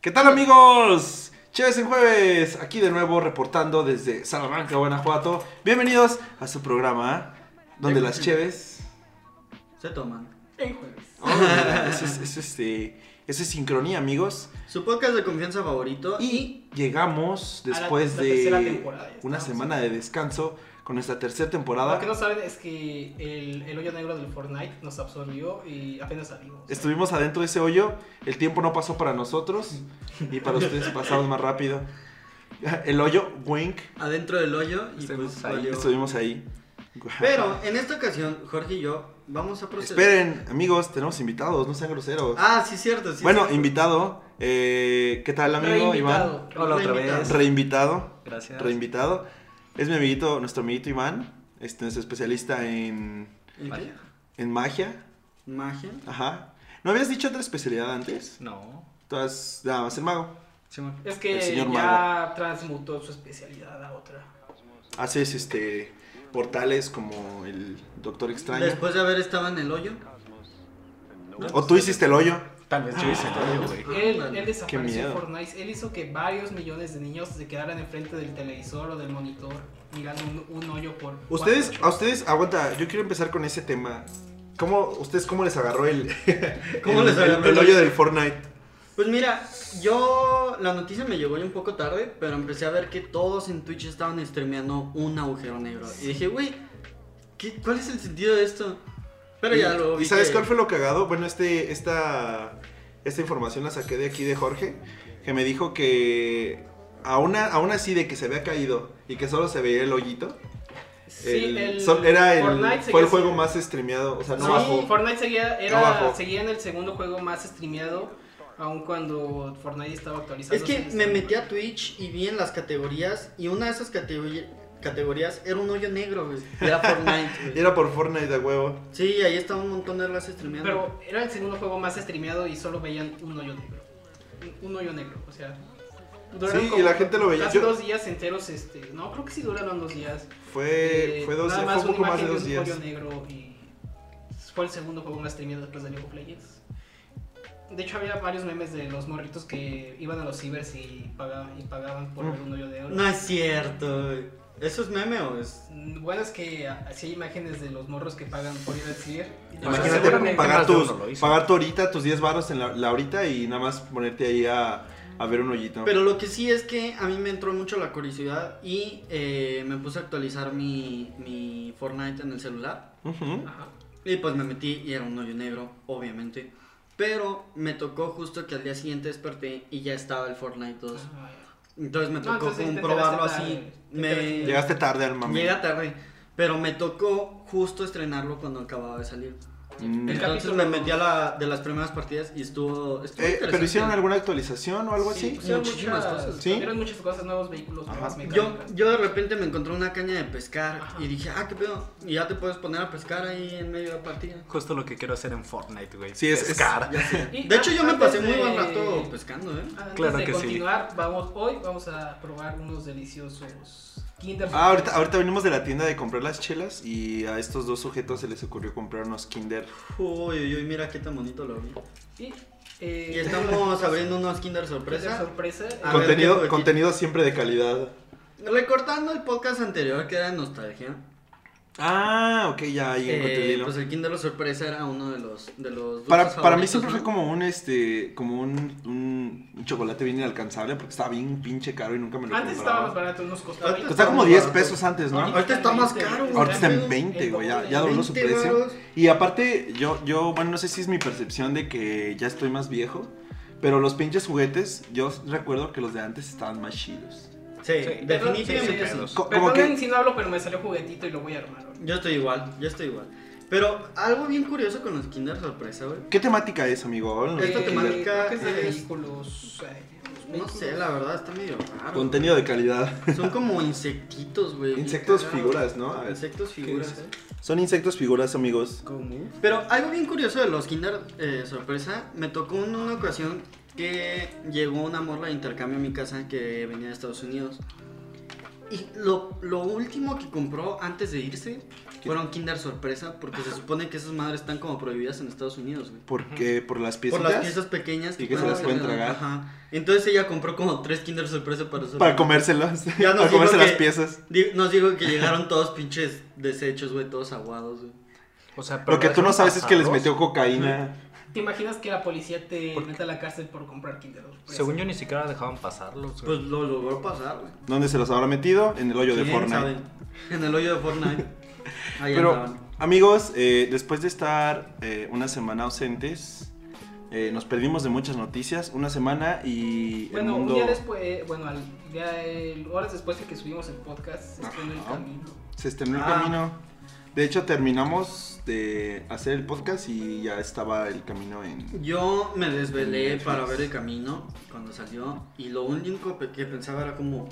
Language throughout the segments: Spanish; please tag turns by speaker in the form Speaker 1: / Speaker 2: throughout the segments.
Speaker 1: ¿Qué tal amigos? Chéves en jueves, aquí de nuevo reportando desde Salamanca, Guanajuato. Bienvenidos a su programa, donde las Cheves...
Speaker 2: Se toman en jueves.
Speaker 1: Oh, mira, eso, es, eso, es, este, eso es sincronía amigos.
Speaker 2: Su podcast de confianza favorito.
Speaker 1: Y llegamos después
Speaker 3: la tercera
Speaker 1: de
Speaker 3: temporada, ya
Speaker 1: una
Speaker 3: estamos.
Speaker 1: semana de descanso con nuestra tercera
Speaker 3: Lo que
Speaker 1: temporada.
Speaker 3: no saben es que el, el hoyo negro del Fortnite nos absorbió y apenas salimos.
Speaker 1: Estuvimos adentro de ese hoyo, el tiempo no pasó para nosotros y para ustedes pasamos más rápido. El hoyo, wink,
Speaker 2: adentro del hoyo y
Speaker 4: Estuvimos
Speaker 2: pues
Speaker 4: ahí.
Speaker 2: valió.
Speaker 1: estuvimos ahí.
Speaker 2: Pero en esta ocasión, Jorge y yo vamos a proceder.
Speaker 1: Esperen, amigos, tenemos invitados, no sean groseros.
Speaker 2: Ah, sí, cierto. Sí,
Speaker 1: bueno,
Speaker 2: cierto.
Speaker 1: invitado. eh, ¿Qué tal, amigo
Speaker 3: Reinvitado.
Speaker 1: Iván?
Speaker 4: Hola otra vez.
Speaker 1: Reinvitado.
Speaker 4: Gracias.
Speaker 1: Reinvitado. Es mi amiguito, nuestro amiguito Iván. Este, nuestro especialista en,
Speaker 2: ¿En qué?
Speaker 1: en magia.
Speaker 2: Magia.
Speaker 1: Ajá. ¿No habías dicho otra especialidad antes?
Speaker 4: No.
Speaker 1: Tú has nada más el mago.
Speaker 4: Simón.
Speaker 3: Es que
Speaker 1: El señor
Speaker 3: ya transmutó su especialidad a otra.
Speaker 1: Haces este portales como el Doctor Extraño.
Speaker 2: Después de haber estado en el hoyo.
Speaker 1: O tú hiciste el hoyo.
Speaker 4: Tal vez yo hice el hoyo, güey.
Speaker 3: Él,
Speaker 2: Ándale.
Speaker 3: él desapareció
Speaker 1: miedo.
Speaker 3: en Fortnite. Él hizo que varios millones de niños se quedaran enfrente del televisor o del monitor mirando un, un hoyo por.
Speaker 1: Ustedes,
Speaker 3: cuatro
Speaker 1: a
Speaker 3: horas.
Speaker 1: ustedes, aguanta, yo quiero empezar con ese tema. ¿Cómo, ustedes cómo les agarró el,
Speaker 2: ¿Cómo
Speaker 1: el-
Speaker 2: les agarró
Speaker 1: el-
Speaker 2: el-
Speaker 1: el hoyo del Fortnite?
Speaker 2: Pues mira, yo la noticia me llegó ya un poco tarde, pero empecé a ver que todos en Twitch estaban streameando un agujero negro. Y dije, güey, ¿qué- ¿cuál es el sentido de esto? Pero ya lo
Speaker 1: ¿Y
Speaker 2: vi.
Speaker 1: sabes
Speaker 2: que-
Speaker 1: cuál fue lo cagado? Bueno, este, esta, esta información la saqué de aquí de Jorge, que me dijo que aún, a- aún así de que se había caído y que solo se veía el hoyito,
Speaker 3: Sí,
Speaker 1: el-
Speaker 3: el
Speaker 1: sol- era el,
Speaker 3: Fortnite
Speaker 1: fue el
Speaker 3: seguía
Speaker 1: juego
Speaker 3: siendo-
Speaker 1: más streameado, o sea, no
Speaker 3: Sí,
Speaker 1: bajó.
Speaker 3: Fortnite seguía, era-
Speaker 1: No bajó.
Speaker 3: seguía en el segundo juego más streameado, aun cuando Fortnite estaba actualizando.
Speaker 2: Es que me metí a Twitch y vi en las categorías, y una de esas categori- categorías era un hoyo negro, güey. Era Fortnite,
Speaker 1: Y
Speaker 2: güey.
Speaker 1: era por Fortnite de huevo.
Speaker 2: Sí, ahí estaba un montón de las streameando.
Speaker 3: Pero era el segundo juego más streameado y solo veían un hoyo negro. Un, un hoyo negro, o sea. duraron
Speaker 1: Sí, y
Speaker 3: como
Speaker 1: la gente lo veía.
Speaker 3: Casi
Speaker 1: Yo-
Speaker 3: dos días enteros, este. No, creo que sí duraron dos días.
Speaker 1: Fue,
Speaker 3: Eh,
Speaker 1: fue, dos,
Speaker 3: nada
Speaker 1: fue un poco
Speaker 3: una
Speaker 1: más de
Speaker 3: imagen
Speaker 1: dos
Speaker 3: un
Speaker 1: días.
Speaker 3: hoyo negro y fue el segundo juego más streameado después de League of Legends. De hecho, había varios memes de los morritos que iban a los cibers y, paga- y pagaban por
Speaker 1: Mm.
Speaker 3: ver un hoyo de oro.
Speaker 2: No es cierto, güey. ¿Eso es meme o es.?
Speaker 3: Bueno, es que ah, sí hay imágenes de los morros que pagan por ir al ciber.
Speaker 4: sea,
Speaker 1: Imagínate
Speaker 4: seguramente
Speaker 1: pagar
Speaker 4: más de
Speaker 1: tus,
Speaker 4: uno lo hizo.
Speaker 1: pagar tu horita, tus 10 baros en la, la horita y nada más ponerte ahí a, a ver un hoyito.
Speaker 2: Pero lo que sí es que a mí me entró mucho la curiosidad y eh, me puse a actualizar mi, mi Fortnite en el celular.
Speaker 1: Ujú.
Speaker 3: Ajá.
Speaker 2: Y pues me metí y era un hoyo negro, obviamente. Pero me tocó justo que al día siguiente desperté y ya estaba el Fortnite 2. Entonces me
Speaker 3: No,
Speaker 2: tocó
Speaker 3: entonces sí te
Speaker 2: comprobarlo
Speaker 3: enteraste
Speaker 2: así.
Speaker 3: tarde. Te
Speaker 2: Me...
Speaker 3: enteraste
Speaker 1: Llegaste tarde al mame.
Speaker 2: Llega tarde. Pero me tocó justo estrenarlo cuando acababa de salir.
Speaker 1: Mm.
Speaker 3: El
Speaker 2: Entonces
Speaker 3: capítulo-
Speaker 2: me metí a la de las primeras partidas y estuvo. estuvo
Speaker 1: Eh, ¿Pero
Speaker 2: interesante.
Speaker 1: hicieron alguna actualización o algo así?
Speaker 3: pusieron
Speaker 2: Muchísimas
Speaker 3: muchas-
Speaker 2: cosas.
Speaker 1: ¿Sí?
Speaker 3: pues Eran muchas cosas, nuevos vehículos,
Speaker 1: Ajá.
Speaker 3: nuevas
Speaker 2: Yo,
Speaker 3: mecánicas.
Speaker 2: yo de repente me encontré una caña de pescar
Speaker 3: Ajá.
Speaker 2: y dije, ah, qué pedo. Y ya te puedes poner a pescar ahí en medio de la partida.
Speaker 4: Justo lo que quiero hacer en Fortnite, güey.
Speaker 1: Sí, es- es-
Speaker 4: Pescar.
Speaker 3: Y
Speaker 2: De hecho, yo me
Speaker 3: antes
Speaker 2: pasé muy
Speaker 3: de-
Speaker 2: buen rato pescando, ¿eh?
Speaker 3: Antes
Speaker 4: Claro
Speaker 3: de
Speaker 4: que sí.
Speaker 3: continuar, vamos, hoy vamos a probar unos deliciosos Kinder.
Speaker 1: Ah, ahorita, ahorita venimos de la tienda de comprar las chelas y a estos dos sujetos se les ocurrió comprar unos Kinder.
Speaker 2: Uy, uy, uy, mira qué tan bonito lo vi.
Speaker 3: Y,
Speaker 2: Y
Speaker 3: eh,
Speaker 2: estamos abriendo unos Kinder
Speaker 3: Kinder
Speaker 2: sorpresa.
Speaker 3: sorpresa. eh,
Speaker 2: A ver,
Speaker 1: contenido,
Speaker 2: ¿qué fue?
Speaker 1: contenido siempre de calidad.
Speaker 2: Recortando el podcast anterior que era de nostalgia.
Speaker 1: Ah, ok, ya ahí
Speaker 2: eh,
Speaker 1: encontré el hilo.
Speaker 2: pues el Kinder sorpresa era uno de los de los dulces
Speaker 1: Para, para mí
Speaker 2: favoritos,
Speaker 1: siempre
Speaker 2: ¿no?
Speaker 1: fue como un este como un, un- un chocolate bien inalcanzable porque estaba bien pinche caro y nunca me lo
Speaker 3: Antes
Speaker 1: compraba.
Speaker 3: estaba más barato, nos costaba.
Speaker 2: Antes
Speaker 1: Costaba como
Speaker 2: Estaba
Speaker 1: 10
Speaker 2: barato.
Speaker 1: pesos antes, ¿no?
Speaker 2: Ahorita está más caro, güey.
Speaker 1: "Ah, Ahorita está en
Speaker 2: el
Speaker 1: 20, güey, ya, ya
Speaker 3: doble.
Speaker 1: dobló su
Speaker 2: 20
Speaker 1: precio.
Speaker 2: varos.
Speaker 1: Y aparte, yo, yo, bueno, no sé si es mi percepción de que ya estoy más viejo, pero los pinches juguetes, yo recuerdo que los de antes estaban más chidos.
Speaker 2: Sí,
Speaker 4: Sí,
Speaker 2: definitivamente
Speaker 4: sí,
Speaker 2: sí.
Speaker 4: sí.
Speaker 1: Co- como
Speaker 3: Perdonen
Speaker 1: que,
Speaker 3: si no hablo, pero me salió juguetito y lo voy a armar. ahorita.
Speaker 2: Yo estoy igual, yo estoy igual. Pero algo bien curioso con los Kinder sorpresa, güey.
Speaker 1: ¿Qué temática es, amigo? Hablan los
Speaker 2: Esta
Speaker 3: Eh,
Speaker 1: Kinder.
Speaker 2: temática
Speaker 3: creo que es de
Speaker 2: es-
Speaker 3: vehículos. eh, los
Speaker 2: No
Speaker 3: vehículos.
Speaker 2: sé, la verdad está medio raro.
Speaker 1: Contenido de calidad.
Speaker 2: Son como insectitos, güey.
Speaker 1: Insectos
Speaker 2: Cagados.
Speaker 1: figuras, ¿no? A ver,
Speaker 2: Insectos figuras.
Speaker 1: ¿qué
Speaker 2: ¿eh?
Speaker 1: Son insectos figuras, amigos.
Speaker 4: ¿Cómo?
Speaker 2: Pero algo bien curioso de los Kinder eh, sorpresa, me tocó en una ocasión que llegó una morra de intercambio a mi casa que venía de Estados Unidos. Y lo, lo último que compró antes de irse fueron Kinder Sorpresa porque se supone que esas madres están como prohibidas en Estados Unidos, güey.
Speaker 1: Porque por las
Speaker 2: Por
Speaker 1: piezas.
Speaker 2: las piezas pequeñas
Speaker 1: Y que se
Speaker 2: pueden
Speaker 1: las pueden
Speaker 2: hacer-
Speaker 1: tragar.
Speaker 2: Ajá. Entonces ella compró como tres Kinder Sorpresa para su
Speaker 1: Para comérselos.
Speaker 2: Ya nos
Speaker 1: para comerse
Speaker 2: dijo
Speaker 1: las
Speaker 2: que-
Speaker 1: piezas.
Speaker 2: Di- Nos dijo que llegaron todos pinches desechos, güey, todos aguados, güey.
Speaker 4: O sea, pero
Speaker 1: Lo que tú no
Speaker 4: dejaron
Speaker 1: sabes es que les
Speaker 4: pasarlos.
Speaker 1: metió cocaína.
Speaker 3: ¿Te imaginas que la policía te
Speaker 4: ¿Por qué?
Speaker 3: meta a la cárcel por comprar Kinder Sorpresa?
Speaker 4: Según yo ni siquiera dejaban pasarlos.
Speaker 2: Pues
Speaker 4: güey.
Speaker 2: lo logró pasar, güey.
Speaker 1: ¿Dónde se los habrá metido? En el hoyo de
Speaker 2: ¿Quién
Speaker 1: Fortnite.
Speaker 2: sabe? En el hoyo de Fortnite. Ahí
Speaker 1: Pero,
Speaker 2: andaban.
Speaker 1: amigos, eh, después de estar eh, una semana ausentes, eh, nos perdimos de muchas noticias. Una semana y
Speaker 3: Bueno,
Speaker 1: el mundo.
Speaker 3: un día después, eh, bueno, al día, el- horas después de que subimos el podcast, se estrenó el
Speaker 1: Ajá.
Speaker 3: camino.
Speaker 1: Se estrenó el
Speaker 2: Ah.
Speaker 1: camino. De hecho, terminamos de hacer el podcast y ya estaba el camino en.
Speaker 2: Yo me desvelé
Speaker 1: Netflix.
Speaker 2: para ver el camino cuando salió y lo único pe- que pensaba era como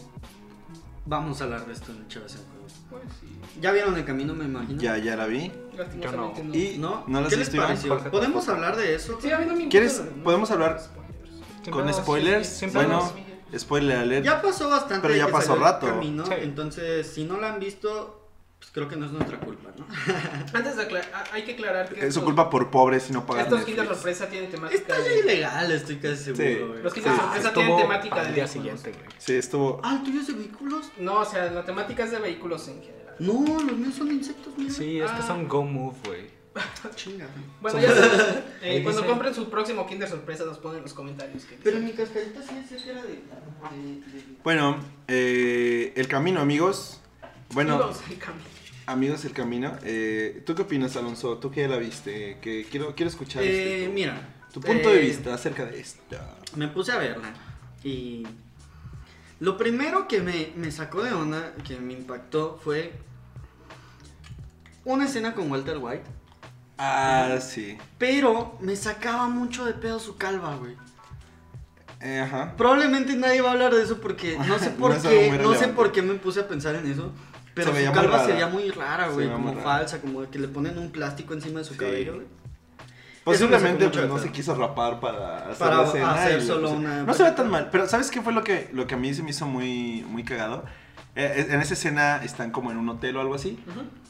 Speaker 2: vamos a hablar de esto en Chavez en Juego.
Speaker 3: Pues sí.
Speaker 2: Ya vieron el camino, me imagino.
Speaker 1: Ya, ya la vi.
Speaker 3: Lastimosamente no.
Speaker 1: Y
Speaker 2: ¿No?
Speaker 1: no las
Speaker 2: ¿Qué les
Speaker 1: estoy viendo,
Speaker 2: pareció?
Speaker 4: Jorge,
Speaker 2: ¿Podemos
Speaker 4: tampoco.
Speaker 2: hablar de eso?
Speaker 3: Sí, a mí no me importa
Speaker 1: ¿Quieres-
Speaker 3: lo de-
Speaker 1: podemos hablar?
Speaker 3: Spoilers.
Speaker 4: Siempre
Speaker 1: Con
Speaker 4: nos-
Speaker 1: spoilers,
Speaker 4: siempre
Speaker 1: bueno,
Speaker 4: nos-
Speaker 1: spoiler alert.
Speaker 2: Ya pasó bastante.
Speaker 1: Pero
Speaker 2: de
Speaker 1: ya
Speaker 2: que
Speaker 1: pasó
Speaker 2: salió el
Speaker 1: rato.
Speaker 2: Camino,
Speaker 4: Sí.
Speaker 2: Entonces, si no la han visto, pues creo que no es nuestra culpa, ¿no?
Speaker 3: Ah, Antes de aclarar, hay que aclarar que.
Speaker 1: Es su
Speaker 3: estos-
Speaker 1: culpa por pobres si no pagan.
Speaker 3: Estos Kinder
Speaker 1: Netflix.
Speaker 3: Sorpresa tienen temática.
Speaker 2: Está ya
Speaker 3: de-
Speaker 2: ilegal, estoy casi seguro.
Speaker 1: Sí.
Speaker 2: güey.
Speaker 3: Los Kinder
Speaker 1: Sí,
Speaker 3: Sorpresa
Speaker 4: estuvo
Speaker 3: tienen temática de.
Speaker 4: al día
Speaker 3: vehículos.
Speaker 4: siguiente, güey.
Speaker 1: Sí, estuvo.
Speaker 2: Ah, ¿el tuyo es de vehículos?
Speaker 3: No, o sea, la temática es de vehículos en general.
Speaker 2: No, los míos son de insectos, mira.
Speaker 4: Sí, es que
Speaker 3: Ah.
Speaker 4: son Go Move, güey.
Speaker 2: Chinga. güey.
Speaker 3: Bueno,
Speaker 4: Son-
Speaker 3: ya sabes, eh,
Speaker 4: Ahí
Speaker 3: cuando
Speaker 4: dice-
Speaker 3: compren su próximo Kinder Sorpresa, nos ponen en los comentarios. Que
Speaker 2: Pero mi cascarita sí decía que era de. de- de-
Speaker 1: Bueno, eh, el camino, amigos. Bueno,
Speaker 3: Íbamos al camino.
Speaker 1: Amigos, el camino. eh, ¿Tú qué opinas, Alonso? ¿Tú qué ya la viste? Que quiero, quiero escuchar
Speaker 2: Eh,
Speaker 1: este, tu,
Speaker 2: mira.
Speaker 1: tu punto de
Speaker 2: eh,
Speaker 1: vista acerca de esto.
Speaker 2: Me puse a verla. Y. Lo primero que me, me sacó de onda, que me impactó, fue. Una escena con Walter White.
Speaker 1: Ah, sí.
Speaker 2: Pero me sacaba mucho de pedo su calva, güey.
Speaker 1: Eh, ajá.
Speaker 2: Probablemente nadie va a hablar de eso porque no sé por
Speaker 1: No es algo
Speaker 2: qué,
Speaker 1: muy
Speaker 2: no sé
Speaker 1: relevante.
Speaker 2: por qué me puse a pensar en eso. Pero
Speaker 1: Se veía
Speaker 2: su
Speaker 1: muy
Speaker 2: calva
Speaker 1: rara.
Speaker 2: sería muy rara,
Speaker 1: Se
Speaker 2: güey,
Speaker 1: veía muy
Speaker 2: como
Speaker 1: rara.
Speaker 2: falsa, como que le ponen un plástico encima de su
Speaker 1: Sí.
Speaker 2: cabello, güey.
Speaker 1: Posiblemente
Speaker 2: Eso me sacó
Speaker 1: pues,
Speaker 2: mucho
Speaker 1: no
Speaker 2: de
Speaker 1: se
Speaker 2: pedo.
Speaker 1: quiso rapar para hacer
Speaker 2: Para
Speaker 1: la escena
Speaker 2: hacer
Speaker 1: y-
Speaker 2: solo una-
Speaker 1: No se ve tan mal, pero ¿sabes qué fue lo que, lo que a mí se me hizo muy, muy cagado? Eh, en esa escena están como en un hotel o algo así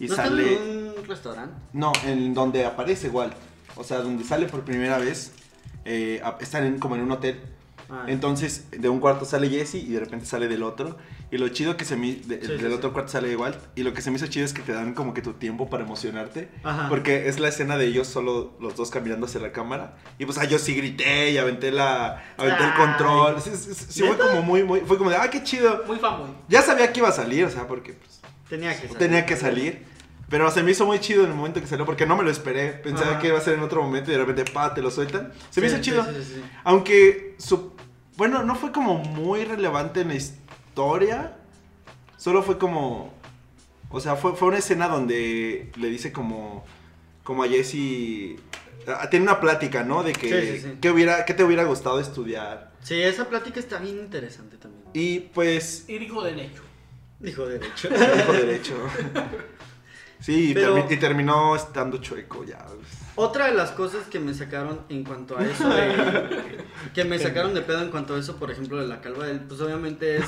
Speaker 1: y
Speaker 2: ¿No
Speaker 1: sale...
Speaker 2: están en un restaurante?
Speaker 1: No, en donde aparece igual. O sea, donde sale por primera vez. eh, a- están en- como en un hotel.
Speaker 2: Ah.
Speaker 1: Entonces, de un cuarto sale Jesse y de repente sale del otro. Y lo chido que se me. de-
Speaker 2: Sí,
Speaker 1: del
Speaker 2: sí, sí.
Speaker 1: otro cuarto sale igual. Y lo que se me hizo chido es que te dan como que tu tiempo para emocionarte.
Speaker 2: Ajá.
Speaker 1: Porque es la escena de ellos solo los dos caminando hacia la cámara. Y pues, ah, yo sí grité y aventé la. Aventé el
Speaker 2: Ay.
Speaker 1: control. Sí, sí, sí, sí, fue como muy, muy. Fue como de, ah, qué chido.
Speaker 3: Muy fanboy.
Speaker 1: Ya sabía que iba a salir, o sea, porque pues,
Speaker 2: Tenía que salir.
Speaker 1: tenía que salir. Pero se me hizo muy chido en el momento que salió porque no me lo esperé. Pensaba
Speaker 2: Ajá.
Speaker 1: que iba a ser en otro momento y de repente, pa, te lo sueltan. Se me
Speaker 2: Sí,
Speaker 1: hizo
Speaker 2: sí,
Speaker 1: chido.
Speaker 2: sí, sí, sí.
Speaker 1: Aunque, su- bueno, no fue como muy relevante en la historia. Solo fue como... O sea, fue, fue una escena donde le dice como, como a Jesse... ah, Tiene una plática, ¿no? De que,
Speaker 2: Sí, sí, sí.
Speaker 1: ¿qué, hubiera, qué te hubiera gustado estudiar.
Speaker 2: Sí, esa plática está bien interesante también.
Speaker 1: Y pues...
Speaker 3: Y dijo derecho.
Speaker 2: Dijo derecho.
Speaker 1: dijo derecho. Sí, y
Speaker 2: Pero-
Speaker 1: termi- y terminó estando chueco ya. pues.
Speaker 2: Otra de las cosas que me sacaron en cuanto a eso, de- que me sacaron de pedo en cuanto a eso, por ejemplo, de la calva, de él, pues obviamente es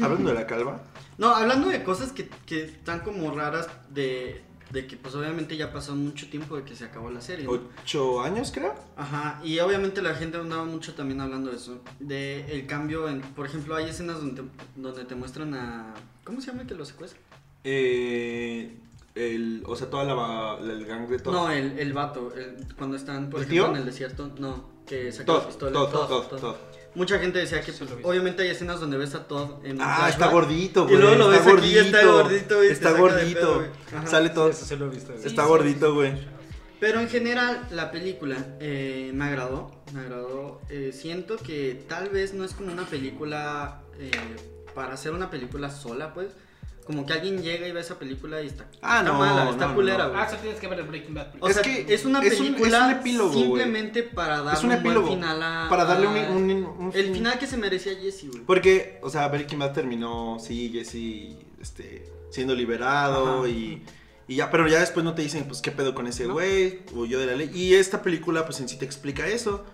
Speaker 1: Hablando de la calva.
Speaker 2: No, hablando de cosas que, que están como raras de, de que pues obviamente ya pasó mucho tiempo de que se acabó la serie. ¿no?
Speaker 1: Ocho años, creo.
Speaker 2: Ajá, y obviamente la gente andaba mucho también hablando de eso, de el cambio en, por ejemplo, hay escenas donde te, donde te muestran a ¿cómo se llama el que lo secuestra?
Speaker 1: Eh, el, o sea, toda la, la- el gang de todo.
Speaker 2: No, el, el vato, el- cuando están por
Speaker 1: ¿El
Speaker 2: ejemplo
Speaker 1: tío?
Speaker 2: en el desierto, no, que saca la
Speaker 1: Todd,
Speaker 2: pistola.
Speaker 1: Todd,
Speaker 2: Todd,
Speaker 1: Todd,
Speaker 2: Todd.
Speaker 1: Todd.
Speaker 2: Mucha gente decía que
Speaker 3: Sí,
Speaker 2: pues,
Speaker 3: lo vi.
Speaker 2: obviamente hay escenas donde ves a Todd en un
Speaker 1: Ah,
Speaker 2: flashback,
Speaker 1: está gordito, güey.
Speaker 2: Y luego lo
Speaker 1: está
Speaker 2: ves aquí y está gordito, güey, te
Speaker 1: Está
Speaker 2: saca de
Speaker 1: gordito.
Speaker 2: pedo, güey. Ajá.
Speaker 1: Sale todo.
Speaker 4: Eso sí lo he visto, güey.
Speaker 1: está
Speaker 3: sí.
Speaker 1: gordito, güey.
Speaker 2: Pero en general la película eh, me agradó, me agradó. Eh, siento que tal vez no es como una película eh, para hacer una película sola, pues. Como que alguien llega y ve esa película y está,
Speaker 1: Ah,
Speaker 2: está
Speaker 1: no,
Speaker 2: mala,
Speaker 1: no,
Speaker 2: está
Speaker 1: no,
Speaker 2: culera,
Speaker 1: no.
Speaker 2: güey.
Speaker 3: Ah, eso tienes que ver el Breaking Bad.
Speaker 2: O
Speaker 1: Es
Speaker 2: sea,
Speaker 1: que
Speaker 2: es una
Speaker 1: es un- es un
Speaker 2: película
Speaker 1: epílogo, güey.
Speaker 2: simplemente para darle
Speaker 1: Es un
Speaker 2: buen
Speaker 1: epílogo.
Speaker 2: final a...
Speaker 1: Para darle un.
Speaker 2: a-
Speaker 1: un, un- un-
Speaker 2: Ah.
Speaker 1: Pues,
Speaker 2: El final que se merecía Jesse, güey.
Speaker 1: Porque, o sea, Breaking Bad terminó, sí, Jesse, este, siendo liberado
Speaker 2: Ajá.
Speaker 1: y, y ya, pero ya después no te dicen, pues, qué pedo con ese
Speaker 2: No.
Speaker 1: güey, huyó de la ley. Y esta película, pues, en sí te explica eso.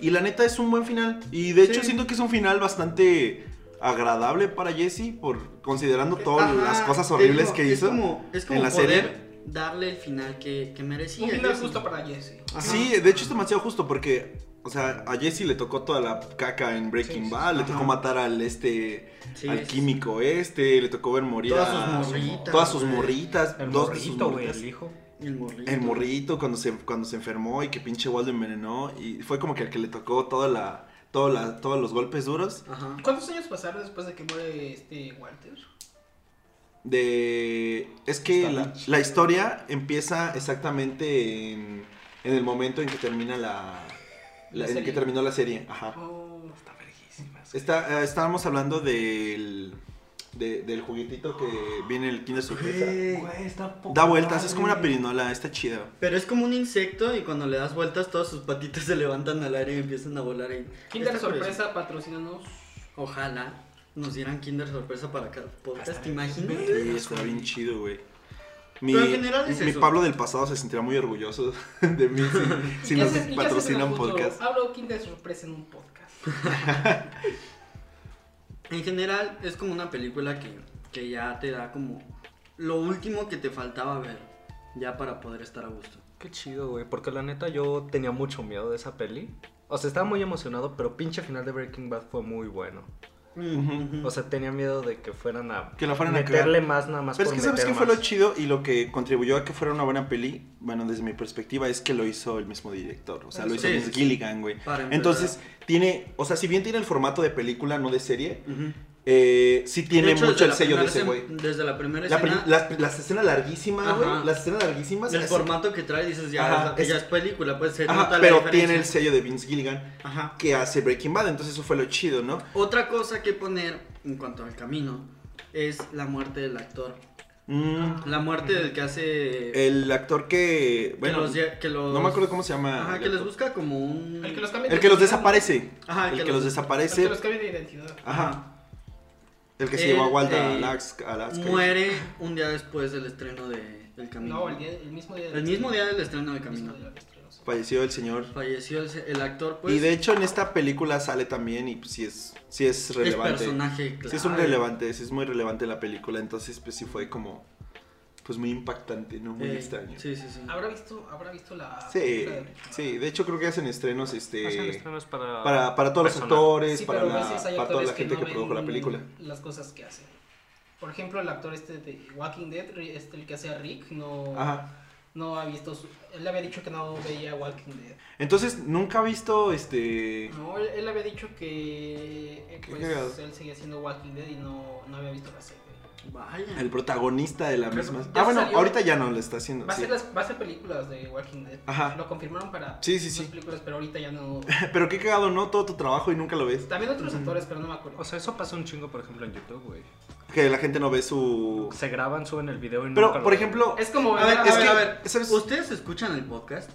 Speaker 1: Y la neta es un buen final. Y de hecho
Speaker 2: Sí.
Speaker 1: siento que es un final bastante agradable para Jesse, por considerando todas
Speaker 2: Ajá,
Speaker 1: las cosas
Speaker 2: te
Speaker 1: horribles
Speaker 2: digo,
Speaker 1: que
Speaker 2: es
Speaker 1: hizo
Speaker 2: como, es como
Speaker 1: en la
Speaker 2: poder
Speaker 1: serie.
Speaker 2: darle el final que, que merecía.
Speaker 3: un final
Speaker 2: Jesse.
Speaker 3: justo para Jesse.
Speaker 2: Ajá.
Speaker 1: Sí, de hecho es demasiado justo porque, o sea, a Jesse le tocó toda la caca en Breaking
Speaker 3: Sí, sí,
Speaker 1: Bad, le tocó
Speaker 2: Ajá.
Speaker 1: matar al este,
Speaker 2: Sí,
Speaker 1: al
Speaker 2: es-
Speaker 1: químico este, le tocó ver morir
Speaker 2: Todas
Speaker 1: a
Speaker 2: sus morritas,
Speaker 1: todas sus
Speaker 2: güey.
Speaker 1: morritas,
Speaker 4: El
Speaker 1: dos de sus
Speaker 4: morrito, güey,
Speaker 1: morritas.
Speaker 4: el hijo.
Speaker 2: El morrito.
Speaker 1: El morrito cuando se, cuando se enfermó y que pinche Waldo envenenó y fue como que al que le tocó toda la, toda la, todos los golpes duros
Speaker 2: Ajá.
Speaker 3: ¿Cuántos años pasaron después de que muere este Walter?
Speaker 1: de... Es que
Speaker 4: Está
Speaker 1: la, la historia empieza exactamente en, en el momento en que termina la... la-
Speaker 3: La
Speaker 1: en el que
Speaker 3: serie.
Speaker 1: terminó la serie, ajá.
Speaker 3: Oh, está verguísima.
Speaker 1: Está, eh, estábamos hablando del, de- del juguetito que viene el Kinder Sorpresa.
Speaker 2: Güey.
Speaker 4: Güey, está poca
Speaker 1: Da vueltas, es
Speaker 4: madre.
Speaker 1: como una pirinola, está chida.
Speaker 2: Pero es como un insecto y cuando le das vueltas todas sus patitas se levantan al aire y empiezan a volar. ahí.
Speaker 3: Kinder
Speaker 2: Está curioso.
Speaker 3: Sorpresa, patrocínanos.
Speaker 2: Ojalá nos dieran Kinder sorpresa para cada podcast, ¿te
Speaker 1: Sí,
Speaker 2: imaginas?
Speaker 1: está bien chido, güey. Mi,
Speaker 2: Pero en general es
Speaker 1: mi
Speaker 2: eso.
Speaker 1: Pablo del pasado se sentirá muy orgulloso de mí si, si
Speaker 3: ¿Y qué
Speaker 1: nos
Speaker 3: haces- y qué haces en el
Speaker 1: patrocinan
Speaker 3: futuro?
Speaker 1: podcast.
Speaker 3: Hablo Kinder Sorpresa en un podcast.
Speaker 2: En general es como una película que, que ya te da como lo último que te faltaba ver, ya para poder estar a gusto.
Speaker 4: Qué chido, güey, porque la neta yo tenía mucho miedo de esa peli. O sea, estaba muy emocionado, pero pinche final de Breaking Bad fue muy bueno. O sea, tenía miedo de que fueran a
Speaker 1: Que la fueran a
Speaker 4: meterle más nada más
Speaker 1: Pero es
Speaker 4: por
Speaker 1: que sabes
Speaker 4: meter
Speaker 1: qué fue lo
Speaker 4: más.
Speaker 1: chido y lo que contribuyó a que fuera una buena peli, bueno, desde mi perspectiva, es que lo hizo el mismo director. O sea, lo
Speaker 3: Sí,
Speaker 1: hizo
Speaker 2: sí,
Speaker 1: Vince
Speaker 2: sí.
Speaker 1: Gilligan, güey.
Speaker 2: Para empezar.
Speaker 1: Entonces, tiene, o sea, si bien tiene el formato de película, no de serie, eh, sí tiene mucho el sello de ese güey.
Speaker 2: Desde la primera
Speaker 1: La
Speaker 2: escena,
Speaker 1: prim- las, las escenas larguísimas, güey.
Speaker 2: Ajá.
Speaker 1: Las escenas larguísimas.
Speaker 2: del
Speaker 1: es-
Speaker 2: formato que trae, dices ya,
Speaker 1: Ajá,
Speaker 2: o sea, que
Speaker 1: es-
Speaker 2: ya es película, pues se
Speaker 1: Ajá,
Speaker 2: nota la
Speaker 1: pero
Speaker 2: diferencia.
Speaker 1: tiene el sello de Vince Gilligan
Speaker 2: Ajá.
Speaker 1: que hace Breaking Bad, entonces eso fue lo chido, ¿no?
Speaker 2: Otra cosa que poner en cuanto al camino es la muerte del actor.
Speaker 1: Mm,
Speaker 2: La muerte del que hace.
Speaker 1: el actor que. Eh, Bueno,
Speaker 2: que los, lle- que los-
Speaker 1: no me acuerdo cómo se llama.
Speaker 2: Ajá,
Speaker 1: el
Speaker 2: que les
Speaker 1: actor.
Speaker 2: busca como un.
Speaker 3: El que los cambia
Speaker 1: El que los
Speaker 3: de identidad,
Speaker 1: desaparece.
Speaker 2: Ajá,
Speaker 1: el que, los
Speaker 3: El que
Speaker 1: desaparece.
Speaker 3: los cambia de identidad.
Speaker 1: Ajá. El que se
Speaker 2: Él,
Speaker 1: llevó a Walter
Speaker 2: eh,
Speaker 1: a Alaska. Alaska.
Speaker 2: Muere un día después del estreno de, del camino.
Speaker 3: No, el, día- el mismo día.
Speaker 2: El mismo día del estreno de
Speaker 3: El mismo
Speaker 2: camino.
Speaker 3: día del estreno, sí.
Speaker 1: Falleció el señor.
Speaker 2: Falleció el, el actor, pues.
Speaker 1: y de hecho en esta película sale también y pues sí es, sí es
Speaker 2: es
Speaker 1: relevante.
Speaker 2: personaje,
Speaker 1: Sí, es
Speaker 2: clave.
Speaker 1: un relevante, sí es muy relevante la película, entonces pues sí fue como, pues muy impactante, ¿no? Muy
Speaker 2: Eh,
Speaker 1: extraño. Sí.
Speaker 2: Sí, sí, sí.
Speaker 3: ¿Habrá visto, habrá visto la.
Speaker 1: Sí,
Speaker 3: película de Breaking Bad?
Speaker 1: de hecho creo que hacen estrenos este
Speaker 4: Hacen estrenos para...
Speaker 1: para, para todos
Speaker 4: personal.
Speaker 1: los actores,
Speaker 3: Sí,
Speaker 1: para,
Speaker 3: pero a
Speaker 1: la-
Speaker 3: veces hay
Speaker 1: para toda
Speaker 3: actores
Speaker 1: la gente que,
Speaker 3: no
Speaker 1: produjo la
Speaker 3: ven
Speaker 1: película.
Speaker 3: Las cosas que hacen. Por ejemplo, el actor este de Walking Dead, Ri- este, el que hace a Rick, no,
Speaker 1: Ajá.
Speaker 3: no ha visto. su- él le había dicho que no veía Walking Dead.
Speaker 1: Entonces, nunca ha visto este
Speaker 3: No, él, él había dicho que. eh,
Speaker 1: Qué
Speaker 3: Pues,
Speaker 1: cagado.
Speaker 3: él seguía haciendo Walking Dead y no, no había visto la serie.
Speaker 2: Vaya.
Speaker 1: el protagonista de la
Speaker 3: Pero
Speaker 1: misma.
Speaker 3: ya
Speaker 1: Ah, bueno,
Speaker 3: salió.
Speaker 1: ahorita ya no lo está haciendo.
Speaker 3: Va a,
Speaker 1: sí.
Speaker 3: ser las, va a ser películas de Walking Dead.
Speaker 1: Ajá.
Speaker 3: Lo confirmaron para
Speaker 1: Sí, sí,
Speaker 3: dos
Speaker 1: sí.
Speaker 3: películas, pero ahorita ya no.
Speaker 1: Pero qué cagado, ¿no? Todo tu trabajo y nunca lo ves.
Speaker 3: También otros actores, pero no me acuerdo.
Speaker 4: O sea, eso pasa un chingo, por ejemplo, en YouTube, güey.
Speaker 1: Que la gente no ve su...
Speaker 4: Se graban, suben el video y nunca
Speaker 1: Pero,
Speaker 4: lo
Speaker 1: por
Speaker 4: ven.
Speaker 1: ejemplo,
Speaker 3: es como.
Speaker 2: A ver,
Speaker 3: a
Speaker 1: es
Speaker 2: a ver,
Speaker 1: que-
Speaker 2: a ver.
Speaker 1: ¿sabes?
Speaker 2: ¿Ustedes escuchan el podcast?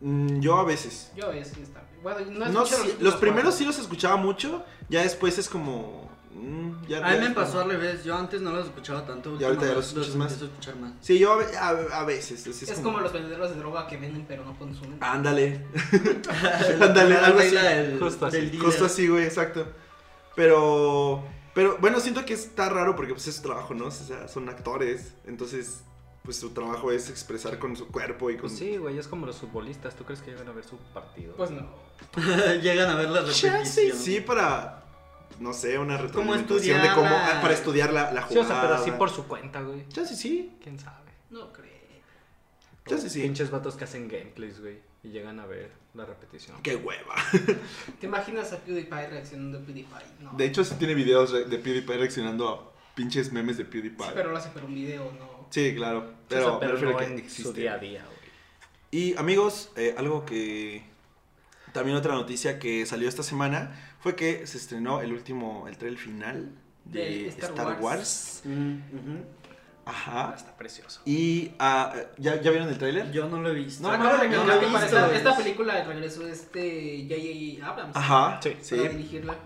Speaker 1: mm, yo a veces...
Speaker 3: Yo es esta. Bueno, no,
Speaker 1: No,
Speaker 3: escuché
Speaker 1: sí, los,
Speaker 3: últimos
Speaker 1: primeros
Speaker 3: cuatro.
Speaker 1: sí los escuchaba mucho, ya después es como... mm, ya-
Speaker 2: A mí
Speaker 1: ya
Speaker 2: me
Speaker 1: es
Speaker 2: pasó
Speaker 1: como-
Speaker 2: al revés, yo antes no los escuchaba tanto.
Speaker 1: Y ahorita ya los
Speaker 2: últimamente
Speaker 1: escuchas más.
Speaker 2: empiezo a escuchar más.
Speaker 1: Sí, yo a, ve- a- a veces. Es, es
Speaker 3: Es, como... los vendedores de droga que venden pero no consumen.
Speaker 1: Ah. Ándale. Ándale,
Speaker 2: La
Speaker 1: algo así.
Speaker 2: regla del-
Speaker 4: Justo así.
Speaker 2: del dealer.
Speaker 1: Justo así, güey, exacto. Pero... Pero bueno, siento que está raro porque pues es su trabajo, ¿no? O sea, son actores, entonces pues su trabajo es expresar con su cuerpo y con...
Speaker 4: Pues sí, güey, es como los futbolistas. ¿Tú crees que llegan a ver su partido?
Speaker 3: Pues no.
Speaker 2: Llegan a ver la repetición.
Speaker 1: Chance, sí, para... No sé, una retroalimentación
Speaker 2: estudiar
Speaker 1: de cómo...
Speaker 2: la-
Speaker 1: ah, Para estudiar la, la
Speaker 4: Sí, o
Speaker 1: jugada.
Speaker 4: sea, pero así por su cuenta, güey.
Speaker 1: Chance, sí.
Speaker 4: ¿Quién sabe?
Speaker 3: No creo.
Speaker 1: Ya sé, sí.
Speaker 4: Pinches vatos que hacen gameplays, güey. Y llegan a ver la repetición.
Speaker 1: Qué hueva.
Speaker 3: ¿Te imaginas a PewDiePie reaccionando a PewDiePie? No.
Speaker 1: De hecho, sí tiene videos re- de PewDiePie reaccionando a pinches memes de PewDiePie.
Speaker 3: Sí, pero lo hace por un video, no.
Speaker 1: Sí, claro.
Speaker 4: O sea,
Speaker 1: Pero me refiero
Speaker 4: no
Speaker 1: a
Speaker 4: en
Speaker 1: que
Speaker 4: su
Speaker 1: existe.
Speaker 4: día a día, güey.
Speaker 1: Y amigos, eh, algo que. También otra noticia que salió esta semana fue que se estrenó el último, el trailer final de,
Speaker 3: De
Speaker 1: Star,
Speaker 3: Star
Speaker 1: Wars.
Speaker 3: Wars.
Speaker 2: Mm, ujú.
Speaker 1: Ajá.
Speaker 4: Está precioso.
Speaker 1: Y ah, ¿ya, ya vieron el trailer?
Speaker 2: Yo no lo he visto.
Speaker 1: No,
Speaker 3: No,
Speaker 1: no,
Speaker 3: Acabo de
Speaker 1: no,
Speaker 3: recalcar
Speaker 1: no,
Speaker 3: que
Speaker 1: no,
Speaker 3: para
Speaker 1: no,
Speaker 3: esta,
Speaker 1: no,
Speaker 3: esta película de regreso este J.J. Abrams.
Speaker 1: Ajá.
Speaker 4: Sí.
Speaker 1: Sí.
Speaker 3: Para dirigirla.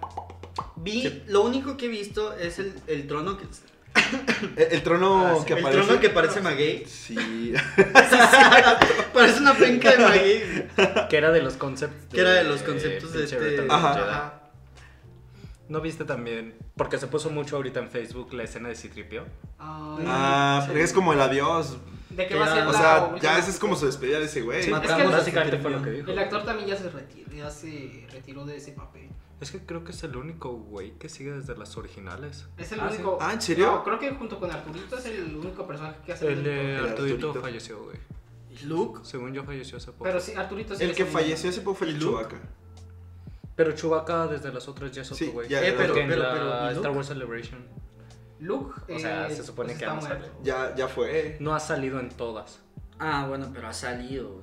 Speaker 2: Vi, lo único que he visto es el, el trono que,
Speaker 1: El, E-, el trono
Speaker 4: Ah, sí.
Speaker 1: Oh, que
Speaker 2: el
Speaker 1: aparece.
Speaker 2: trono que parece maguey.
Speaker 1: Sí.
Speaker 2: parece una penca de maguey.
Speaker 4: Que era de los conceptos.
Speaker 2: Que era de los conceptos de
Speaker 4: pinche
Speaker 2: este-
Speaker 4: Return of
Speaker 1: Ajá.
Speaker 4: Jedi.
Speaker 2: Ajá.
Speaker 4: ¿No viste también? Porque se puso mucho ahorita en Facebook la escena de Citripio.
Speaker 3: Ah,
Speaker 1: ah,
Speaker 3: sí.
Speaker 1: porque es como el adiós.
Speaker 3: ¿De qué va a ser
Speaker 2: Ya,
Speaker 1: O
Speaker 3: la
Speaker 1: sea,
Speaker 3: última
Speaker 1: ya ese es como su despedida de ese güey.
Speaker 4: Sí,
Speaker 2: es
Speaker 4: es
Speaker 2: matamos
Speaker 4: que
Speaker 2: a su
Speaker 4: básicamente fue
Speaker 2: anfitrión.
Speaker 4: lo que dijo.
Speaker 3: El actor también ya se retiró, ya se retiró de ese papel.
Speaker 4: Es que creo que es el único güey que sigue desde las originales.
Speaker 3: Es el
Speaker 4: Ah, sí.
Speaker 3: único.
Speaker 1: Ah, ¿en serio?
Speaker 3: No, creo que junto con Arturito es el único personaje que hace.
Speaker 4: El de
Speaker 1: El
Speaker 4: Arturito
Speaker 1: Arturito.
Speaker 4: falleció, güey.
Speaker 2: Luke.
Speaker 4: Según yo falleció hace poco.
Speaker 3: Pero sí, Arturito sí
Speaker 1: El
Speaker 3: es
Speaker 1: que falleció ese poco fue el
Speaker 2: ¿Y Luke?
Speaker 1: Chewbacca.
Speaker 4: Pero Chewbacca desde las otras ya es otro
Speaker 1: Sí,
Speaker 4: güey.
Speaker 1: ya,
Speaker 2: Eh,
Speaker 1: ya,
Speaker 2: pero-
Speaker 4: Porque en la
Speaker 2: pero, ¿y Luke?
Speaker 4: Star Wars Celebration
Speaker 3: Luke.
Speaker 4: O sea,
Speaker 3: eh,
Speaker 4: se supone
Speaker 3: pues
Speaker 4: que
Speaker 3: está
Speaker 4: vamos a
Speaker 3: muerto.
Speaker 1: ya, ya fue.
Speaker 4: no ha salido en todas.
Speaker 2: Ah, bueno, pero ha salido.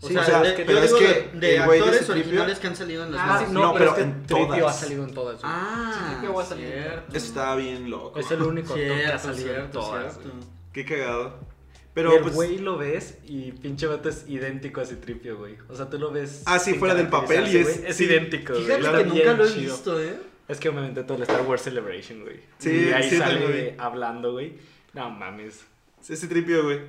Speaker 2: O
Speaker 1: Sí,
Speaker 2: sea,
Speaker 1: o sea,
Speaker 2: de-
Speaker 1: pero
Speaker 2: yo
Speaker 1: es
Speaker 2: digo
Speaker 1: que
Speaker 2: de, de
Speaker 1: el güey de
Speaker 2: actores
Speaker 1: Citripio-
Speaker 2: originales que han salido en las
Speaker 3: Ah,
Speaker 2: nuevas.
Speaker 1: sí, no, pero
Speaker 4: es que
Speaker 1: en
Speaker 4: Tripio
Speaker 1: todas.
Speaker 4: ha salido en todas. güey.
Speaker 2: Ah,
Speaker 3: Citripio va a salir.
Speaker 2: cierto.
Speaker 1: Eso estaba bien loco.
Speaker 4: Es el único actor que ha
Speaker 2: Cierto,
Speaker 4: salido en
Speaker 2: cierto,
Speaker 4: todas.
Speaker 2: cierto.
Speaker 4: güey.
Speaker 1: Qué cagado. Pero
Speaker 4: Pero y el
Speaker 1: pues.
Speaker 4: güey lo ves y pinche vato es idéntico a Citripio, güey. O sea, tú lo ves.
Speaker 1: Ah, sí,
Speaker 4: sin
Speaker 1: fuera del papel y es-
Speaker 4: caracterizarse, güey. Es
Speaker 1: sí.
Speaker 4: idéntico, güey.
Speaker 2: Fíjate
Speaker 4: Está
Speaker 2: que
Speaker 4: bien
Speaker 2: nunca lo he
Speaker 4: chido.
Speaker 2: visto, ¿eh?
Speaker 4: Es que me aventé todo el Star Wars Celebration, güey.
Speaker 1: Sí,
Speaker 4: y ahí
Speaker 1: sí,
Speaker 4: sale
Speaker 1: también.
Speaker 4: hablando, güey. No mames.
Speaker 1: Ese tripio, güey.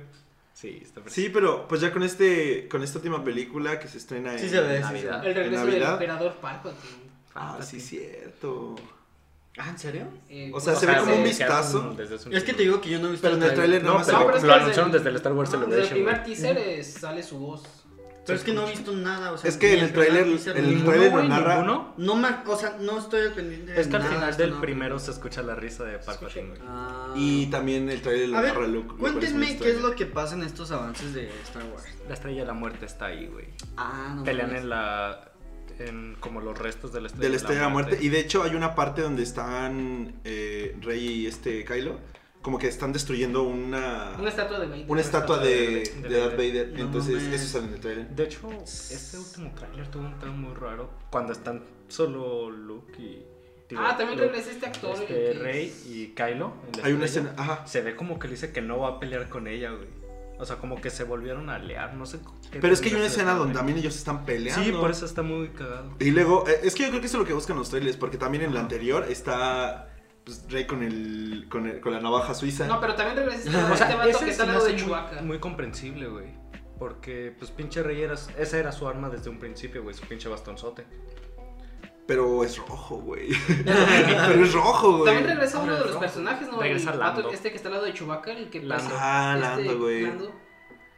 Speaker 4: Sí, está
Speaker 1: Sí, pero pues ya con este. Con esta última película que se estrena en.
Speaker 2: Sí se ve. sí se ve.
Speaker 4: Navidad.
Speaker 3: El regreso
Speaker 1: ¿En
Speaker 3: del
Speaker 1: Navidad?
Speaker 3: emperador eh, Palpatine.
Speaker 1: Ah, sí, cierto.
Speaker 2: Ah, ¿en serio?
Speaker 3: Eh,
Speaker 1: O sea, se ve como un
Speaker 3: se-
Speaker 1: vistazo.
Speaker 2: Es que te digo que yo no he visto
Speaker 1: Pero en el tráiler
Speaker 4: No,
Speaker 1: nada más se
Speaker 4: pero,
Speaker 1: ve
Speaker 3: pero es
Speaker 4: lo
Speaker 3: que
Speaker 4: anunciaron
Speaker 3: desde-
Speaker 4: desde el Star Wars
Speaker 3: no, desde el
Speaker 4: Celebration.
Speaker 3: primer
Speaker 4: güey.
Speaker 3: teaser eh, sale su voz.
Speaker 2: Pero es que no he visto nada, o sea,
Speaker 1: Es que
Speaker 2: ni
Speaker 1: en el tráiler-
Speaker 2: teaser,
Speaker 1: en
Speaker 2: ni
Speaker 1: el tráiler-
Speaker 2: nada.
Speaker 4: ¿No,
Speaker 1: Trailer
Speaker 4: güey,
Speaker 1: lo narra-
Speaker 4: ninguno?
Speaker 2: No me, o sea, no estoy al pendiente de
Speaker 4: Es que al
Speaker 2: nada,
Speaker 4: final
Speaker 2: esto
Speaker 4: del
Speaker 2: no-
Speaker 4: primero se escucha la risa de Palpatine, güey.
Speaker 2: Ah.
Speaker 1: Y también el trailer
Speaker 2: A
Speaker 1: lo narra
Speaker 2: ver,
Speaker 1: Luke. lo cual es una
Speaker 2: cuéntenme qué es
Speaker 1: historia.
Speaker 2: lo que pasa en estos avances de Star Wars.
Speaker 4: La estrella de la muerte está ahí, güey.
Speaker 2: Ah, no.
Speaker 4: Pelean
Speaker 2: mames.
Speaker 4: en la. En como los restos de la estrella
Speaker 1: Del Estrella de la Muerte. Y de hecho hay una parte donde están eh, Rey y este Kylo. Como que están destruyendo una.
Speaker 3: Una estatua de 20.
Speaker 1: Una estatua de,
Speaker 4: de
Speaker 1: de Darth Vader.
Speaker 2: No
Speaker 1: Entonces,
Speaker 2: mames.
Speaker 1: eso sale en el trailer.
Speaker 4: De hecho, este último tráiler tuvo un tema muy raro cuando están solo Luke y. digo,
Speaker 3: Ah, también
Speaker 4: Luke,
Speaker 3: regresa este actor. el
Speaker 4: Este
Speaker 3: que
Speaker 4: Rey
Speaker 3: es-
Speaker 4: y Kylo. en la
Speaker 1: Hay una
Speaker 4: estrella,
Speaker 1: escena. Ajá.
Speaker 4: Se ve como que le dice que no va a pelear con ella, güey. O sea, como que se volvieron a alear, no sé. qué
Speaker 1: Pero es que hay una
Speaker 4: tendrá
Speaker 1: escena
Speaker 4: ver,
Speaker 1: donde
Speaker 4: güey.
Speaker 1: también ellos están peleando.
Speaker 4: Sí, por eso está muy cagado.
Speaker 1: Y luego, eh, es que yo creo que eso es lo que buscan los trailers, porque también en la anterior está pues, Rey con el, con el- con la navaja suiza.
Speaker 3: No, pero también regresa este,
Speaker 4: O sea,
Speaker 3: este vato
Speaker 4: ese
Speaker 3: que
Speaker 4: se
Speaker 3: está al
Speaker 4: me
Speaker 3: lado
Speaker 4: hace
Speaker 3: de
Speaker 4: muy-
Speaker 3: Chewbacca.
Speaker 4: Muy comprensible, güey. Porque, pues, pinche Rey, era, esa era su arma desde un principio, güey. Su pinche bastonzote.
Speaker 1: Pero es rojo, güey. pero es rojo, güey.
Speaker 3: También regresa uno de los
Speaker 4: Rojo.
Speaker 3: personajes, ¿no?
Speaker 4: Regresa
Speaker 3: El vato
Speaker 4: Lando.
Speaker 3: Este que está al lado de Chewbacca, el que este
Speaker 4: Lando.
Speaker 1: Ah, Lando, güey.
Speaker 3: Lando.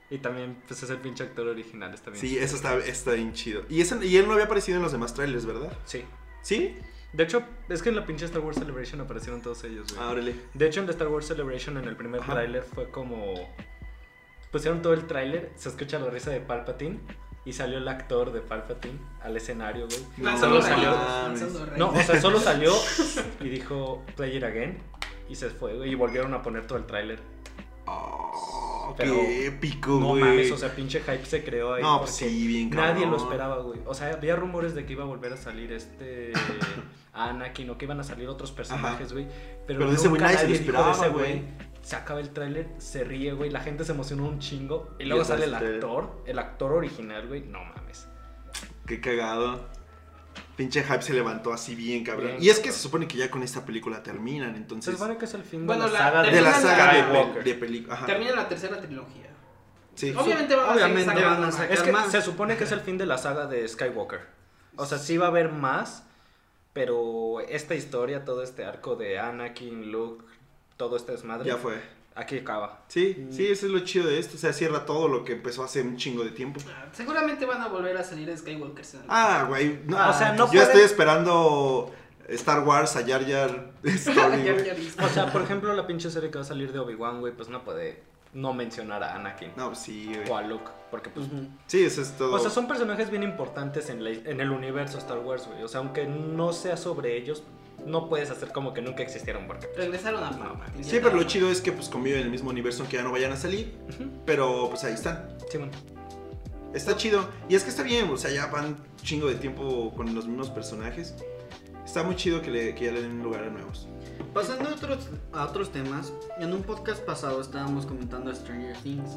Speaker 4: Y también, pues, es el pinche actor original, está bien.
Speaker 1: Sí, eso está, está bien chido. Y, ese- y él no había aparecido en los demás trailers, ¿verdad?
Speaker 4: Sí.
Speaker 1: ¿Sí?
Speaker 4: De hecho, es que en la pinche Star Wars Celebration aparecieron todos ellos, güey.
Speaker 1: Ah, órale.
Speaker 4: De hecho, en la Star Wars Celebration, en el primer
Speaker 1: Ajá.
Speaker 4: tráiler, fue como... Pusieron todo el tráiler, se escucha la risa de Palpatine y salió el actor de Palpatine al escenario, güey.
Speaker 3: Lanzando
Speaker 4: No,
Speaker 3: rayos,
Speaker 4: salió.
Speaker 3: lanzando rayos.
Speaker 4: No, o sea, solo salió y dijo Play It Again y se fue, güey. Y volvieron a poner todo el tráiler.
Speaker 1: Oh,
Speaker 4: Pero-
Speaker 1: qué épico,
Speaker 4: No
Speaker 1: güey.
Speaker 4: mames, o sea, pinche hype se creó ahí.
Speaker 1: No, pues
Speaker 4: porque
Speaker 1: sí, bien
Speaker 4: Nadie
Speaker 1: cabrón.
Speaker 4: lo esperaba, güey. O sea, había rumores de que iba a volver a salir este Anakin o que iban a salir otros personajes, güey. Pero,
Speaker 1: Pero de ese güey
Speaker 4: nunca
Speaker 1: nadie se lo
Speaker 4: nadie dijo de
Speaker 1: esperaba,
Speaker 4: ese güey.
Speaker 1: güey.
Speaker 4: Se acaba el tráiler, se ríe, güey. La gente se emocionó un chingo. Y luego
Speaker 1: otra
Speaker 4: sale
Speaker 1: vez
Speaker 4: el
Speaker 1: el tráiler.
Speaker 4: actor, el actor original, güey. No mames.
Speaker 1: Qué cagado. Pinche hype se levantó así bien, cabrón.
Speaker 4: Bien,
Speaker 1: y es que
Speaker 4: cabrón. Pues
Speaker 1: se supone que ya con esta película terminan,
Speaker 4: Se
Speaker 1: entonces.
Speaker 4: supone que es el fin
Speaker 3: Bueno,
Speaker 4: de la
Speaker 3: la-
Speaker 4: saga
Speaker 1: Ah, De la
Speaker 3: Terminan
Speaker 1: saga
Speaker 3: la-
Speaker 1: de,
Speaker 4: Skywalker.
Speaker 1: pel- de película. Ajá.
Speaker 3: Termina la tercera trilogía.
Speaker 1: Sí.
Speaker 3: Obviamente van a
Speaker 2: Obviamente
Speaker 3: seguir sacando
Speaker 2: van a
Speaker 3: más.
Speaker 2: sacar-
Speaker 4: Es que
Speaker 2: más.
Speaker 4: se supone que es el fin de la saga de Skywalker. O sea, sí va a haber más, pero esta historia, todo este arco de Anakin, Luke, todo este desmadre,
Speaker 1: Ya fue.
Speaker 4: aquí acaba.
Speaker 1: Sí, sí, eso es lo chido de esto. O sea, cierra todo lo que empezó hace un chingo de tiempo.
Speaker 3: Ah, Seguramente van a volver a salir Skywalker. ¿sí?
Speaker 1: Ah, güey. No,
Speaker 4: Ah, o sea, no
Speaker 1: yo
Speaker 4: pueden-
Speaker 1: estoy esperando Star Wars a Jar Jar Story.
Speaker 3: Ya- ya viste.
Speaker 4: O sea, por ejemplo, la pinche serie que va a salir de Obi-Wan, güey, pues no puede no mencionar a Anakin
Speaker 1: No, pues sí,
Speaker 4: o
Speaker 1: güey.
Speaker 4: a Luke, porque pues...
Speaker 2: Ujú.
Speaker 1: Sí, eso es todo.
Speaker 4: O sea, son personajes bien importantes en, la- en el universo Star Wars, güey. O sea, aunque no sea sobre ellos, no puedes hacer como que nunca existieron, porque... pues,
Speaker 3: Regresaron a
Speaker 4: No, mames.
Speaker 1: Sí, pero lo chido es que pues conviven en el mismo universo aunque ya no vayan a salir.
Speaker 4: Ujú.
Speaker 1: Pero pues ahí están.
Speaker 4: sí, bueno.
Speaker 1: Está chido. Y es que está bien, o sea, ya van chingo de tiempo con los mismos personajes. Está muy chido que, le, que ya le den lugar a nuevos.
Speaker 2: Pasando a otros, a otros temas, en un podcast pasado estábamos comentando Stranger Things.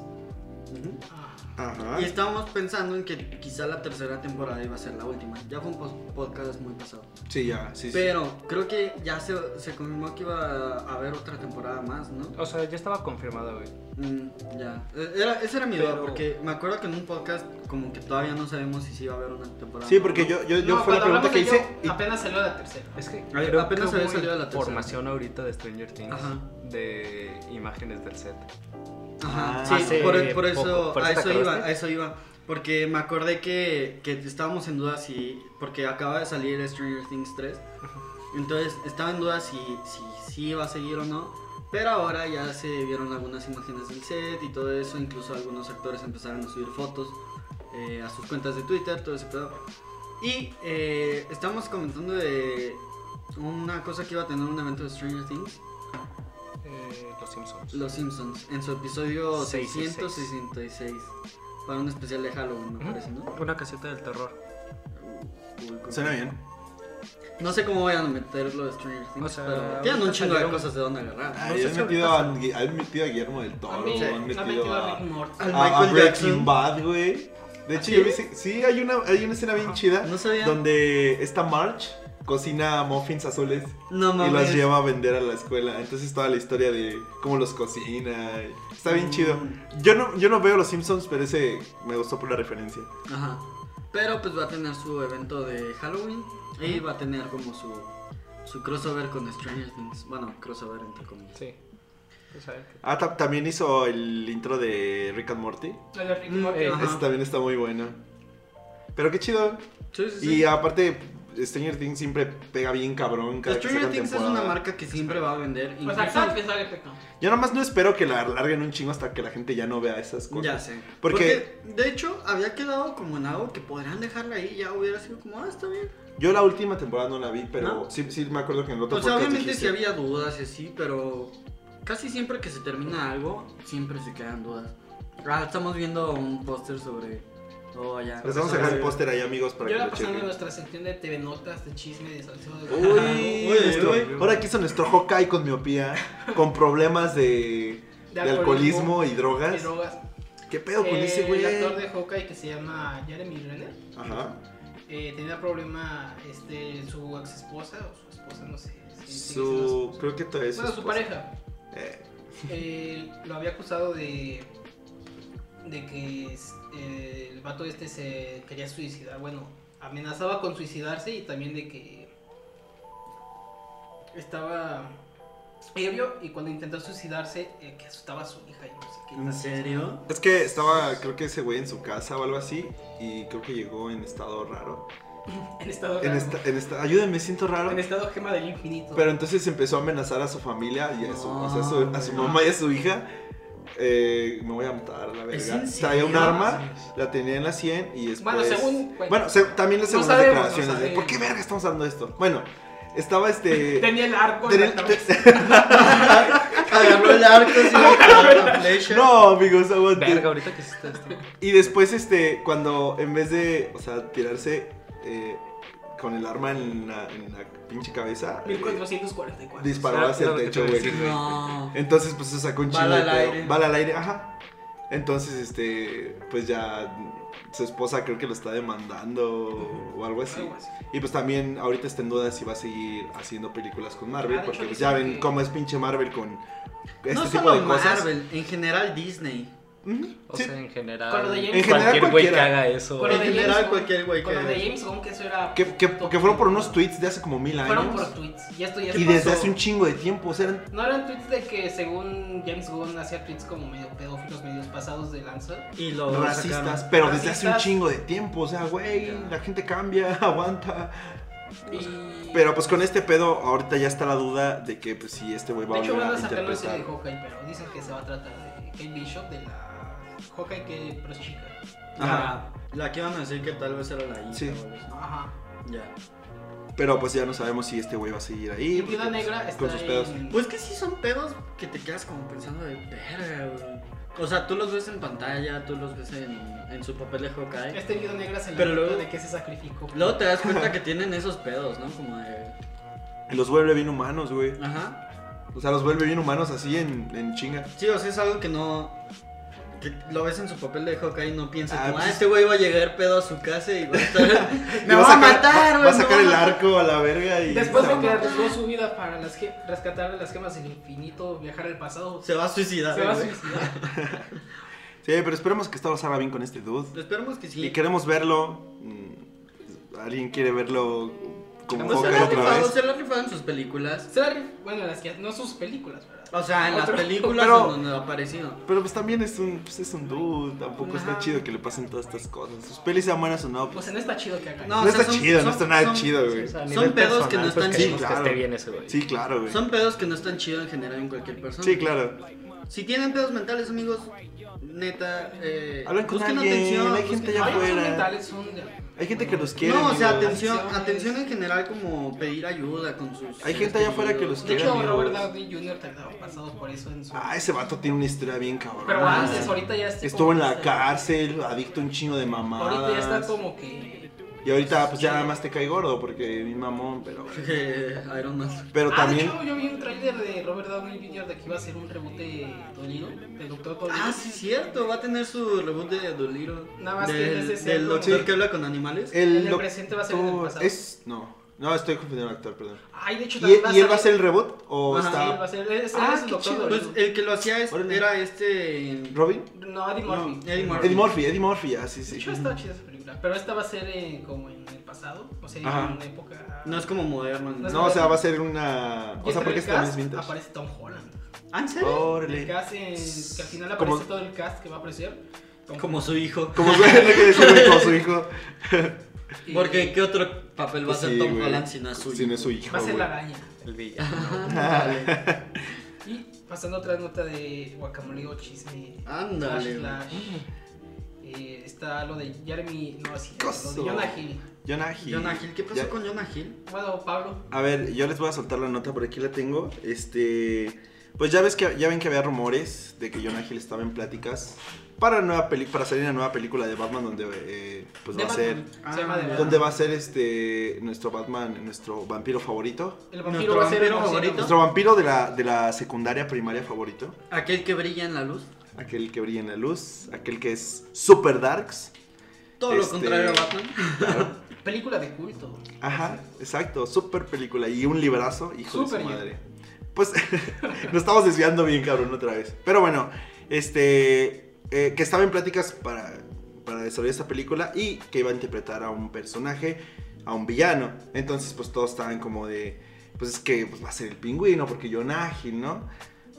Speaker 2: Ujú.
Speaker 3: Ah,
Speaker 1: Ajá.
Speaker 2: Y estábamos pensando en que quizá la tercera temporada iba a ser la última. Ya fue un pos- podcast muy pasado.
Speaker 1: Sí, ya, sí, sí.
Speaker 2: Pero creo que ya se, se confirmó que iba a haber otra temporada más, ¿no?
Speaker 4: O sea, ya estaba confirmada, güey.
Speaker 2: Mm, ya. Eh, Era, esa era mi duda,
Speaker 4: Pero-
Speaker 2: porque me acuerdo que en un podcast como que todavía no sabemos si sí iba a haber una temporada.
Speaker 1: Sí,
Speaker 2: más,
Speaker 1: porque
Speaker 2: ¿no?
Speaker 1: yo, yo, yo
Speaker 3: no,
Speaker 1: fue la
Speaker 3: cuando
Speaker 1: pregunta que hice.
Speaker 3: hablamos de ello, Apenas salió la tercera.
Speaker 4: Es que
Speaker 2: Ay,
Speaker 4: creo
Speaker 2: apenas
Speaker 4: que
Speaker 2: había
Speaker 4: hubo
Speaker 2: salido la tercera.
Speaker 4: información ahorita de Stranger Things
Speaker 2: Ajá.
Speaker 4: de imágenes del set.
Speaker 2: Ajá,
Speaker 1: Ah,
Speaker 2: sí,
Speaker 4: hace
Speaker 2: por, por eso,
Speaker 4: poco. ¿Por
Speaker 2: a
Speaker 4: eso te
Speaker 2: eso iba,
Speaker 4: acordaste?
Speaker 2: a eso iba. Porque me acordé que, que estábamos en duda si. Porque acaba de salir Stranger Things 3. Entonces estaba en duda si, si, si iba a seguir o no. Pero ahora ya se vieron algunas imágenes del set y todo eso. Incluso algunos actores empezaron a subir fotos eh, a sus cuentas de Twitter, todo ese pedo. Y eh, estábamos comentando de una cosa que iba a tener un evento de Stranger Things.
Speaker 4: Eh, los Simpsons.
Speaker 2: Los Simpsons, en su episodio
Speaker 4: 666.
Speaker 2: 666. Para un especial de Halloween, me
Speaker 4: Ujú.
Speaker 2: parece, ¿no?
Speaker 4: Una caseta del terror.
Speaker 1: Suena bien.
Speaker 2: No sé cómo vayan a meter lo de Stranger Things,
Speaker 4: O sea,
Speaker 2: pero tienen un
Speaker 4: ahorita
Speaker 2: chingo de
Speaker 4: salieron-
Speaker 2: cosas de dónde agarrar.
Speaker 1: Ay,
Speaker 4: sé
Speaker 1: han,
Speaker 4: si
Speaker 1: metido a,
Speaker 4: ahorita
Speaker 1: han metido a Guillermo del Toro,
Speaker 3: Han metido-
Speaker 1: han
Speaker 3: han
Speaker 1: metido
Speaker 3: metido
Speaker 1: a,
Speaker 3: a Rick Morty.
Speaker 2: Al
Speaker 1: a- a
Speaker 2: Michael
Speaker 1: Breaking
Speaker 2: Jackson.
Speaker 1: Bad, güey. De hecho,
Speaker 3: ¿Sí?
Speaker 1: yo vi, ese- sí, hay una, hay una escena bien chida
Speaker 2: No sabía.
Speaker 1: donde esta March cocina muffins azules
Speaker 2: No
Speaker 1: y los
Speaker 2: mames.
Speaker 1: lleva a vender a la escuela. Entonces toda la historia de cómo los cocina. y- Está bien
Speaker 2: Mm.
Speaker 1: chido. Yo no, yo no veo los Simpsons, pero ese me gustó por la referencia.
Speaker 2: Ajá. Pero pues va a tener su evento de Halloween y va a tener como su, su crossover con Stranger Things. Bueno, crossover entre comillas.
Speaker 4: Sí. Pues a ver qué-
Speaker 1: Ah, ta- también hizo el intro de Rick and Morty.
Speaker 3: La de Rick
Speaker 2: Mm,
Speaker 3: Morty.
Speaker 2: Ajá.
Speaker 1: Ese también está muy bueno. Pero qué chido.
Speaker 2: Sí, sí, sí.
Speaker 1: Y aparte, Stranger Things siempre pega bien cabrón. Cada que
Speaker 2: Stranger
Speaker 1: sacan
Speaker 2: Things es
Speaker 1: temporada.
Speaker 2: una marca que siempre va a vender.
Speaker 3: O sea,
Speaker 2: incluso-
Speaker 3: cada que sale Tecno.
Speaker 1: Yo nomás no espero que la alarguen un chingo hasta que la gente ya no vea esas
Speaker 2: Ya
Speaker 1: cosas.
Speaker 2: sé.
Speaker 1: Porque-
Speaker 2: Porque, de hecho había quedado como en algo que podrían dejarla ahí ya hubiera sido como, ah, está bien.
Speaker 1: Yo la última temporada no la vi, pero
Speaker 2: ¿No?
Speaker 1: sí, sí me acuerdo que en el otro
Speaker 2: O sea,
Speaker 1: podcast
Speaker 2: obviamente sí
Speaker 1: dijiste-
Speaker 2: había dudas y así, pero casi siempre que se termina algo, siempre se quedan dudas. Ah, estamos viendo un póster sobre... Oh, ya.
Speaker 1: Les vamos a dejar el póster ahí, amigos, para
Speaker 3: Yo
Speaker 1: que
Speaker 3: la
Speaker 1: lo
Speaker 3: pasando en
Speaker 1: chequen.
Speaker 3: nuestra sección de TV Notas, de chisme, de salseo. de-
Speaker 1: Uy,
Speaker 2: Uy,
Speaker 1: nuestro-
Speaker 2: uy.
Speaker 1: ahora aquí hizo nuestro Hawkeye con miopía, con problemas de, de alcoholismo y drogas.
Speaker 3: y drogas.
Speaker 1: ¿Qué pedo con
Speaker 3: Eh,
Speaker 1: ese güey?
Speaker 3: El actor de Hawkeye que se llama Jeremy Renner
Speaker 1: Ajá.
Speaker 3: eh, tenía problema este, su ex esposa o su esposa, no sé. si sigue siendo
Speaker 1: Su,
Speaker 3: esposa.
Speaker 1: creo que todavía es
Speaker 3: Bueno, su
Speaker 1: esposa.
Speaker 3: pareja.
Speaker 1: Eh,
Speaker 3: eh, lo había acusado de de que es- eh, el vato este se quería suicidar, bueno, amenazaba con suicidarse y también de que estaba ebrio y cuando intentó suicidarse eh, que asustaba a su hija y no sé qué.
Speaker 2: ¿En
Speaker 3: tal.
Speaker 2: serio?
Speaker 1: es que estaba, creo que ese güey en su casa o algo así, y creo que llegó en estado raro.
Speaker 3: En estado
Speaker 1: En
Speaker 3: raro.
Speaker 1: esta, en esta, ayúdenme, siento raro.
Speaker 3: En estado gema del infinito.
Speaker 1: Pero entonces empezó a amenazar a su familia y a su,
Speaker 2: No,
Speaker 1: o sea, a su- a su
Speaker 3: Ah.
Speaker 2: güey.
Speaker 1: mamá y a su hija. Eh, me voy a matar, la
Speaker 2: ¿Es
Speaker 1: verga.
Speaker 2: en
Speaker 1: Traía un
Speaker 2: serio?
Speaker 1: arma, la tenía en la 100 y después.
Speaker 3: Bueno, según- bueno.
Speaker 1: Bueno, se- también las
Speaker 3: No
Speaker 1: segundas
Speaker 3: sabemos,
Speaker 1: declaraciones
Speaker 3: no
Speaker 1: de ¿por
Speaker 3: sabemos.
Speaker 1: qué verga estamos hablando de esto? Bueno, estaba este.
Speaker 3: tenía el arco en
Speaker 1: tenía-
Speaker 3: la cabeza.
Speaker 2: Agarró el arco y la flecha.
Speaker 1: no, amigos, aguante.
Speaker 4: Verga, ahorita que hiciste esto.
Speaker 1: Y después, este, cuando en vez de, o sea, tirarse eh, con el arma en la, en la pinche cabeza, eh,
Speaker 3: 1444.
Speaker 1: disparó hacia el
Speaker 4: Ah, Claro que
Speaker 1: techo,
Speaker 4: te
Speaker 1: güey.
Speaker 4: voy a decir.
Speaker 2: No.
Speaker 1: Entonces, pues se sacó un chingo
Speaker 2: Bala
Speaker 1: de
Speaker 2: al
Speaker 1: pedo.
Speaker 2: aire.
Speaker 1: Bala al aire, ajá. Entonces, este, pues ya su esposa creo que lo está demandando o algo así.
Speaker 3: Algo así.
Speaker 1: Y pues también ahorita está en duda si va a seguir haciendo películas con Marvel,
Speaker 3: Ah, de
Speaker 1: porque
Speaker 3: hecho,
Speaker 1: pues, ya
Speaker 3: dicen
Speaker 1: ven
Speaker 3: que-
Speaker 1: cómo es pinche Marvel con este
Speaker 2: no
Speaker 1: tipo
Speaker 2: solo
Speaker 1: de cosas.
Speaker 2: Marvel, en general Disney.
Speaker 1: Ujú,
Speaker 4: O
Speaker 1: sí.
Speaker 4: sea, en general.
Speaker 3: Con lo de James-
Speaker 1: En general,
Speaker 4: cualquier güey que
Speaker 1: cualquiera.
Speaker 4: haga eso.
Speaker 3: Con lo de
Speaker 2: En general,
Speaker 3: James Gunn-
Speaker 2: cualquier güey
Speaker 3: con
Speaker 2: que-
Speaker 3: lo de James Gunn, que eso era.
Speaker 1: que, que- que fueron por unos tweets de hace como mil años.
Speaker 3: Fueron por tweets. Y esto
Speaker 1: Y
Speaker 3: ya pasó.
Speaker 1: desde hace un chingo de tiempo, o sea, eran-
Speaker 3: No eran tweets de que según James Gunn hacía tweets como medio pedófilos, medios pasados de lanza.
Speaker 2: Y los
Speaker 1: racistas, pero desde hace un
Speaker 3: Racistas.
Speaker 1: chingo de tiempo, o sea, güey,
Speaker 2: Ya.
Speaker 1: la gente cambia, aguanta.
Speaker 3: Y...
Speaker 1: Pero pues con este pedo, ahorita ya está la duda de que pues si este güey va
Speaker 3: De
Speaker 1: a
Speaker 3: hecho
Speaker 1: volver
Speaker 3: van
Speaker 1: a
Speaker 3: a sacar la serie
Speaker 1: interpretar.
Speaker 3: de Hawkeye, pero dicen que se va a tratar de Kate Bishop, de la Hawkeye que pero es chica.
Speaker 2: Ajá. La que iban a decir que tal vez era la hija.
Speaker 1: Sí.
Speaker 2: o algo así.
Speaker 3: Ajá.
Speaker 2: Ya.
Speaker 1: Pero pues ya no sabemos si este güey va a seguir ahí.
Speaker 3: Y
Speaker 1: porque,
Speaker 3: Viuda
Speaker 1: pues,
Speaker 3: Negra está
Speaker 1: con sus pedos.
Speaker 3: en-
Speaker 2: Pues que sí son pedos que te quedas como pensando de verga, güey. O sea, tú los ves en pantalla, tú los ves en, en su papel de Hawkeye.
Speaker 3: Este Viuda Negra se
Speaker 2: Pero
Speaker 3: pero
Speaker 2: luego-
Speaker 3: de que se sacrificó.
Speaker 2: Luego te das cuenta que tienen esos pedos, ¿no? Como de.
Speaker 1: Los vuelve bien humanos, güey.
Speaker 2: Ajá.
Speaker 1: O sea, los vuelve bien humanos así en, en chinga.
Speaker 2: Sí, o sea, es algo que no. Que lo ves en su papel de Hawkeye y no piensas,
Speaker 1: Ah,
Speaker 2: como,
Speaker 1: pues-
Speaker 2: ah, este güey va a llegar pedo a su casa y va a estar.
Speaker 1: Y
Speaker 2: ¡Me va a
Speaker 1: sacar-
Speaker 2: matar, güey!
Speaker 1: Va a
Speaker 2: me
Speaker 1: sacar
Speaker 2: va
Speaker 1: el
Speaker 2: matar".
Speaker 1: arco a la verga y.
Speaker 3: Después
Speaker 1: se
Speaker 3: de
Speaker 1: va
Speaker 3: que
Speaker 1: a matar.
Speaker 3: arriesgó su vida para las ge- rescatar las gemas del infinito, viajar al pasado,
Speaker 2: Se va a suicidar.
Speaker 3: se va a
Speaker 2: güey.
Speaker 3: suicidar.
Speaker 1: Sí, pero esperemos que Star salga bien con este dude.
Speaker 2: Esperemos que sí.
Speaker 1: Y queremos verlo. mm, Alguien quiere verlo como
Speaker 2: Pues se la
Speaker 1: Hawkeye
Speaker 2: ha
Speaker 1: otra
Speaker 2: rifado,
Speaker 1: vez.
Speaker 2: se la ha rifado en sus películas.
Speaker 3: Se la rif- Bueno, las que no sus películas, ¿verdad?
Speaker 2: O sea, en las
Speaker 3: Otro-
Speaker 2: películas
Speaker 1: Pero-
Speaker 2: en donde ha aparecido.
Speaker 1: Pero pues también es un, pues es un dude, tampoco está
Speaker 3: Ajá.
Speaker 1: chido que le pasen todas estas cosas. Sus pelis sean buenas o no,
Speaker 3: O
Speaker 1: pues.
Speaker 3: sea, no está chido que hagan
Speaker 2: No,
Speaker 1: No,
Speaker 2: o sea,
Speaker 1: está
Speaker 2: son-
Speaker 1: chido, no
Speaker 2: son-
Speaker 1: está nada
Speaker 2: son-
Speaker 1: chido,
Speaker 5: Sí,
Speaker 1: güey.
Speaker 5: o sea, a
Speaker 2: Son
Speaker 5: nivel
Speaker 2: pedos que no
Speaker 5: personal, pues,
Speaker 2: están
Speaker 5: queremos
Speaker 1: chidos.
Speaker 5: que
Speaker 1: Sí,
Speaker 5: esté
Speaker 1: claro.
Speaker 5: bien ese güey.
Speaker 1: Sí, claro, güey.
Speaker 2: Son pedos que no están chidos en general en cualquier persona.
Speaker 1: Sí, claro.
Speaker 2: Si tienen pedos mentales, amigos, neta, eh,
Speaker 1: Hablen con
Speaker 2: busquen
Speaker 1: alguien,
Speaker 2: atención.
Speaker 1: hay
Speaker 2: busquen-
Speaker 1: gente allá
Speaker 3: Ay,
Speaker 1: afuera.
Speaker 3: son mentales, son de-
Speaker 1: Hay gente que los quiere.
Speaker 2: no, o sea,
Speaker 1: amigos.
Speaker 2: atención,
Speaker 3: Acciones.
Speaker 2: atención en general como pedir ayuda con sus...
Speaker 1: Hay gente allá afuera que los
Speaker 3: De
Speaker 1: quiere.
Speaker 3: hecho,
Speaker 1: amigos.
Speaker 3: Robert Downey Jr. también ha pasado por eso en su...
Speaker 1: Ah, ese vato tiene una historia bien cabrón.
Speaker 3: Pero
Speaker 2: Ah,
Speaker 3: antes,
Speaker 2: sí.
Speaker 3: ahorita ya está
Speaker 1: Estuvo en la
Speaker 3: cara
Speaker 1: cárcel, adicto a un chingo de mamadas.
Speaker 3: Ahorita ya está como que...
Speaker 1: Y ahorita pues ya nada más te cae gordo porque mi mamón, pero
Speaker 2: Eh, Iron Man.
Speaker 1: pero
Speaker 3: Ah,
Speaker 1: también
Speaker 3: de hecho, yo vi un tráiler de Robert Downey Jr. de que iba a ser un rebote Dolino, del Doctor Dolino.
Speaker 2: Ah, sí, cierto, va a tener su reboot de Doliro.
Speaker 3: Nada más que
Speaker 2: del,
Speaker 3: en ese
Speaker 2: del
Speaker 3: sea
Speaker 2: doctor
Speaker 1: como-
Speaker 2: que habla con animales.
Speaker 1: el
Speaker 3: el
Speaker 1: doc-
Speaker 3: presente va a ser en el
Speaker 1: tú-
Speaker 3: pasado.
Speaker 1: es no, no estoy confundiendo al actor, perdón.
Speaker 3: Ay, de hecho,
Speaker 1: ¿Y,
Speaker 3: también
Speaker 1: y él va a ser el
Speaker 3: salir-
Speaker 1: reboot o
Speaker 2: Ajá,
Speaker 3: Sí, él va a
Speaker 1: está
Speaker 3: ser... es-
Speaker 1: Ah,
Speaker 3: él es el
Speaker 1: qué
Speaker 3: Doctor
Speaker 1: chido.
Speaker 2: Pues
Speaker 3: Dolino.
Speaker 2: el que lo hacía es-
Speaker 1: Órale.
Speaker 2: era este...
Speaker 1: Robin?
Speaker 3: No, Eddie Murphy.
Speaker 2: No, Eddie Murphy.
Speaker 1: Eddie Murphy, Eddie Murphy, así
Speaker 3: De
Speaker 1: sí.
Speaker 3: hecho, está chida esa película. Pero esta va a ser eh, como en el pasado. O sea,
Speaker 1: Ajá.
Speaker 3: en una época.
Speaker 2: No es como moderno.
Speaker 3: No es
Speaker 1: No, o sea, va a ser una, o
Speaker 3: Y
Speaker 1: sea,
Speaker 3: entre
Speaker 1: porque
Speaker 3: el
Speaker 1: este también es
Speaker 3: cast
Speaker 1: vintage.
Speaker 3: Aparece Tom Holland.
Speaker 2: ¿Ah, en serio?
Speaker 1: Órale.
Speaker 3: Que, hacen, que al final
Speaker 1: Como-
Speaker 3: aparece todo el cast que va a aparecer. Tom
Speaker 2: Como su hijo.
Speaker 1: Como su, lo que decía, güey, como su hijo.
Speaker 3: Holland. Y
Speaker 2: Porque, ¿qué otro papel va a ser
Speaker 1: Sí,
Speaker 2: Tom
Speaker 1: güey.
Speaker 2: Holland si no es suyo?
Speaker 1: Si no es su hijo.
Speaker 3: Va a ser
Speaker 1: güey.
Speaker 3: la araña.
Speaker 4: El villano.
Speaker 3: Y pasando a otra nota de guacamole o chisme.
Speaker 2: Ándale.
Speaker 3: Flash, Flash. Eh, está lo de Jeremy. No, sí,
Speaker 1: Coso.
Speaker 3: lo de Jonah Hill.
Speaker 1: Jonah Hill.
Speaker 2: Jonah Hill, ¿qué pasó
Speaker 1: Ya-
Speaker 2: con Jonah Hill?
Speaker 3: Bueno, Pablo.
Speaker 1: A ver, yo les voy a soltar la nota, por aquí la tengo. Este, pues ya ves que ya ven que había rumores de que Jonah Hill estaba en pláticas para nueva peli- para salir una nueva película de Batman donde eh, pues
Speaker 3: de
Speaker 1: va a ser
Speaker 3: Batman.
Speaker 2: Ah,
Speaker 3: Se llama de
Speaker 2: ¿dónde
Speaker 1: donde
Speaker 3: Batman.
Speaker 1: va a ser este nuestro Batman, nuestro vampiro favorito.
Speaker 3: El vampiro
Speaker 2: Nuestro
Speaker 3: va a ser el
Speaker 2: vampiro
Speaker 3: morcino.
Speaker 2: favorito.
Speaker 1: Nuestro vampiro de la, de la secundaria primaria favorito.
Speaker 2: Aquel que brilla en la luz.
Speaker 1: Aquel que brilla en la luz. Aquel que es super darks.
Speaker 2: Todo lo
Speaker 1: Este-
Speaker 2: contrario a Batman.
Speaker 1: Claro.
Speaker 3: Película de culto.
Speaker 1: Ajá, exacto. Super película. Y un librazo, hijo de
Speaker 3: Súper
Speaker 1: su
Speaker 3: bien.
Speaker 1: madre. Pues nos estamos desviando bien, cabrón, otra vez. Pero bueno, este. eh, que estaba en pláticas para, para desarrollar esta película y que iba a interpretar a un personaje, a un villano. Entonces, pues todos estaban como de. Pues es que pues, va a ser el pingüino, porque Jonah Hill, ¿no?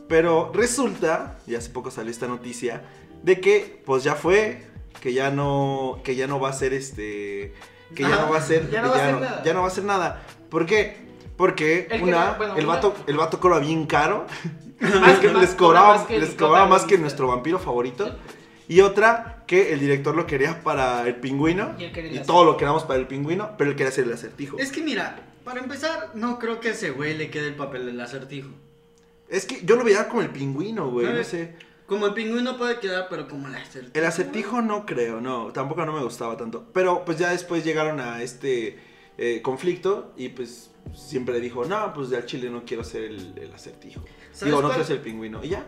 Speaker 1: Pero resulta, y hace poco salió esta noticia, de que pues ya fue, que ya no, que ya no va a ser este, que ya
Speaker 2: Ajá,
Speaker 1: no va a ser,
Speaker 3: Ah, ya no va a ser
Speaker 1: villano,
Speaker 3: nada.
Speaker 1: ya no va a ser nada. ¿Por qué? Porque
Speaker 3: El que
Speaker 1: una,
Speaker 3: no- bueno,
Speaker 1: el
Speaker 3: una-
Speaker 1: vato, el vato cobra bien caro,
Speaker 3: Más-
Speaker 1: Es que
Speaker 3: más-
Speaker 1: les cobraba,
Speaker 3: más que el
Speaker 1: les cobraba más que
Speaker 3: protagonista.
Speaker 1: nuestro vampiro favorito, y otra que el director lo quería para el pingüino
Speaker 3: Y él quería el
Speaker 1: y
Speaker 3: acertijo.
Speaker 1: todo lo queríamos para el pingüino, pero él quería hacer el acertijo.
Speaker 2: Es que mira, para empezar, no creo que a ese güey le quede el papel del acertijo.
Speaker 1: Es que yo lo veía como el pingüino, güey, no
Speaker 2: ¿Sabes?
Speaker 1: sé.
Speaker 2: Como el pingüino puede quedar, pero como el acertijo.
Speaker 1: El acertijo no creo, no, tampoco no me gustaba tanto. Pero pues ya después llegaron a este eh, conflicto y pues siempre dijo, no, pues al chile no quiero ser el, el acertijo.
Speaker 2: ¿Sabes
Speaker 1: Digo, no
Speaker 2: cuál?
Speaker 1: quiero ser el pingüino. Y ya.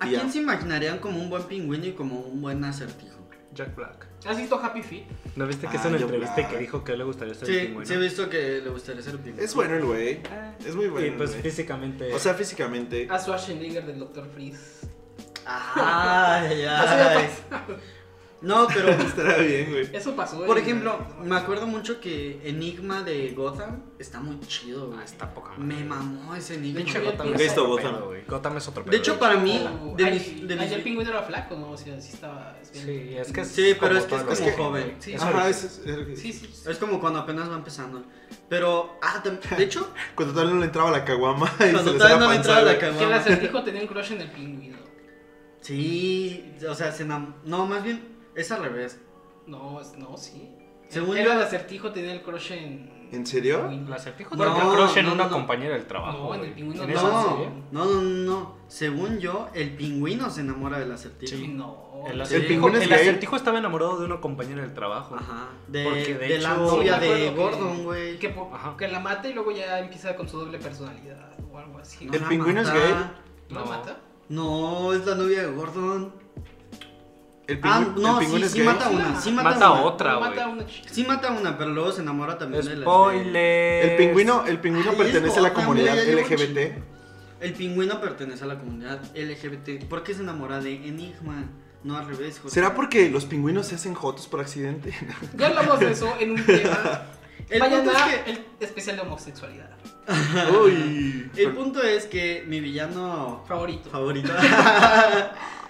Speaker 2: ¿A
Speaker 1: y ya.
Speaker 2: quién se imaginarían como un buen pingüino y como un buen acertijo?
Speaker 4: Jack Black.
Speaker 3: ¿Has visto Happy Feet?
Speaker 4: ¿No viste que
Speaker 1: Ah,
Speaker 4: hizo una
Speaker 1: Jack
Speaker 4: entrevista y
Speaker 1: Black.
Speaker 4: que dijo que a él le gustaría ser el
Speaker 2: Sí,
Speaker 4: pingüino?
Speaker 2: sí he visto que le gustaría ser pingüino.
Speaker 1: Es bueno el güey.
Speaker 2: Ah.
Speaker 1: Es muy
Speaker 4: Y
Speaker 1: bueno.
Speaker 4: pues
Speaker 1: el güey.
Speaker 4: físicamente.
Speaker 1: o sea, físicamente.
Speaker 3: A Schwarzenegger del Dr. Freeze.
Speaker 2: Ay,
Speaker 3: Eso ya
Speaker 2: ay. No, pero
Speaker 1: Estará bien, güey.
Speaker 3: Eso pasó.
Speaker 2: por
Speaker 3: en-
Speaker 2: ejemplo, me acuerdo mucho que Enigma de Gotham está muy chido. güey.
Speaker 4: Ah, está poca madre.
Speaker 2: Me mamó ese Enigma.
Speaker 3: De hecho, había
Speaker 4: Gotham
Speaker 1: Nunca he
Speaker 4: es
Speaker 1: visto
Speaker 4: otro
Speaker 1: Gotham.
Speaker 4: pedo, güey. Gotham es otro pedo.
Speaker 2: de hecho para mí,
Speaker 3: Oh,
Speaker 2: de
Speaker 3: ay,
Speaker 2: mis- de
Speaker 3: ay,
Speaker 2: mis-
Speaker 3: el pingüino era flaco, ¿no? O sea, sí estaba.
Speaker 4: Sí, es que es
Speaker 2: Sí, pero es que
Speaker 4: todos
Speaker 2: es
Speaker 4: los
Speaker 1: como
Speaker 4: Batman,
Speaker 2: joven.
Speaker 4: güey.
Speaker 3: Sí.
Speaker 4: Es
Speaker 1: Ajá,
Speaker 4: original.
Speaker 1: eso es, es lo que
Speaker 3: Sí, sí. sí.
Speaker 2: es como cuando apenas va empezando. Pero, ah, tam- de hecho,
Speaker 1: Cuando todavía no le entraba la caguama. y se
Speaker 2: cuando
Speaker 1: le
Speaker 2: todavía
Speaker 1: hacía
Speaker 2: no me
Speaker 1: panza,
Speaker 2: entraba la
Speaker 1: güey.
Speaker 3: Que el
Speaker 2: caguama.
Speaker 3: acertijo tenía un crush en el pingüino.
Speaker 2: Sí, o sea, se enam- No, más bien, es al revés.
Speaker 3: No, es- no, sí.
Speaker 2: Según
Speaker 3: Era
Speaker 2: yo-
Speaker 3: el acertijo tenía el crush en.
Speaker 1: ¿En serio?
Speaker 3: pingüino.
Speaker 4: El acertijo
Speaker 2: No,
Speaker 4: no, crush en
Speaker 2: no,
Speaker 4: una
Speaker 2: no.
Speaker 4: compañera del trabajo.
Speaker 3: No, en el
Speaker 4: güey.
Speaker 3: pingüino
Speaker 4: ¿En
Speaker 2: No,
Speaker 4: esa ¿eh?
Speaker 2: no,
Speaker 4: serie?
Speaker 2: no, no, no. Según yo, el pingüino se enamora del acertijo.
Speaker 4: Sí.
Speaker 3: No.
Speaker 4: El,
Speaker 2: Sí.
Speaker 4: acertijo,
Speaker 1: pingüino es
Speaker 4: el
Speaker 1: gay.
Speaker 4: acertijo estaba enamorado de una compañera del trabajo.
Speaker 2: Ajá. De,
Speaker 4: Porque de
Speaker 2: de la
Speaker 4: hecho-
Speaker 2: novia
Speaker 3: Sí, me
Speaker 2: de
Speaker 3: acuerdo que-
Speaker 2: Gordon, güey.
Speaker 3: Que, po-
Speaker 4: Ajá.
Speaker 3: que la mata y luego ya empieza con su doble personalidad o algo así.
Speaker 2: No
Speaker 1: ¿El
Speaker 2: la
Speaker 1: pingüino es
Speaker 2: mata.
Speaker 1: gay?
Speaker 3: ¿No la
Speaker 4: Eh, No.
Speaker 3: mata?
Speaker 2: No, es la novia de Gordon.
Speaker 1: El, pingü-
Speaker 2: Ah, no,
Speaker 1: el pingüino
Speaker 2: sí,
Speaker 1: es
Speaker 2: sí
Speaker 1: gay.
Speaker 2: mata a
Speaker 3: Sí,
Speaker 2: una, sí mata,
Speaker 4: Mata a
Speaker 2: una.
Speaker 4: otra,
Speaker 3: No, mata a
Speaker 4: güey.
Speaker 3: una chica.
Speaker 2: Sí mata a una, pero luego se enamora también de la...
Speaker 4: Spoiler.
Speaker 1: El pingüino, el pingüino
Speaker 2: Ay,
Speaker 1: pertenece a la
Speaker 2: es Gotham,
Speaker 1: comunidad
Speaker 2: güey, ya llevo un
Speaker 1: LGBT.
Speaker 2: El pingüino pertenece a la comunidad LGBT. ¿Por qué se enamora de Enigma? No al revés, Jorge.
Speaker 1: ¿Será porque los pingüinos se hacen jotos por accidente?
Speaker 3: Ya hablamos de eso en un tema.
Speaker 2: El
Speaker 3: Vayan
Speaker 2: punto es
Speaker 3: a
Speaker 2: que-
Speaker 3: el especial de homosexualidad.
Speaker 1: Uy.
Speaker 2: El punto es que mi villano
Speaker 3: Favorito.
Speaker 2: favorito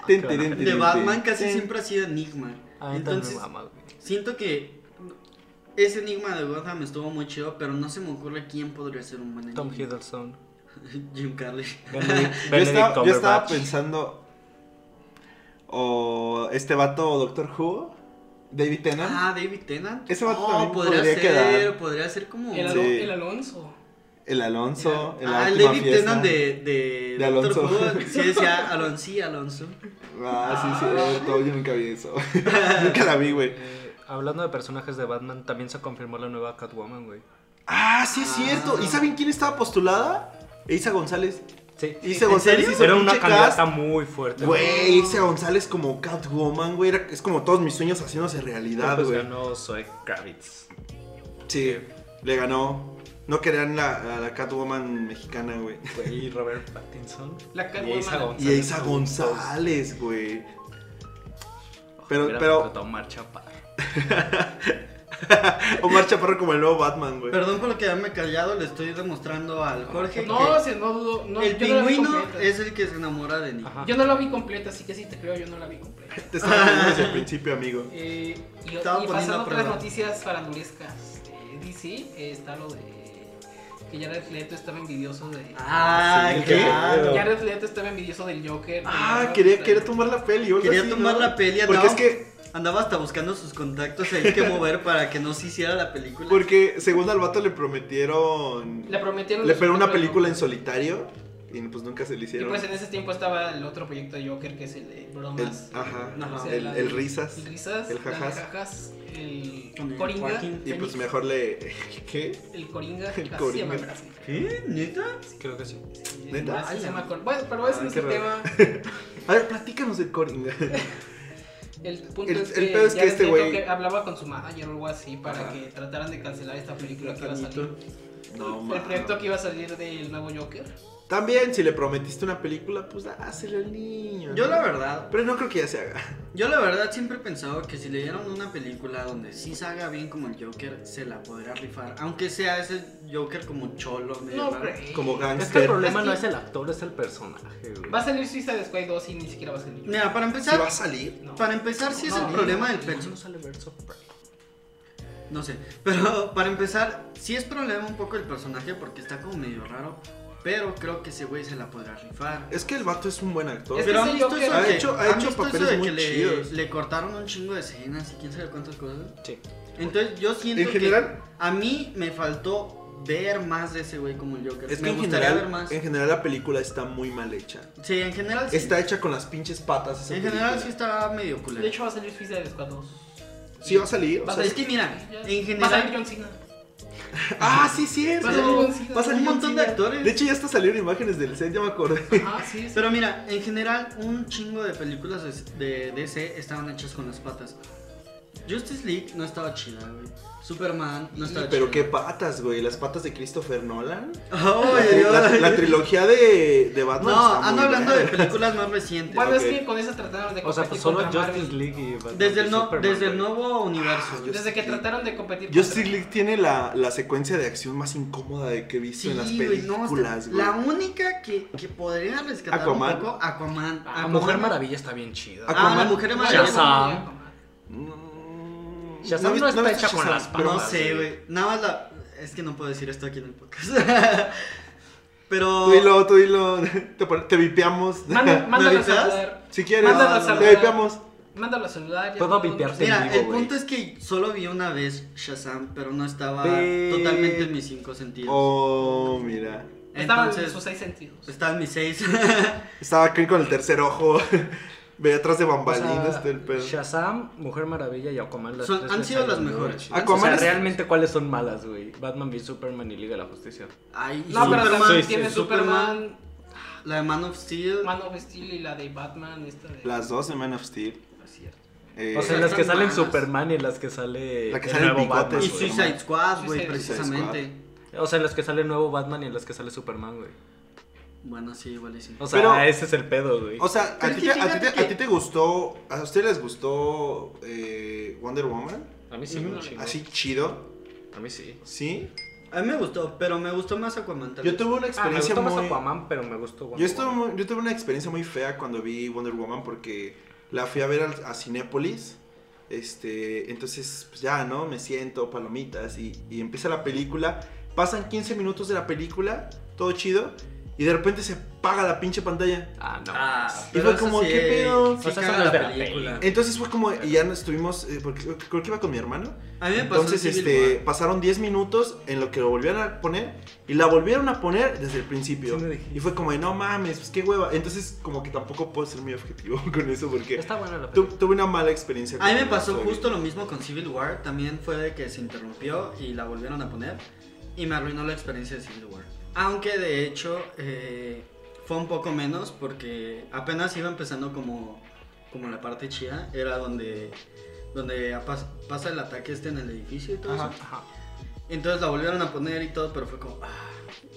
Speaker 1: Ten, ten, ten,
Speaker 2: de
Speaker 1: ten,
Speaker 2: Batman
Speaker 1: ten.
Speaker 2: casi
Speaker 1: Ten.
Speaker 2: siempre ha sido Enigma.
Speaker 4: Ah, entonces,
Speaker 2: Entonces,
Speaker 4: mamá, güey.
Speaker 2: siento que ese Enigma de Gotham estuvo muy chido, pero no se me ocurre quién podría ser un buen Enigma.
Speaker 4: Tom Hiddleston.
Speaker 2: Jim Carrey.
Speaker 4: Benedict,
Speaker 1: Yo estaba, yo estaba
Speaker 4: Cumberbatch.
Speaker 1: pensando. O este vato, Doctor Who, David Tennant.
Speaker 2: Ah, David Tennant.
Speaker 1: Ese vato
Speaker 2: Oh,
Speaker 1: también
Speaker 2: podría,
Speaker 1: podría
Speaker 2: ser,
Speaker 1: quedar.
Speaker 2: podría ser como
Speaker 3: El,
Speaker 1: Sí.
Speaker 3: Alo- el Alonso.
Speaker 1: El Alonso. en la
Speaker 2: Ah, el
Speaker 1: última
Speaker 2: David
Speaker 1: fiesta.
Speaker 2: Tennant de, de,
Speaker 1: De
Speaker 2: Doctor
Speaker 1: Alonso.
Speaker 2: Who, Sí, decía Alonso, sí, Alonso.
Speaker 1: Ah, sí, cierto. Yo nunca vi eso. nunca la vi, güey.
Speaker 4: Eh, hablando de personajes de Batman, también se confirmó la nueva Catwoman, güey.
Speaker 1: Ah, sí, es cierto.
Speaker 2: Ah.
Speaker 1: ¿Y saben quién estaba postulada? Eiza González.
Speaker 4: Sí.
Speaker 1: Eiza
Speaker 2: ¿En
Speaker 1: González
Speaker 2: serio?
Speaker 1: hizo
Speaker 4: Era una
Speaker 1: pinche
Speaker 4: candidata
Speaker 1: cast.
Speaker 4: muy fuerte.
Speaker 1: Güey, Eiza González como Catwoman, güey. era- Es como todos mis sueños haciéndose
Speaker 4: Pero,
Speaker 1: realidad,
Speaker 4: pues,
Speaker 1: güey.
Speaker 4: ganó Zoe Kravitz.
Speaker 1: Sí, le ganó. No querían la, a la Catwoman mexicana, güey.
Speaker 4: Güey, y Robert Pattinson.
Speaker 3: La
Speaker 4: Y Eiza
Speaker 3: Catwoman.
Speaker 4: González.
Speaker 1: Y Eiza González, güey. Pero-
Speaker 4: Hubiera
Speaker 1: pero-
Speaker 4: contratado a Omar Chaparro.
Speaker 1: Omar Chaparro como el nuevo Batman, güey.
Speaker 2: Perdón por quedarme callado, le estoy demostrando al Jorge
Speaker 3: No, se- no dudo. No,
Speaker 2: que el
Speaker 3: yo no la vi
Speaker 2: pingüino
Speaker 3: completa.
Speaker 2: es el que se enamora de Nick.
Speaker 4: Ajá.
Speaker 3: Yo no la vi completa, así que sí te creo, yo no la vi completa.
Speaker 1: Te estaba viendo desde el principio, amigo.
Speaker 3: Eh, y,
Speaker 2: Estaba
Speaker 3: y
Speaker 2: poniendo
Speaker 3: pasando
Speaker 2: a
Speaker 3: a otras
Speaker 2: prueba.
Speaker 3: noticias farandulescas de DC, eh, está lo de que Jared Leto estaba envidioso de...
Speaker 2: Ah,
Speaker 1: Sí,
Speaker 2: claro.
Speaker 4: claro.
Speaker 3: Jared Leto estaba envidioso del Joker.
Speaker 1: Ah,
Speaker 3: de-
Speaker 1: quería, quería tomar la peli, algo
Speaker 2: Quería
Speaker 1: así,
Speaker 2: tomar
Speaker 1: ¿no?
Speaker 2: la peli,
Speaker 1: Porque
Speaker 2: andaba,
Speaker 1: es que
Speaker 2: andaba hasta buscando sus contactos ahí que mover para que no se hiciera la película.
Speaker 1: Porque según al vato le prometieron.
Speaker 3: Le prometieron...
Speaker 1: Le
Speaker 3: los
Speaker 1: pero una
Speaker 3: Joker,
Speaker 1: película en
Speaker 3: pero-
Speaker 1: solitario. Y pues nunca se le
Speaker 3: Y
Speaker 1: hicieron.
Speaker 3: pues en ese tiempo estaba el otro proyecto de Joker, que es el de
Speaker 1: el,
Speaker 3: bromas.
Speaker 1: ajá.
Speaker 2: No,
Speaker 3: o sea,
Speaker 1: el,
Speaker 3: la-
Speaker 1: el risas.
Speaker 3: El risas,
Speaker 1: el
Speaker 3: la de
Speaker 1: jajas.
Speaker 3: jajas, el
Speaker 2: Con el
Speaker 3: coringa.
Speaker 2: Joaquín.
Speaker 1: Y pues
Speaker 3: Fénix,
Speaker 1: mejor le. ¿Qué?
Speaker 3: El coringa.
Speaker 1: El
Speaker 3: así se llama
Speaker 1: Coringa.
Speaker 3: el brazo.
Speaker 2: ¿Qué? ¿Neta?
Speaker 4: Creo que sí.
Speaker 3: Sí,
Speaker 1: ¿Neta?
Speaker 3: así se llama Cor- Bueno, pero ese
Speaker 1: Ay,
Speaker 3: no es
Speaker 1: qué
Speaker 3: el
Speaker 1: raro.
Speaker 3: tema.
Speaker 1: A ver, platícanos de Coringa.
Speaker 3: El punto
Speaker 1: El-
Speaker 3: es que,
Speaker 1: el pedo es
Speaker 3: ya
Speaker 1: que este
Speaker 3: les digo
Speaker 1: güey-
Speaker 3: que hablaba con su manager o algo así para
Speaker 1: Ajá.
Speaker 3: que trataran de cancelar esta película que iba a salir.
Speaker 2: Tanito.
Speaker 1: No,
Speaker 3: el
Speaker 1: mames.
Speaker 3: proyecto que iba a salir del nuevo Joker.
Speaker 1: También, si le prometiste una película, pues dáselo al niño.
Speaker 2: Yo
Speaker 1: ¿no?
Speaker 2: la verdad,
Speaker 1: Pero no creo que ya se haga.
Speaker 2: yo la verdad siempre he pensado que si le dieran una película donde sí salga bien como el Joker, se la podría rifar. Aunque sea ese Joker como cholo, medio
Speaker 3: No,
Speaker 2: raro.
Speaker 3: güey.
Speaker 1: Como
Speaker 4: Es que el
Speaker 1: gangster.
Speaker 4: problema
Speaker 3: Es
Speaker 4: no
Speaker 3: que-
Speaker 4: es el actor, es el personaje, güey.
Speaker 3: Va a salir Suicide Squad 2 y ni siquiera va a salir.
Speaker 2: Mira, para
Speaker 1: ¿Sí va
Speaker 2: empezar,
Speaker 1: a salir?
Speaker 3: No.
Speaker 2: para empezar sí es
Speaker 3: No,
Speaker 2: el
Speaker 3: no,
Speaker 2: problema del
Speaker 4: Pero eso
Speaker 2: personaje.
Speaker 4: no sale verso
Speaker 2: No sé, pero para empezar, sí es problema un poco el personaje porque está como medio raro, pero creo que ese güey se la podrá rifar.
Speaker 1: Es que el vato es un buen actor.
Speaker 3: Es que
Speaker 2: Pero han
Speaker 3: ese
Speaker 2: visto
Speaker 3: Joker-
Speaker 2: eso de
Speaker 1: Ha
Speaker 2: que-
Speaker 1: hecho- ha
Speaker 2: ¿han
Speaker 1: hecho
Speaker 2: visto eso
Speaker 1: papeles
Speaker 2: de
Speaker 1: muy
Speaker 2: que le-
Speaker 1: chidos.
Speaker 2: Le cortaron un chingo de escenas y quién sabe cuántas cosas.
Speaker 4: Sí.
Speaker 2: Entonces yo siento
Speaker 1: En general-
Speaker 2: que a mí me faltó ver más de ese güey como el Joker.
Speaker 1: Es que
Speaker 2: me
Speaker 1: en
Speaker 2: gustaría
Speaker 1: general,
Speaker 2: ver más.
Speaker 1: en general la película está muy mal hecha.
Speaker 2: Sí, en general sí.
Speaker 1: Está hecha con las pinches patas. esa
Speaker 2: en general sí
Speaker 1: película.
Speaker 2: está medio culero.
Speaker 3: De hecho, va a salir Suicide Squad 2.
Speaker 1: sí va a salir. o
Speaker 3: Va a
Speaker 1: sea,
Speaker 2: es que mira,
Speaker 3: Ya-
Speaker 2: en
Speaker 3: Va a salir
Speaker 2: general
Speaker 3: John Cena.
Speaker 1: Ah, sí, sí,
Speaker 3: Va a salir John Cena.
Speaker 1: Va a salir
Speaker 2: un
Speaker 1: John
Speaker 2: montón de
Speaker 1: Cena.
Speaker 2: actores.
Speaker 1: De hecho, ya hasta salieron imágenes del set, ya me acordé.
Speaker 3: Ah, sí, sí.
Speaker 2: Pero mira, en general, un chingo de películas de, de DC estaban hechas con las patas. Justice League no estaba chida, güey. Superman no estaba
Speaker 1: Pero qué
Speaker 2: chida.
Speaker 1: patas, güey. Las patas de Christopher Nolan.
Speaker 2: Ay,
Speaker 1: la,
Speaker 2: ay,
Speaker 1: la
Speaker 2: ay.
Speaker 1: trilogía de, de Batman.
Speaker 2: No,
Speaker 1: está
Speaker 2: ando
Speaker 1: muy
Speaker 2: hablando de
Speaker 1: verga.
Speaker 2: películas más recientes.
Speaker 3: Bueno,
Speaker 1: ok.
Speaker 3: es que con eso trataron de
Speaker 4: O sea, pues
Speaker 3: competir
Speaker 4: solo
Speaker 3: contra
Speaker 4: Justice
Speaker 3: Marvel.
Speaker 4: League y Batman
Speaker 2: desde,
Speaker 4: y
Speaker 2: el no-
Speaker 4: Superman,
Speaker 2: desde el
Speaker 4: güey.
Speaker 2: nuevo universo.
Speaker 1: Ah,
Speaker 2: güey.
Speaker 1: Justice
Speaker 3: Desde que
Speaker 1: League.
Speaker 3: trataron de competir
Speaker 1: Justice
Speaker 3: contra-
Speaker 1: League tiene la, la secuencia de acción más incómoda de que he visto en las
Speaker 2: güey, no,
Speaker 1: películas,
Speaker 2: está-
Speaker 1: güey.
Speaker 2: La única que, que podría rescatar
Speaker 1: Aquaman.
Speaker 2: un poco, Aquaman.
Speaker 4: La Ah, Mujer Maravilla está bien chida.
Speaker 1: Ah,
Speaker 2: Ah, la
Speaker 1: Aquaman.
Speaker 2: Mujer Maravilla.
Speaker 4: Shazam.
Speaker 1: Mm,
Speaker 4: Shazam
Speaker 1: he
Speaker 4: no
Speaker 1: visto-
Speaker 4: está
Speaker 1: he visto
Speaker 4: hecha con
Speaker 1: Shazam,
Speaker 4: las
Speaker 1: pero-
Speaker 4: Pero
Speaker 2: no
Speaker 4: más,
Speaker 2: sé,
Speaker 4: sí.
Speaker 2: güey. Nada más la... Es que no puedo decir esto aquí en el podcast. Pero...
Speaker 1: Tú dilo, tú dilo. Te, pon- te vipeamos.
Speaker 3: Manda- Mándalos a
Speaker 2: ¿Me avisas?
Speaker 3: saludar.
Speaker 1: si quieres,
Speaker 3: Mándalo a
Speaker 1: te
Speaker 3: saludar.
Speaker 1: vipeamos.
Speaker 3: Mándalo a saludar. ya
Speaker 4: Puedo
Speaker 3: no-
Speaker 4: vipearte.
Speaker 2: Mira,
Speaker 4: en
Speaker 2: el
Speaker 4: vivo,
Speaker 2: punto es que solo vi una vez Shazam, pero no estaba
Speaker 1: Ve-
Speaker 2: totalmente en mis cinco sentidos.
Speaker 1: Oh, mira.
Speaker 3: Estaban
Speaker 2: Entonces,
Speaker 3: en sus seis sentidos.
Speaker 2: estaba en mis seis.
Speaker 1: Estaba aquí con el tercer ojo. Veía atrás de
Speaker 4: O sea,
Speaker 1: bambalinas todo el pedo.
Speaker 4: Shazam, Mujer Maravilla y Aquaman las
Speaker 2: Son-
Speaker 4: tres
Speaker 2: han
Speaker 4: les
Speaker 2: sido las
Speaker 4: salieron muy
Speaker 2: mejores.
Speaker 4: chidas.
Speaker 1: Ah, Aquaman
Speaker 4: o sea,
Speaker 1: es-
Speaker 4: realmente cuáles son malas, güey. Batman v Superman y Liga de la Justicia.
Speaker 2: Ay,
Speaker 3: No, pero
Speaker 4: Superman,
Speaker 3: también
Speaker 4: sí,
Speaker 3: tiene
Speaker 4: sí,
Speaker 3: Superman,
Speaker 2: La de Man of Steel.
Speaker 3: Man of Steel y la de Batman, esta de...
Speaker 1: Las dos de Man of Steel.
Speaker 3: No es cierto.
Speaker 1: Eh,
Speaker 4: O sea,
Speaker 2: Eh,
Speaker 4: las que
Speaker 2: son
Speaker 4: salen
Speaker 2: malas.
Speaker 4: Superman y las que sale.
Speaker 1: La que sale el
Speaker 4: nuevo
Speaker 1: bigote,
Speaker 4: Batman,
Speaker 2: y
Speaker 1: güey.
Speaker 4: güey.
Speaker 2: Suicide Squad, güey,
Speaker 3: Suicide Squad.
Speaker 2: precisamente.
Speaker 4: O sea, en las que sale el nuevo Batman y en las que sale Superman, güey.
Speaker 2: Bueno, sí, igualísimo.
Speaker 4: O sea,
Speaker 1: Pero-
Speaker 4: ese es el pedo, güey. Ah,
Speaker 1: o sea, ¿a
Speaker 2: Pero
Speaker 1: ti,
Speaker 2: es
Speaker 1: te,
Speaker 2: que
Speaker 1: a, ti
Speaker 2: fíjate
Speaker 1: te, a ti
Speaker 2: que-
Speaker 1: te gustó? ¿A ustedes les gustó eh, Wonder Woman?
Speaker 4: a mí sí
Speaker 3: Ujú.
Speaker 4: me chingó.
Speaker 1: Así chido.
Speaker 4: A mí sí.
Speaker 1: ¿Sí?
Speaker 2: A mí me gustó, pero me gustó más Aquaman. tal
Speaker 1: Yo
Speaker 2: vez.
Speaker 1: tuve una
Speaker 4: Ah, me
Speaker 1: experiencia
Speaker 4: gustó más
Speaker 1: muy...
Speaker 4: Aquaman, pero me gustó Wonder
Speaker 1: Yo, estuve
Speaker 4: Woman.
Speaker 1: muy- yo tuve una experiencia muy fea cuando vi Wonder Woman porque la fui a ver al- a Cinépolis. Este, entonces, pues ya, ¿no? Me siento, palomitas y, y empieza la película. Pasan 15 minutos de la película, todo chido, y de repente se paga la pinche pantalla.
Speaker 4: Ah, no.
Speaker 2: Ah,
Speaker 1: Y
Speaker 2: pero
Speaker 1: fue
Speaker 2: eso
Speaker 1: como,
Speaker 2: sí,
Speaker 1: ¿qué pedo?
Speaker 2: sí
Speaker 5: O sea,
Speaker 2: caga
Speaker 5: eso no es
Speaker 2: la
Speaker 5: de la
Speaker 2: película.
Speaker 1: Entonces fue como, y ya nos estuvimos, eh, porque creo- creo que iba con mi hermano.
Speaker 2: A mí me pasó
Speaker 1: Entonces,
Speaker 2: en Civil
Speaker 1: este,
Speaker 2: War.
Speaker 1: pasaron 10 minutos en lo que lo volvieron a poner y la volvieron a poner desde el principio.
Speaker 4: Sí me dijiste.
Speaker 1: y fue como de, no mames, pues qué hueva. Entonces, como que tampoco puedo ser muy objetivo con eso porque
Speaker 4: Está buena la
Speaker 1: tu-
Speaker 4: película.
Speaker 1: tuve una mala experiencia.
Speaker 2: A mí me
Speaker 1: con
Speaker 2: pasó
Speaker 1: Sonic.
Speaker 2: justo lo mismo con Civil War. También fue de que se interrumpió y la volvieron a poner. Y me arruinó la experiencia de Civil War. Aunque de hecho eh, fue un poco menos porque apenas iba empezando como, como la parte chida. Era donde, donde apas- pasa el ataque este en el edificio y todo
Speaker 1: Ajá.
Speaker 2: eso. Entonces la volvieron a poner y todo, pero fue como... "Ah".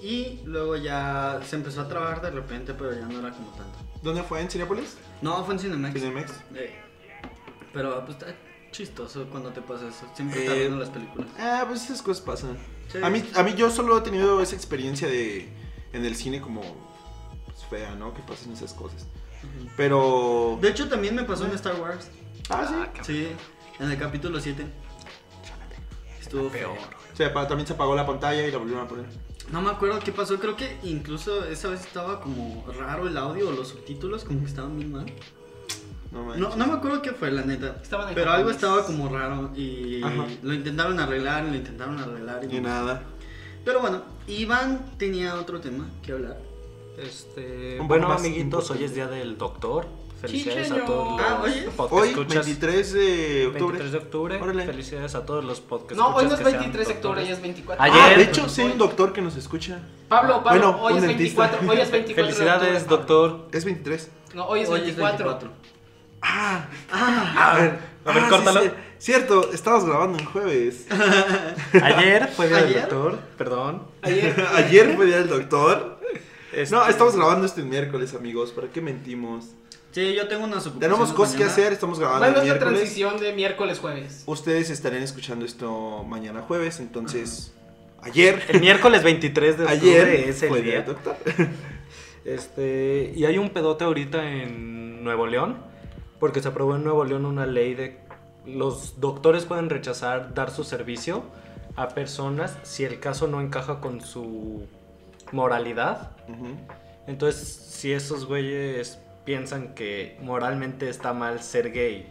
Speaker 2: Y luego ya se empezó a trabajar de repente, pero ya no era como tanto.
Speaker 1: ¿Dónde fue? ¿En Cinepolis?
Speaker 2: No, fue en Cinemax.
Speaker 1: ¿Cinemex?
Speaker 2: Eh, Pero pues está chistoso cuando te pasa eso. Siempre
Speaker 1: Eh,
Speaker 2: te arruinan las películas.
Speaker 1: Ah, pues esas cosas pasan.
Speaker 2: Sí.
Speaker 1: A, mí, a mí yo solo he tenido esa experiencia de en el cine como pues, fea, ¿no? Que pasan esas cosas.
Speaker 2: Ujú.
Speaker 1: Pero...
Speaker 2: De hecho, también me pasó en Star Wars.
Speaker 1: Ah, sí.
Speaker 2: Sí, en el capítulo 7. Estuvo feo.
Speaker 1: Se apa- también se apagó la pantalla y la volvieron a poner.
Speaker 2: No me acuerdo qué pasó. Creo que incluso esa vez estaba como raro el audio o los subtítulos, como que estaban bien mal.
Speaker 1: No, manches.
Speaker 2: No, no me acuerdo qué fue, la neta.
Speaker 3: Estaban en
Speaker 2: Pero algo
Speaker 3: japonés.
Speaker 2: estaba como raro y
Speaker 1: Ajá.
Speaker 2: lo intentaron arreglar y lo intentaron arreglar. Y
Speaker 1: Ni nada.
Speaker 2: Pero bueno, Iván tenía otro tema que hablar.
Speaker 4: Este,
Speaker 1: Un
Speaker 4: bueno,
Speaker 1: poco más
Speaker 4: amiguitos, hoy
Speaker 1: importante.
Speaker 4: es día del doctor. Felicidades a todos
Speaker 2: Ah,
Speaker 4: los
Speaker 2: oye.
Speaker 4: podcast
Speaker 1: Hoy,
Speaker 4: escuchas.
Speaker 1: 23 de octubre.
Speaker 4: 23 de octubre.
Speaker 1: Órale.
Speaker 4: Felicidades a todos los podcasts.
Speaker 3: No, hoy no es 23 de octubre, hoy es 24.
Speaker 4: Ayer.
Speaker 1: Ah, de hecho, sí hay
Speaker 3: Hoy.
Speaker 1: un doctor que nos escucha.
Speaker 3: Pablo, Pablo,
Speaker 1: Bueno,
Speaker 3: hoy
Speaker 1: un
Speaker 3: es
Speaker 1: dentista.
Speaker 3: 24. Hoy es 24. de
Speaker 4: Felicidades,
Speaker 3: octubre, Pablo.
Speaker 4: doctor.
Speaker 1: Es 23.
Speaker 3: No, hoy es 24.
Speaker 1: Ah,
Speaker 2: Ah,
Speaker 1: a ver.
Speaker 4: a ver,
Speaker 1: sí,
Speaker 4: córtalo.
Speaker 1: sí. cierto, estabas grabando en jueves.
Speaker 4: Ayer fue día del
Speaker 2: ¿Ayer?
Speaker 4: doctor, perdón.
Speaker 3: Ayer.
Speaker 1: Ayer fue día del doctor.
Speaker 4: Este,
Speaker 1: No, estamos grabando este miércoles, amigos. ¿Para qué mentimos?
Speaker 2: sí, yo tengo unas ocupaciones.
Speaker 1: Tenemos cosas que
Speaker 2: mañana.
Speaker 1: hacer, estamos grabando
Speaker 3: Bueno,
Speaker 1: el
Speaker 3: es la
Speaker 1: miércoles.
Speaker 3: transición de miércoles jueves.
Speaker 1: Ustedes estarán escuchando esto mañana jueves, entonces. Ayer.
Speaker 4: El miércoles 23 de octubre
Speaker 1: Ayer
Speaker 4: es el
Speaker 1: fue día
Speaker 4: día.
Speaker 1: del doctor.
Speaker 4: Este, y hay un pedote ahorita en Nuevo León, porque se aprobó en Nuevo León una ley de los doctores pueden rechazar dar su servicio a personas si el caso no encaja con su moralidad.
Speaker 1: Ujú.
Speaker 4: Entonces, si esos güeyes piensan que moralmente está mal ser gay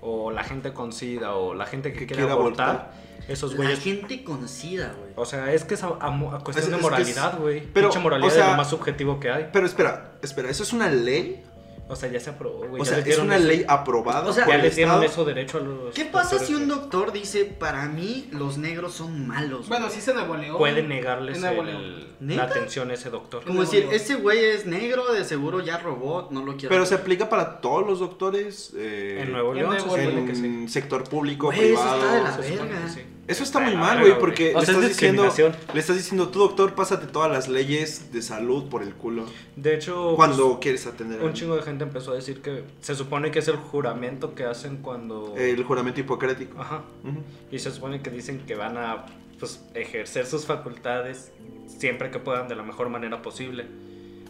Speaker 4: o la gente con sida o la gente que,
Speaker 1: Que
Speaker 4: quiere
Speaker 1: quiera
Speaker 4: abortar,
Speaker 1: abortar.
Speaker 4: esos
Speaker 2: La
Speaker 4: güeyes Oh,
Speaker 2: gente con sida, güey.
Speaker 4: o sea, es que es a, a mo- a cuestión
Speaker 1: Es-
Speaker 4: de
Speaker 1: es que
Speaker 4: moralidad,
Speaker 1: es-
Speaker 4: güey.
Speaker 1: pero,
Speaker 4: Pinche moralidad
Speaker 1: o sea-
Speaker 4: es lo más subjetivo que hay.
Speaker 1: Pero espera, espera, ¿eso es una ley?
Speaker 4: O sea, ya se aprobó, güey.
Speaker 1: O
Speaker 4: ya
Speaker 1: sea,
Speaker 4: le
Speaker 1: ¿es
Speaker 4: dieron
Speaker 1: una
Speaker 4: eso-
Speaker 1: ley aprobada?
Speaker 2: O sea,
Speaker 1: por
Speaker 4: Ya
Speaker 1: el
Speaker 4: le dieron
Speaker 1: Estado?
Speaker 4: eso derecho a los.
Speaker 2: ¿Qué pasa
Speaker 4: doctores
Speaker 2: si un
Speaker 4: que
Speaker 2: doctor dice, para mí los negros son malos?
Speaker 3: Bueno,
Speaker 2: güey"?
Speaker 3: sí se Nuevo León.
Speaker 4: Puede negarles
Speaker 3: En Nuevo
Speaker 4: el-
Speaker 2: León.
Speaker 4: la
Speaker 2: ¿Neta?
Speaker 4: atención a ese doctor.
Speaker 2: Como decir, ese güey es negro, de seguro ya robó, no lo quiero.
Speaker 1: Pero se aplica para todos los doctores. eh,
Speaker 4: En Nuevo
Speaker 3: en
Speaker 4: León, se
Speaker 3: Nuevo
Speaker 4: supone
Speaker 1: en
Speaker 4: que sí.
Speaker 1: sector público,
Speaker 2: Güey, eso
Speaker 1: privado.
Speaker 2: está de la
Speaker 4: Se supone que
Speaker 2: verga.
Speaker 4: sí.
Speaker 1: Eso está muy
Speaker 4: Ah,
Speaker 1: mal,
Speaker 4: güey.
Speaker 1: güey, porque
Speaker 4: O
Speaker 1: le,
Speaker 4: sea, es
Speaker 1: estás diciendo,
Speaker 4: discriminación.
Speaker 1: le estás diciendo, tú doctor, pásate todas las leyes de salud por el culo
Speaker 4: De hecho, pues,
Speaker 1: cuando quieres atender a
Speaker 4: Oh, un
Speaker 1: alguien.
Speaker 4: chingo de gente empezó a decir que se supone que es el juramento que hacen cuando.
Speaker 1: el juramento hipocrático.
Speaker 4: Ajá.
Speaker 1: Ujú.
Speaker 4: Y se supone que dicen que van a pues, ejercer sus facultades siempre que puedan de la mejor manera posible.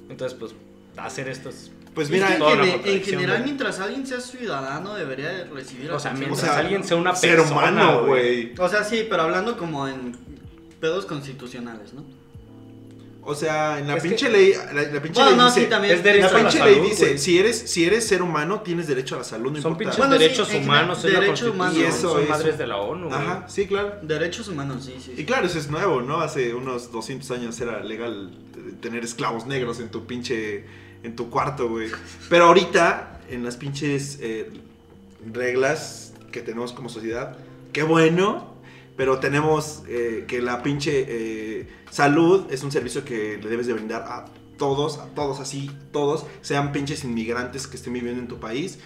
Speaker 4: Entonces, pues, hacer estos...
Speaker 1: Pues
Speaker 2: Es
Speaker 1: mira,
Speaker 2: que
Speaker 4: toda
Speaker 2: en,
Speaker 4: la
Speaker 2: en
Speaker 4: contradicción,
Speaker 2: general,
Speaker 4: güey.
Speaker 2: mientras alguien sea ciudadano, debería de recibir
Speaker 4: O sea,
Speaker 2: atención.
Speaker 4: mientras
Speaker 1: o sea,
Speaker 4: alguien sea una
Speaker 1: ser
Speaker 4: persona,
Speaker 1: humano,
Speaker 4: güey.
Speaker 1: güey.
Speaker 2: O sea, sí, pero hablando como en pedos constitucionales, ¿no?
Speaker 1: O sea, en la
Speaker 4: Es que-
Speaker 1: pinche ley, la, la pinche
Speaker 2: Bueno,
Speaker 1: ley
Speaker 2: no,
Speaker 1: dice,
Speaker 2: sí, también.
Speaker 4: es derecho
Speaker 1: la
Speaker 4: a la
Speaker 1: pinche ley
Speaker 4: salud,
Speaker 1: dice,
Speaker 4: güey.
Speaker 1: si eres, si eres ser humano, tienes derecho a la salud, no
Speaker 4: Son
Speaker 1: importa.
Speaker 4: pinches
Speaker 2: Bueno, sí,
Speaker 4: derechos
Speaker 2: en general,
Speaker 4: humanos, es la
Speaker 2: derecho humano.
Speaker 4: constitución,
Speaker 1: Y eso
Speaker 4: son
Speaker 1: es-
Speaker 4: madres de la ONU, güey.
Speaker 1: Ajá, sí, claro.
Speaker 2: Derechos humanos, sí, sí.
Speaker 1: Y
Speaker 2: sí.
Speaker 1: claro, eso es nuevo, ¿no? Hace unos 200 años era legal eh, tener esclavos negros en tu pinche. en tu cuarto, güey. Pero ahorita, en las pinches eh, reglas que tenemos como sociedad, qué bueno. Pero tenemos eh, que la pinche eh, salud es un servicio que le debes de brindar a todos, a todos así, todos, sean pinches inmigrantes que estén viviendo en tu país,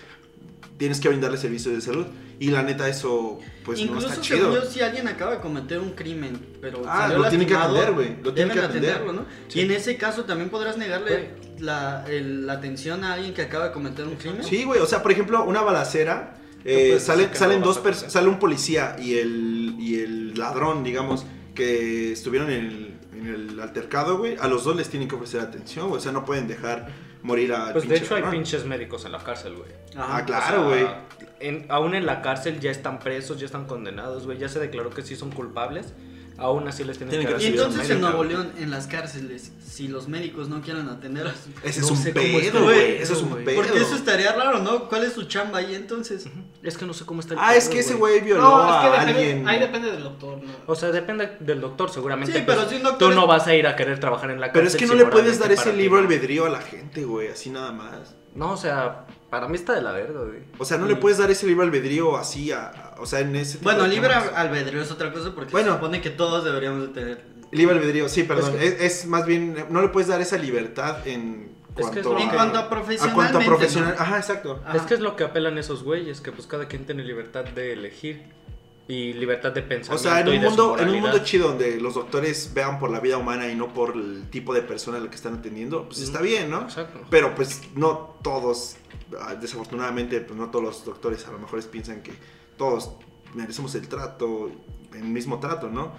Speaker 1: tienes que brindarle servicios de salud. Y la neta, eso pues
Speaker 2: Incluso
Speaker 1: no está
Speaker 2: según
Speaker 1: chido.
Speaker 2: yo, si alguien acaba de cometer un crimen, pero
Speaker 1: Ah,
Speaker 2: salió
Speaker 1: lo tiene que
Speaker 2: lastimado,
Speaker 1: atender, güey, lo tiene
Speaker 2: deben
Speaker 1: que atender.
Speaker 2: atenderlo, ¿no?
Speaker 1: Sí. Pues
Speaker 2: Y en ese caso también podrás negarle la, el- la atención a alguien que acaba de cometer un crimen.
Speaker 1: Sí, güey, o sea, por ejemplo, una balacera, eh,
Speaker 4: puedes decir
Speaker 1: sale-
Speaker 4: que no
Speaker 1: salen
Speaker 4: vas
Speaker 1: dos
Speaker 4: a
Speaker 1: pers-
Speaker 4: cometer.
Speaker 1: sale un policía y el y el ladrón, digamos, que estuvieron en el, en el altercado, güey, a los dos les tienen que ofrecer atención, güey. O sea, no pueden dejar morir a
Speaker 4: Pues de hecho hay pinches médicos en la cárcel, güey.
Speaker 1: Ah,
Speaker 4: O sea,
Speaker 1: claro, güey.
Speaker 4: en- aún en la cárcel ya están presos, ya están condenados, güey. Ya se declaró que sí son culpables. Aún así les tienen,
Speaker 1: Tienen
Speaker 4: que
Speaker 1: que
Speaker 2: Y
Speaker 4: recibir un
Speaker 2: entonces en
Speaker 4: médico.
Speaker 2: Nuevo León, en las cárceles, si los médicos no quieren atender a sus...
Speaker 1: Ese
Speaker 4: No
Speaker 1: es un
Speaker 4: sé cómo está,
Speaker 1: pedo, güey.
Speaker 4: güey,
Speaker 1: Eso es un
Speaker 4: güey.
Speaker 1: pedo.
Speaker 2: Porque eso estaría raro, ¿no? ¿Cuál es su chamba ahí entonces?
Speaker 4: Es que no sé cómo está el
Speaker 1: Ah, es
Speaker 4: pedo,
Speaker 1: que ese güey violó
Speaker 3: No, es
Speaker 1: a
Speaker 3: que depende,
Speaker 1: alguien.
Speaker 3: ahí depende del doctor, ¿no?
Speaker 4: O sea, depende del doctor, seguramente.
Speaker 2: Sí,
Speaker 4: pues,
Speaker 2: pero si un doctor
Speaker 4: Tú
Speaker 2: es-
Speaker 4: no vas a ir a querer trabajar en la cárcel.
Speaker 1: Pero es que
Speaker 4: si
Speaker 1: no le
Speaker 4: moralmente
Speaker 1: puedes dar ese
Speaker 4: para ti
Speaker 1: libro
Speaker 4: no.
Speaker 1: albedrío a la gente, güey, así nada más.
Speaker 4: No, o sea, para mí está de la verga, güey.
Speaker 1: O sea, no
Speaker 4: Mm.
Speaker 1: le puedes dar ese libro albedrío así a, a- o sea, en ese tipo
Speaker 2: Bueno,
Speaker 1: de
Speaker 2: libre
Speaker 1: temas.
Speaker 2: albedrío es otra cosa porque
Speaker 1: Bueno.
Speaker 2: se supone que todos deberíamos de tener.
Speaker 1: libre albedrío, sí, perdón,
Speaker 4: Es
Speaker 1: es, es más bien no le puedes dar esa libertad en
Speaker 4: que es
Speaker 1: cuanto
Speaker 4: lo
Speaker 1: a,
Speaker 4: que-
Speaker 2: En cuanto a
Speaker 1: a
Speaker 2: profesionalmente.
Speaker 1: cuanto a
Speaker 2: ¿no?
Speaker 1: profesional, ajá, exacto.
Speaker 2: Ajá.
Speaker 4: Es que es lo que apelan esos güeyes, que pues cada quien tiene libertad de elegir y libertad de pensar.
Speaker 1: O sea, en un mundo en un mundo chido donde los doctores vean por la vida humana y no por el tipo de persona a la que están atendiendo, pues está bien, ¿no?
Speaker 4: Exacto.
Speaker 1: Pero pues no todos, ah, desafortunadamente, pues no todos los doctores a lo mejor piensan que todos merecemos el trato, el mismo trato, ¿no?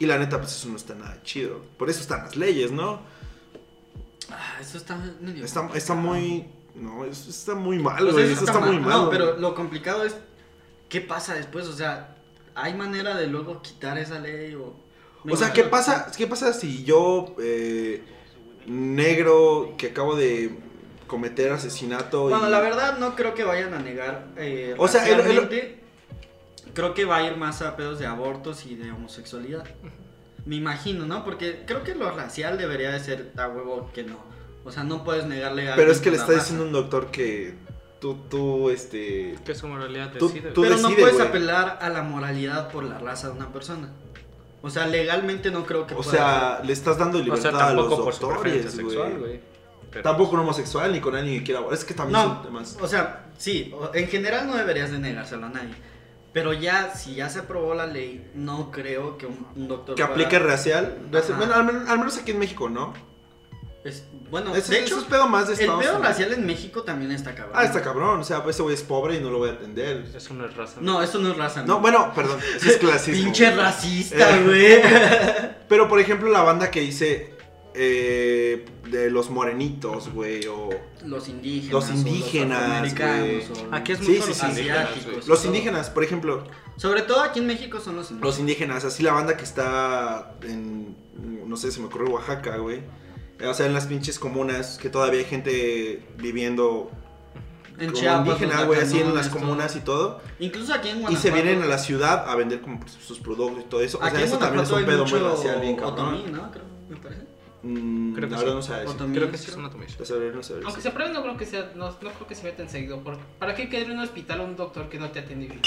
Speaker 1: Y la neta, pues eso no está nada chido. Por eso están las leyes, ¿no?
Speaker 2: Ah, eso está medio-
Speaker 1: Está, está muy... No, eso está muy mal,
Speaker 2: O sea,
Speaker 1: güey. Eso está, muy
Speaker 2: Pues mal.
Speaker 1: mal.
Speaker 2: No, pero lo complicado es qué pasa después, o sea, ¿hay manera de luego quitar esa ley o
Speaker 1: O sea, ¿qué pasa, ¿qué pasa si yo, eh, negro, que acabo de cometer asesinato y...
Speaker 2: Bueno, la verdad no creo que vayan a negar eh,
Speaker 1: O sea, el- el-
Speaker 2: racialmente. creo que va a ir más a pedos de abortos y de homosexualidad. Me imagino, ¿no? Porque creo que lo racial debería de ser a huevo que no. O sea, no puedes negarle a
Speaker 1: Pero
Speaker 2: alguien
Speaker 1: es que le
Speaker 2: la
Speaker 1: está
Speaker 2: raza.
Speaker 1: diciendo un doctor que tú, tú, este...
Speaker 4: Que su moralidad
Speaker 1: Tú-
Speaker 4: decide.
Speaker 1: tú-
Speaker 4: güey.
Speaker 2: Pero no
Speaker 1: decides,
Speaker 2: puedes
Speaker 1: güey.
Speaker 2: apelar a la moralidad por la raza de una persona. O sea, legalmente no creo que
Speaker 1: O
Speaker 2: pueda
Speaker 1: sea, le estás dando
Speaker 4: o
Speaker 1: libertad
Speaker 4: sea,
Speaker 1: a los
Speaker 4: tampoco por su preferencia
Speaker 1: doctores,
Speaker 4: sexual,
Speaker 1: güey.
Speaker 4: güey. Pero-
Speaker 1: Tampoco un homosexual ni con alguien que quiera. Es que también
Speaker 2: No,
Speaker 1: son temas.
Speaker 2: o sea, sí, o- en general no deberías de negárselo a nadie. Pero ya, si ya se aprobó la ley, no creo que un, un doctor...
Speaker 1: Que
Speaker 2: pueda-
Speaker 1: aplique racial. racial-
Speaker 2: Ajá.
Speaker 1: Bueno, al, men- al menos aquí en México, ¿no?
Speaker 2: Es- bueno,
Speaker 1: Eso,
Speaker 2: de
Speaker 1: eso es
Speaker 2: hecho,
Speaker 1: pedo más de
Speaker 2: el
Speaker 1: Estados
Speaker 2: pedo
Speaker 1: Unidos.
Speaker 2: racial en México también está cabrón.
Speaker 1: Ah, está cabrón. O sea, pues, ese güey es pobre y no lo voy a atender.
Speaker 4: pues, Eso no es raza.
Speaker 2: No, eso no es raza.
Speaker 1: No, bueno, perdón. Eso es clasismo.
Speaker 2: Pinche
Speaker 1: güey.
Speaker 2: racista,
Speaker 1: Eh.
Speaker 2: güey.
Speaker 1: Pero, por ejemplo, la banda que dice eh, de los morenitos, güey, o...
Speaker 2: los indígenas.
Speaker 1: Los
Speaker 2: o
Speaker 1: indígenas,
Speaker 2: afroamericanos,
Speaker 1: güey.
Speaker 2: o-
Speaker 4: Aquí es
Speaker 1: Sí,
Speaker 4: mucho
Speaker 1: sí,
Speaker 4: los
Speaker 1: sí.
Speaker 4: asiáticos, güey.
Speaker 2: Asiáticos.
Speaker 1: Los
Speaker 2: todo.
Speaker 1: indígenas, por ejemplo,
Speaker 2: Sobre todo aquí en México son los indígenas.
Speaker 1: los indígenas, así la banda que está en, no sé, se me ocurrió Oaxaca, güey. Eh, O sea, en las pinches comunas, que todavía hay gente viviendo
Speaker 2: en
Speaker 1: como
Speaker 2: Chiapas,
Speaker 1: indígena,
Speaker 2: los
Speaker 1: güey, así en
Speaker 2: Acanones,
Speaker 1: las
Speaker 2: todo.
Speaker 1: comunas y todo.
Speaker 2: Incluso aquí en
Speaker 1: Y
Speaker 2: Guanajuato.
Speaker 1: se vienen a la ciudad a vender como pues, sus productos y todo eso. O
Speaker 2: Aquí
Speaker 1: sea,
Speaker 2: en
Speaker 1: eso también es un
Speaker 2: Guanajuato
Speaker 1: pedo
Speaker 2: hay
Speaker 1: muy
Speaker 2: mucho
Speaker 1: racial, bien
Speaker 2: otomí,
Speaker 1: cabrón.
Speaker 2: ¿no? Creo, me parece.
Speaker 1: Mm,
Speaker 4: Creo que
Speaker 1: la
Speaker 4: sí.
Speaker 1: verdad no sabes.
Speaker 2: Otomí,
Speaker 4: Creo que sí es una tomilla.
Speaker 1: No sabría, no sabría.
Speaker 3: Aunque se apruebe, no creo que sea, no, no creo que se vea tan seguido. Porque, ¿Para qué querer en un hospital a un doctor que no te atiende bien?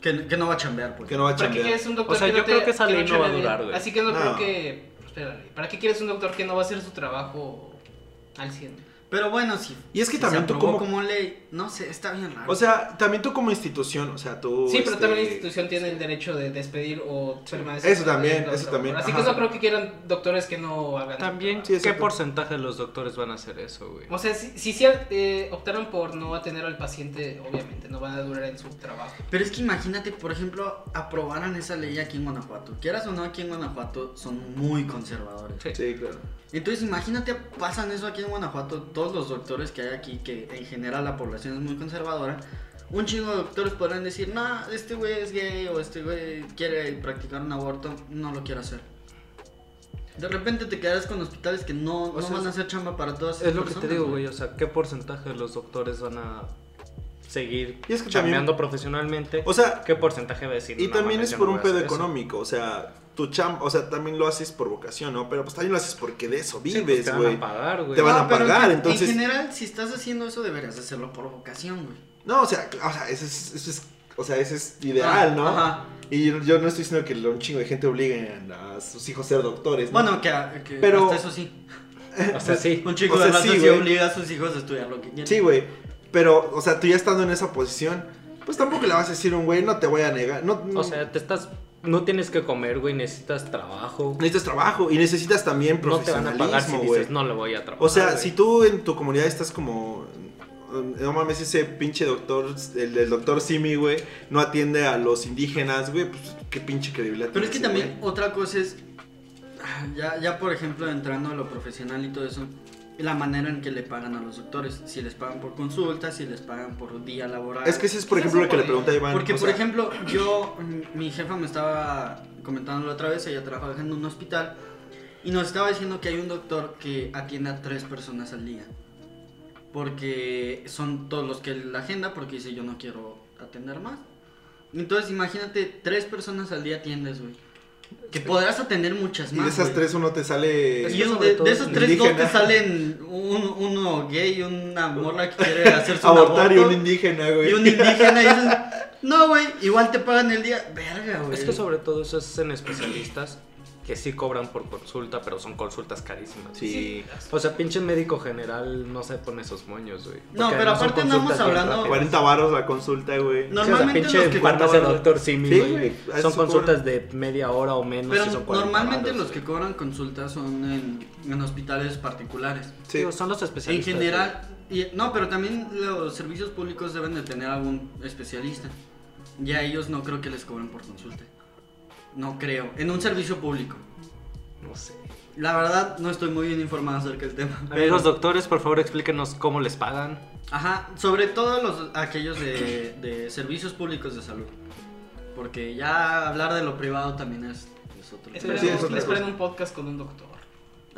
Speaker 2: Que, que no va a chambear, pues.
Speaker 1: Que no va a
Speaker 3: ¿Para qué
Speaker 1: chambear.
Speaker 3: quieres un doctor
Speaker 4: O sea,
Speaker 3: que
Speaker 4: yo
Speaker 3: no te-
Speaker 4: creo que esa ley no va a
Speaker 3: chambea
Speaker 4: durar,
Speaker 3: bien?
Speaker 4: güey.
Speaker 3: Así que no,
Speaker 1: No.
Speaker 3: creo que. pues, Espérale, ¿para qué quieres un doctor que no va a hacer su trabajo al 100?
Speaker 2: Pero bueno, sí.
Speaker 1: Y es que también tú como-
Speaker 2: como ley, no sé, está bien raro.
Speaker 1: O sea, también tú como institución, o sea, tú...
Speaker 3: Sí, pero
Speaker 1: este,
Speaker 3: también la institución tiene el derecho de despedir o permanecer.
Speaker 1: Eso también,
Speaker 3: trabajando,
Speaker 1: eso también,
Speaker 3: Así que
Speaker 1: ajá.
Speaker 3: no creo que quieran doctores que no hagan.
Speaker 4: También,
Speaker 1: Sí,
Speaker 4: ¿qué
Speaker 1: exacto.
Speaker 4: porcentaje de los doctores van a hacer eso, güey?
Speaker 3: O sea, si, si cier- eh, optaron por no atender al paciente, obviamente no van a durar en su trabajo.
Speaker 2: pero es que imagínate, por ejemplo, aprobaran esa ley aquí en Guanajuato. Quieras o no, aquí en Guanajuato son muy conservadores.
Speaker 4: Sí.
Speaker 1: Sí, claro.
Speaker 2: Entonces, imagínate, pasan eso aquí en Guanajuato. Todos los doctores que hay aquí, que en general la población es muy conservadora. Un chingo de doctores podrán decir, nah, este güey es gay o este güey quiere practicar un aborto, no lo quiero hacer. De repente te quedas con hospitales que no, no
Speaker 4: sea,
Speaker 2: van a hacer chamba para todas esas
Speaker 4: Es lo que te
Speaker 2: personas,
Speaker 4: digo, güey. O sea, ¿qué porcentaje de los doctores van a seguir
Speaker 1: Y es que
Speaker 4: chambeando profesionalmente?
Speaker 1: O sea,
Speaker 4: ¿Qué porcentaje va a decir?
Speaker 1: Y
Speaker 4: "No,
Speaker 1: también
Speaker 4: mames,
Speaker 1: es
Speaker 4: yo
Speaker 1: por
Speaker 4: no
Speaker 1: un
Speaker 4: voy a
Speaker 1: pedo
Speaker 4: hacer eso"?
Speaker 1: económico, o sea, tu cham, o sea, también lo haces por vocación, ¿no? Pero pues también lo haces porque de eso
Speaker 4: Sí, pues,
Speaker 1: vives,
Speaker 4: te van
Speaker 1: güey.
Speaker 4: a pagar, güey.
Speaker 1: Te van a
Speaker 2: pero
Speaker 1: pagar,
Speaker 2: en-
Speaker 1: entonces-
Speaker 2: En general, si estás haciendo eso, deberías hacerlo por vocación, güey.
Speaker 1: no, o sea, cl- o sea, eso es, eso es- o sea, ese es ideal,
Speaker 2: Ah,
Speaker 1: ¿no?
Speaker 2: ajá.
Speaker 1: Y yo, yo no estoy diciendo que lo- un chingo de gente obliguen a sus hijos a ser doctores, ¿no?
Speaker 2: Bueno, que, que
Speaker 1: Pero-
Speaker 2: hasta eso sí.
Speaker 4: O sea, sí.
Speaker 2: Un chico
Speaker 1: O sea,
Speaker 2: de raza
Speaker 1: sí,
Speaker 2: sí,
Speaker 1: güey.
Speaker 2: obliga a sus hijos a estudiar lo que quieren.
Speaker 1: sí, güey. Pero, o sea, tú ya estando en esa posición, pues tampoco le vas a decir a un güey, no te voy a negar, no,
Speaker 4: O sea, te estás. No tienes que comer, güey. Necesitas trabajo.
Speaker 1: necesitas trabajo y necesitas también
Speaker 4: No te van a
Speaker 1: profesionalismo,
Speaker 4: pagar si
Speaker 1: güey.
Speaker 4: dices, no le voy a trabajar.
Speaker 1: O sea,
Speaker 4: güey".
Speaker 1: si tú en tu comunidad estás como No mames, ese pinche doctor, el, el doctor Simi, güey, no atiende a los indígenas, güey. Pues qué pinche credibilidad.
Speaker 2: Pero es que
Speaker 1: tiene ese
Speaker 2: también otra cosa es, ya, ya por ejemplo, entrando a lo profesional y todo eso, la manera en que le pagan a los doctores, si les pagan por consulta, si les pagan por día laboral.
Speaker 1: güey. Es que ese es, por
Speaker 3: Sí,
Speaker 1: ejemplo,
Speaker 3: sí,
Speaker 1: lo que le
Speaker 3: güey.
Speaker 1: pregunté a Iván.
Speaker 2: Porque,
Speaker 1: o
Speaker 2: por
Speaker 1: sea,
Speaker 2: ejemplo, yo, mm, mi jefa me estaba comentando la otra vez, ella trabaja en un hospital, y nos estaba diciendo que hay un doctor que atiende a tres personas al día. Porque son todos los que la agenda, porque dice yo no quiero atender más. Entonces, imagínate, tres personas al día atiendes, güey. Que podrás atender muchas
Speaker 1: Y
Speaker 2: más.
Speaker 1: de esas
Speaker 2: güey.
Speaker 1: tres uno te sale.
Speaker 2: Y
Speaker 4: Es que
Speaker 2: un-
Speaker 4: sobre
Speaker 2: de,
Speaker 4: todo
Speaker 2: de esos
Speaker 4: es
Speaker 2: tres, dos te
Speaker 1: indígena.
Speaker 2: salen un- uno gay, una morra que quiere hacerse un
Speaker 1: abortar y
Speaker 2: aborto.
Speaker 1: un indígena, güey.
Speaker 2: Y un indígena y dices, no, güey, igual te pagan el día. Verga, güey.
Speaker 4: Es que sobre todo eso es en especialistas que sí cobran por consulta, pero son consultas carísimas.
Speaker 1: Sí.
Speaker 4: O sea, pinche médico general no se pone esos moños, güey.
Speaker 2: No,
Speaker 4: Porque
Speaker 2: pero
Speaker 4: además son
Speaker 2: aparte andamos
Speaker 4: consultas bien
Speaker 2: hablando-
Speaker 4: rápidas.
Speaker 1: 40 varos la consulta, güey.
Speaker 2: No,
Speaker 4: Sí, o sea,
Speaker 2: Normalmente
Speaker 4: pinche
Speaker 2: los que
Speaker 4: farmacia
Speaker 2: cobran-
Speaker 4: doctor Simi,
Speaker 1: Sí,
Speaker 4: güey,
Speaker 1: güey, a eso
Speaker 4: Son
Speaker 1: cobran.
Speaker 4: consultas de media hora o menos.
Speaker 2: Pero
Speaker 4: y son 40
Speaker 2: normalmente
Speaker 4: varos,
Speaker 2: los
Speaker 4: güey.
Speaker 2: que cobran consultas son en, en hospitales particulares.
Speaker 1: Sí.
Speaker 4: Digo, son los
Speaker 2: En
Speaker 4: especialistas.
Speaker 2: general, y, no, pero también los servicios públicos deben de tener algún especialista. Y a ellos no creo que les cobren por consulta. No creo. En un servicio público.
Speaker 4: güey. No sé.
Speaker 2: La verdad, no estoy muy bien informado acerca del tema.
Speaker 4: Amigos doctores, por favor explíquenos cómo les pagan.
Speaker 2: Ajá, sobre todo los aquellos de, de servicios públicos de salud. Porque ya hablar de lo privado también es, es otro tema.
Speaker 1: Sí, es
Speaker 3: Esperen,
Speaker 1: otra
Speaker 3: esperen un podcast con un doctor.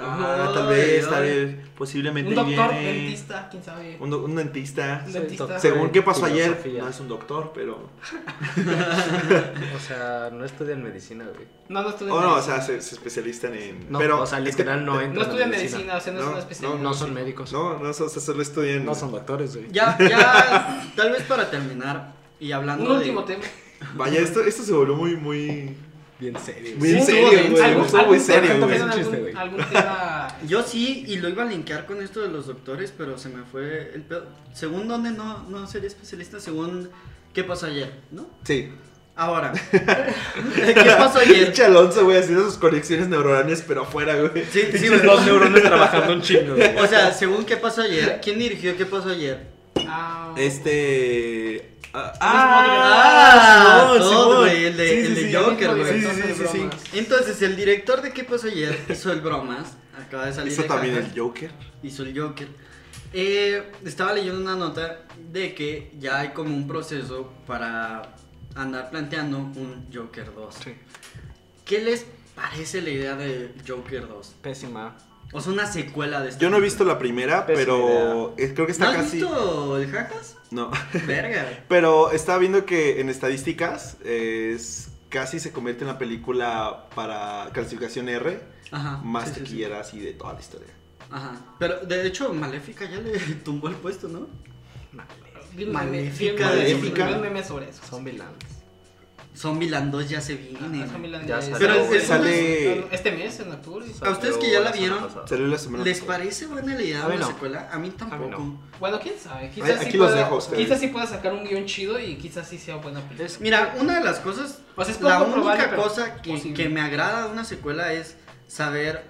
Speaker 1: Ah,
Speaker 2: Ay,
Speaker 1: tal vez,
Speaker 2: ay.
Speaker 1: tal vez. Posiblemente
Speaker 3: Un doctor,
Speaker 1: viene
Speaker 3: dentista, quién sabe.
Speaker 1: Un, do- un dentista.
Speaker 3: Un dentista.
Speaker 4: Soy doc-
Speaker 1: Según qué pasó ayer,
Speaker 4: Filosofía.
Speaker 1: no es un doctor, pero.
Speaker 4: O sea, no estudian medicina, güey.
Speaker 3: No, no estudian
Speaker 1: Oh, no, o
Speaker 3: medicina.
Speaker 1: sea, se, se especializan en.
Speaker 4: No,
Speaker 1: pero
Speaker 4: o sea,
Speaker 1: es que-
Speaker 4: literal no entran
Speaker 3: no
Speaker 4: a
Speaker 3: estudian medicina, o sea, no,
Speaker 1: No,
Speaker 3: es una
Speaker 1: no,
Speaker 4: No,
Speaker 3: especialidad.
Speaker 4: no son médicos.
Speaker 1: No, no, o sea, solo estudian.
Speaker 4: No son doctores, güey.
Speaker 2: Ya, ya, tal vez para terminar y hablando
Speaker 3: Un
Speaker 2: de-
Speaker 3: último tema.
Speaker 1: Vaya, esto, esto se volvió muy, muy.
Speaker 4: Bien serio.
Speaker 1: Muy en
Speaker 4: güey.
Speaker 3: Sí,
Speaker 1: serio,
Speaker 3: estuvo
Speaker 1: güey.
Speaker 3: denso.
Speaker 1: estuvo
Speaker 3: Algún-
Speaker 1: muy serio,
Speaker 3: algún-
Speaker 1: güey.
Speaker 3: algún-
Speaker 4: Chiste, güey.
Speaker 3: Algún tema.
Speaker 2: Yo sí, y lo iba a linkear con esto de los doctores, pero se me fue el pedo. Según dónde no, no sería especialista, según qué pasó ayer, ¿no?
Speaker 1: Sí.
Speaker 2: Ahora, ¿qué pasó ayer?
Speaker 1: Pinche Alonso, güey, haciendo sus conexiones neuronales, pero afuera, güey.
Speaker 2: Sí, sí,
Speaker 4: Pinches dos neurones trabajando un chingo, güey.
Speaker 2: o sea, según qué pasó ayer, ¿quién dirigió qué pasó ayer?
Speaker 3: Ah,
Speaker 1: Este. Ah,
Speaker 2: Ah,
Speaker 1: Simón,
Speaker 2: todo,
Speaker 1: Simón.
Speaker 2: güey, el de-
Speaker 1: Sí,
Speaker 2: el
Speaker 1: sí,
Speaker 2: de
Speaker 1: sí.
Speaker 2: Joker, güey.
Speaker 1: Sí, sí, sí, sí, sí.
Speaker 2: Entonces, el director de ¿Qué pasó ayer? hizo el bromas. Acaba de salir.
Speaker 1: Hizo
Speaker 2: de
Speaker 1: también
Speaker 2: cajas,
Speaker 1: el Joker.
Speaker 2: Hizo el Joker. Eh, estaba leyendo una nota de que ya hay como un proceso para andar planteando un Joker 2.
Speaker 4: Sí.
Speaker 2: ¿Qué les parece la idea de Joker 2?
Speaker 4: Pésima.
Speaker 2: O sea, una secuela de esta
Speaker 1: Yo no he
Speaker 2: película.
Speaker 1: visto la primera,
Speaker 4: Pésima
Speaker 1: pero eh, creo que
Speaker 2: ¿No
Speaker 1: está
Speaker 2: has
Speaker 1: casi.
Speaker 2: visto el Jajas?
Speaker 1: No.
Speaker 2: Verga.
Speaker 1: Pero estaba viendo que en estadísticas es, casi se convierte en la película para clasificaón R
Speaker 2: Ajá.
Speaker 1: más
Speaker 2: sí, sí, sí.
Speaker 1: tequillera así de toda la historia.
Speaker 2: Ajá. Pero de hecho, Maléfica ya le tumbó el puesto, ¿no?
Speaker 3: vi un meme- vi un
Speaker 2: Maléfica,
Speaker 3: meme-
Speaker 1: Maléfica.
Speaker 3: vi un meme sobre eso.
Speaker 4: Son vilanos.
Speaker 2: Zombieland 2 ya se
Speaker 3: Ah,
Speaker 2: viene.
Speaker 3: son
Speaker 2: güey.
Speaker 3: milanes.
Speaker 4: Ya salió,
Speaker 2: Pero es-
Speaker 1: sale-
Speaker 3: Este mes, en octubre.
Speaker 2: A ustedes que ya la vieron,
Speaker 1: Salió la semana
Speaker 2: ¿Les
Speaker 1: pasada.
Speaker 2: parece buena la idea
Speaker 4: A
Speaker 2: de
Speaker 4: mí
Speaker 2: una
Speaker 4: no.
Speaker 2: secuela? A mí tampoco.
Speaker 4: no.
Speaker 3: Bueno, quién sabe.
Speaker 1: Ay,
Speaker 3: Quizás, sí,
Speaker 1: aquí los
Speaker 3: pueda,
Speaker 1: dejo a ustedes.
Speaker 3: quizás sí pueda sacar un guión chido y quizás sí sea buena película.
Speaker 4: Es-
Speaker 2: Mira, una de las cosas,
Speaker 3: O sea, Pues es
Speaker 2: la
Speaker 3: poco
Speaker 2: única
Speaker 3: probable, pero
Speaker 2: cosa que,
Speaker 3: posible.
Speaker 2: que me agrada de una secuela es saber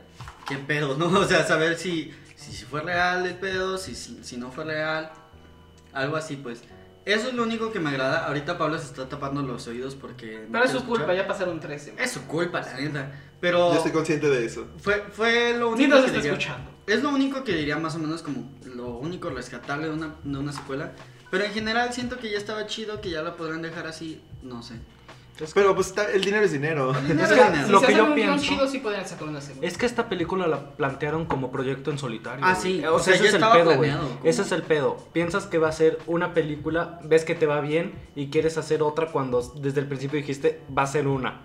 Speaker 2: qué pedo, ¿no? O sea, saber si, si, si fue real el pedo, si, si, si no fue real, algo así, pues. Eso es lo único que me agrada. Ahorita Pablo se está tapando los oídos porque... no
Speaker 3: Pero es
Speaker 2: quiere
Speaker 3: su culpa,
Speaker 2: escuchar.
Speaker 3: ya pasaron 13.
Speaker 2: Es su culpa, la neta. Pero
Speaker 1: Yo estoy consciente de eso.
Speaker 2: fue, fue lo único
Speaker 3: Sí nos
Speaker 2: que
Speaker 3: está
Speaker 2: diría.
Speaker 3: escuchando.
Speaker 2: Es lo único que diría más o menos como lo único rescatable de una, de una secuela. Pero en general siento que ya estaba chido, que ya la podrán dejar así, no sé.
Speaker 1: Pero pues está- el dinero es dinero.
Speaker 2: No
Speaker 3: Es
Speaker 2: sé,
Speaker 3: que
Speaker 2: nada.
Speaker 3: si
Speaker 4: Lo
Speaker 3: se
Speaker 4: que
Speaker 3: hacen
Speaker 4: yo
Speaker 3: un guión
Speaker 4: pienso-
Speaker 3: chido, sí podrían sacar una segunda.
Speaker 4: Es que esta película la plantearon como proyecto en solitario.
Speaker 2: Ah, sí.
Speaker 4: güey. O sea,
Speaker 2: O sea, ya
Speaker 4: ese es el
Speaker 2: estaba
Speaker 4: pedo, güey.
Speaker 2: planeado, como-
Speaker 4: Ese es el pedo. Piensas que va a ser una película, ves que te va bien y quieres hacer otra cuando desde el principio dijiste va a ser una.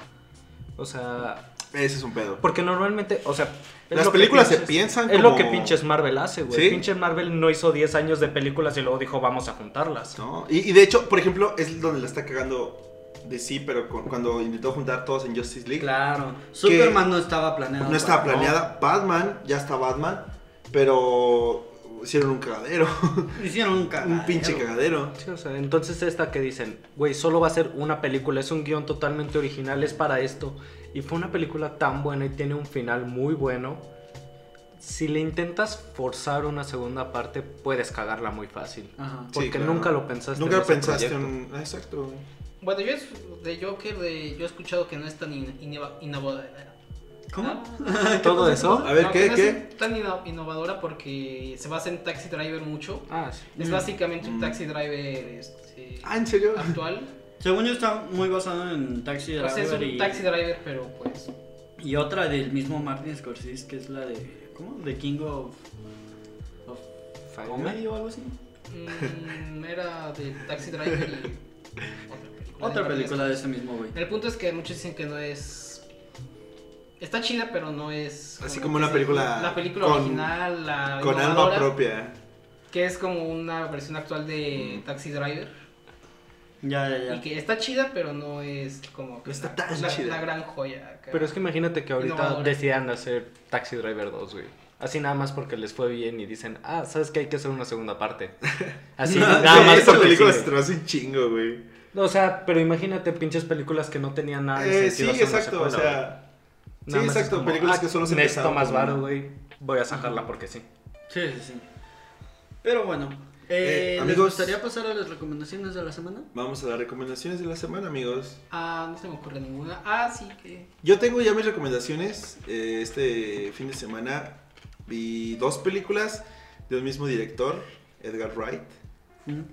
Speaker 4: O sea,
Speaker 1: Ese es un pedo.
Speaker 4: porque normalmente, o sea, es
Speaker 1: Las
Speaker 4: lo que
Speaker 1: películas se
Speaker 4: pinches-
Speaker 1: piensan
Speaker 4: Es lo
Speaker 1: como-
Speaker 4: que pinches Marvel hace, güey.
Speaker 1: ¿Sí?
Speaker 4: Pinches Marvel no hizo 10 años de películas y luego dijo vamos a juntarlas.
Speaker 1: ¿no? Y, y de hecho, por ejemplo, es donde la está cagando de sí, pero con- cuando intentó juntar todos en Justice League.
Speaker 2: Claro. Superman no estaba planeado.
Speaker 1: No estaba
Speaker 2: para-
Speaker 1: planeada. Batman, ya está Batman, pero hicieron un cagadero.
Speaker 2: No. Hicieron un cagadero.
Speaker 1: un pinche cagadero.
Speaker 4: Sí, o sea, entonces esta que dicen, güey, solo va a ser una película, es un guión totalmente original, es para esto. Y fue una película tan buena y tiene un final muy bueno. si le intentas forzar una segunda parte, puedes cagarla muy fácil.
Speaker 2: Ajá.
Speaker 4: Porque
Speaker 1: claro.
Speaker 4: nunca lo pensaste. en
Speaker 1: Nunca
Speaker 4: ese
Speaker 1: pensaste
Speaker 4: este proyecto.
Speaker 1: en. ah, Exacto.
Speaker 3: Bueno, yo es- de Joker, de- yo he escuchado que no es tan in- innova- innovadora.
Speaker 2: ¿Cómo?
Speaker 4: ¿Todo eso?
Speaker 1: A ver,
Speaker 3: No,
Speaker 1: ¿qué?
Speaker 3: que no
Speaker 1: ¿Qué?
Speaker 3: es tan inno- innovadora porque se basa en Taxi Driver mucho.
Speaker 4: Ah, sí.
Speaker 3: Es
Speaker 2: Mm.
Speaker 3: básicamente un
Speaker 1: Mm.
Speaker 3: Taxi Driver este,
Speaker 1: Ah, ¿en serio?
Speaker 3: actual.
Speaker 2: Según yo está muy basado en Taxi
Speaker 3: O
Speaker 2: Driver
Speaker 3: sea, es un
Speaker 2: y,
Speaker 3: Taxi Driver, pero pues...
Speaker 2: y otra del mismo Martin Scorsese que es la de ¿cómo? The King of, of
Speaker 4: Fire.
Speaker 2: Comedy o algo así.
Speaker 3: mm, era de Taxi Driver y otra película.
Speaker 2: Otra
Speaker 3: de
Speaker 2: película de ese mismo güey.
Speaker 3: Martin Scorsese. El punto es que muchos dicen que no es... Está chida, pero no es...
Speaker 1: Así
Speaker 3: que
Speaker 1: como una
Speaker 3: se-
Speaker 1: película
Speaker 3: La película
Speaker 1: con-
Speaker 3: original, la
Speaker 1: Con alma
Speaker 3: innovadora,
Speaker 1: propia.
Speaker 3: Que es como una versión actual de
Speaker 1: Mm.
Speaker 3: Taxi Driver.
Speaker 2: Ya, ya, ya.
Speaker 3: Y que está chida, pero no es como que
Speaker 1: No está
Speaker 3: la-
Speaker 1: tan
Speaker 3: la,
Speaker 1: chida.
Speaker 3: la gran joya. acá.
Speaker 4: Pero es que imagínate que ahorita
Speaker 3: Innovadora.
Speaker 4: decidan hacer Taxi Driver 2, güey. Así nada más porque les fue bien y dicen, ah, ¿sabes que Hay que hacer una segunda parte. Así
Speaker 1: No,
Speaker 4: nada
Speaker 1: sí,
Speaker 4: más
Speaker 1: Esta
Speaker 4: porque
Speaker 1: película
Speaker 4: sí.
Speaker 1: se trazó un chingo, güey.
Speaker 4: O sea, pero imagínate pinches películas que no tenían nada de
Speaker 1: Eh, sí,
Speaker 4: sentido. hacer una
Speaker 1: exacto, o
Speaker 4: secuela, güey.
Speaker 1: sea. Sí,
Speaker 4: Nada más es
Speaker 1: exacto,
Speaker 4: como,
Speaker 1: películas
Speaker 4: ah,
Speaker 1: que solo se
Speaker 4: Necesito
Speaker 1: empezaron
Speaker 4: más
Speaker 1: como-
Speaker 4: varo, güey. Voy a sacarla porque sí.
Speaker 2: Sí, sí, sí. Pero bueno,
Speaker 1: Eh,
Speaker 2: eh, ¿les
Speaker 1: amigos-
Speaker 2: gustaría pasar a las recomendaciones de la semana?
Speaker 1: Vamos a las recomendaciones de la semana, amigos.
Speaker 3: Ah, no se me ocurre ninguna. Ah, sí que...
Speaker 1: Yo tengo ya mis recomendaciones. eh, este fin de semana vi dos películas de un mismo director, Edgar Wright.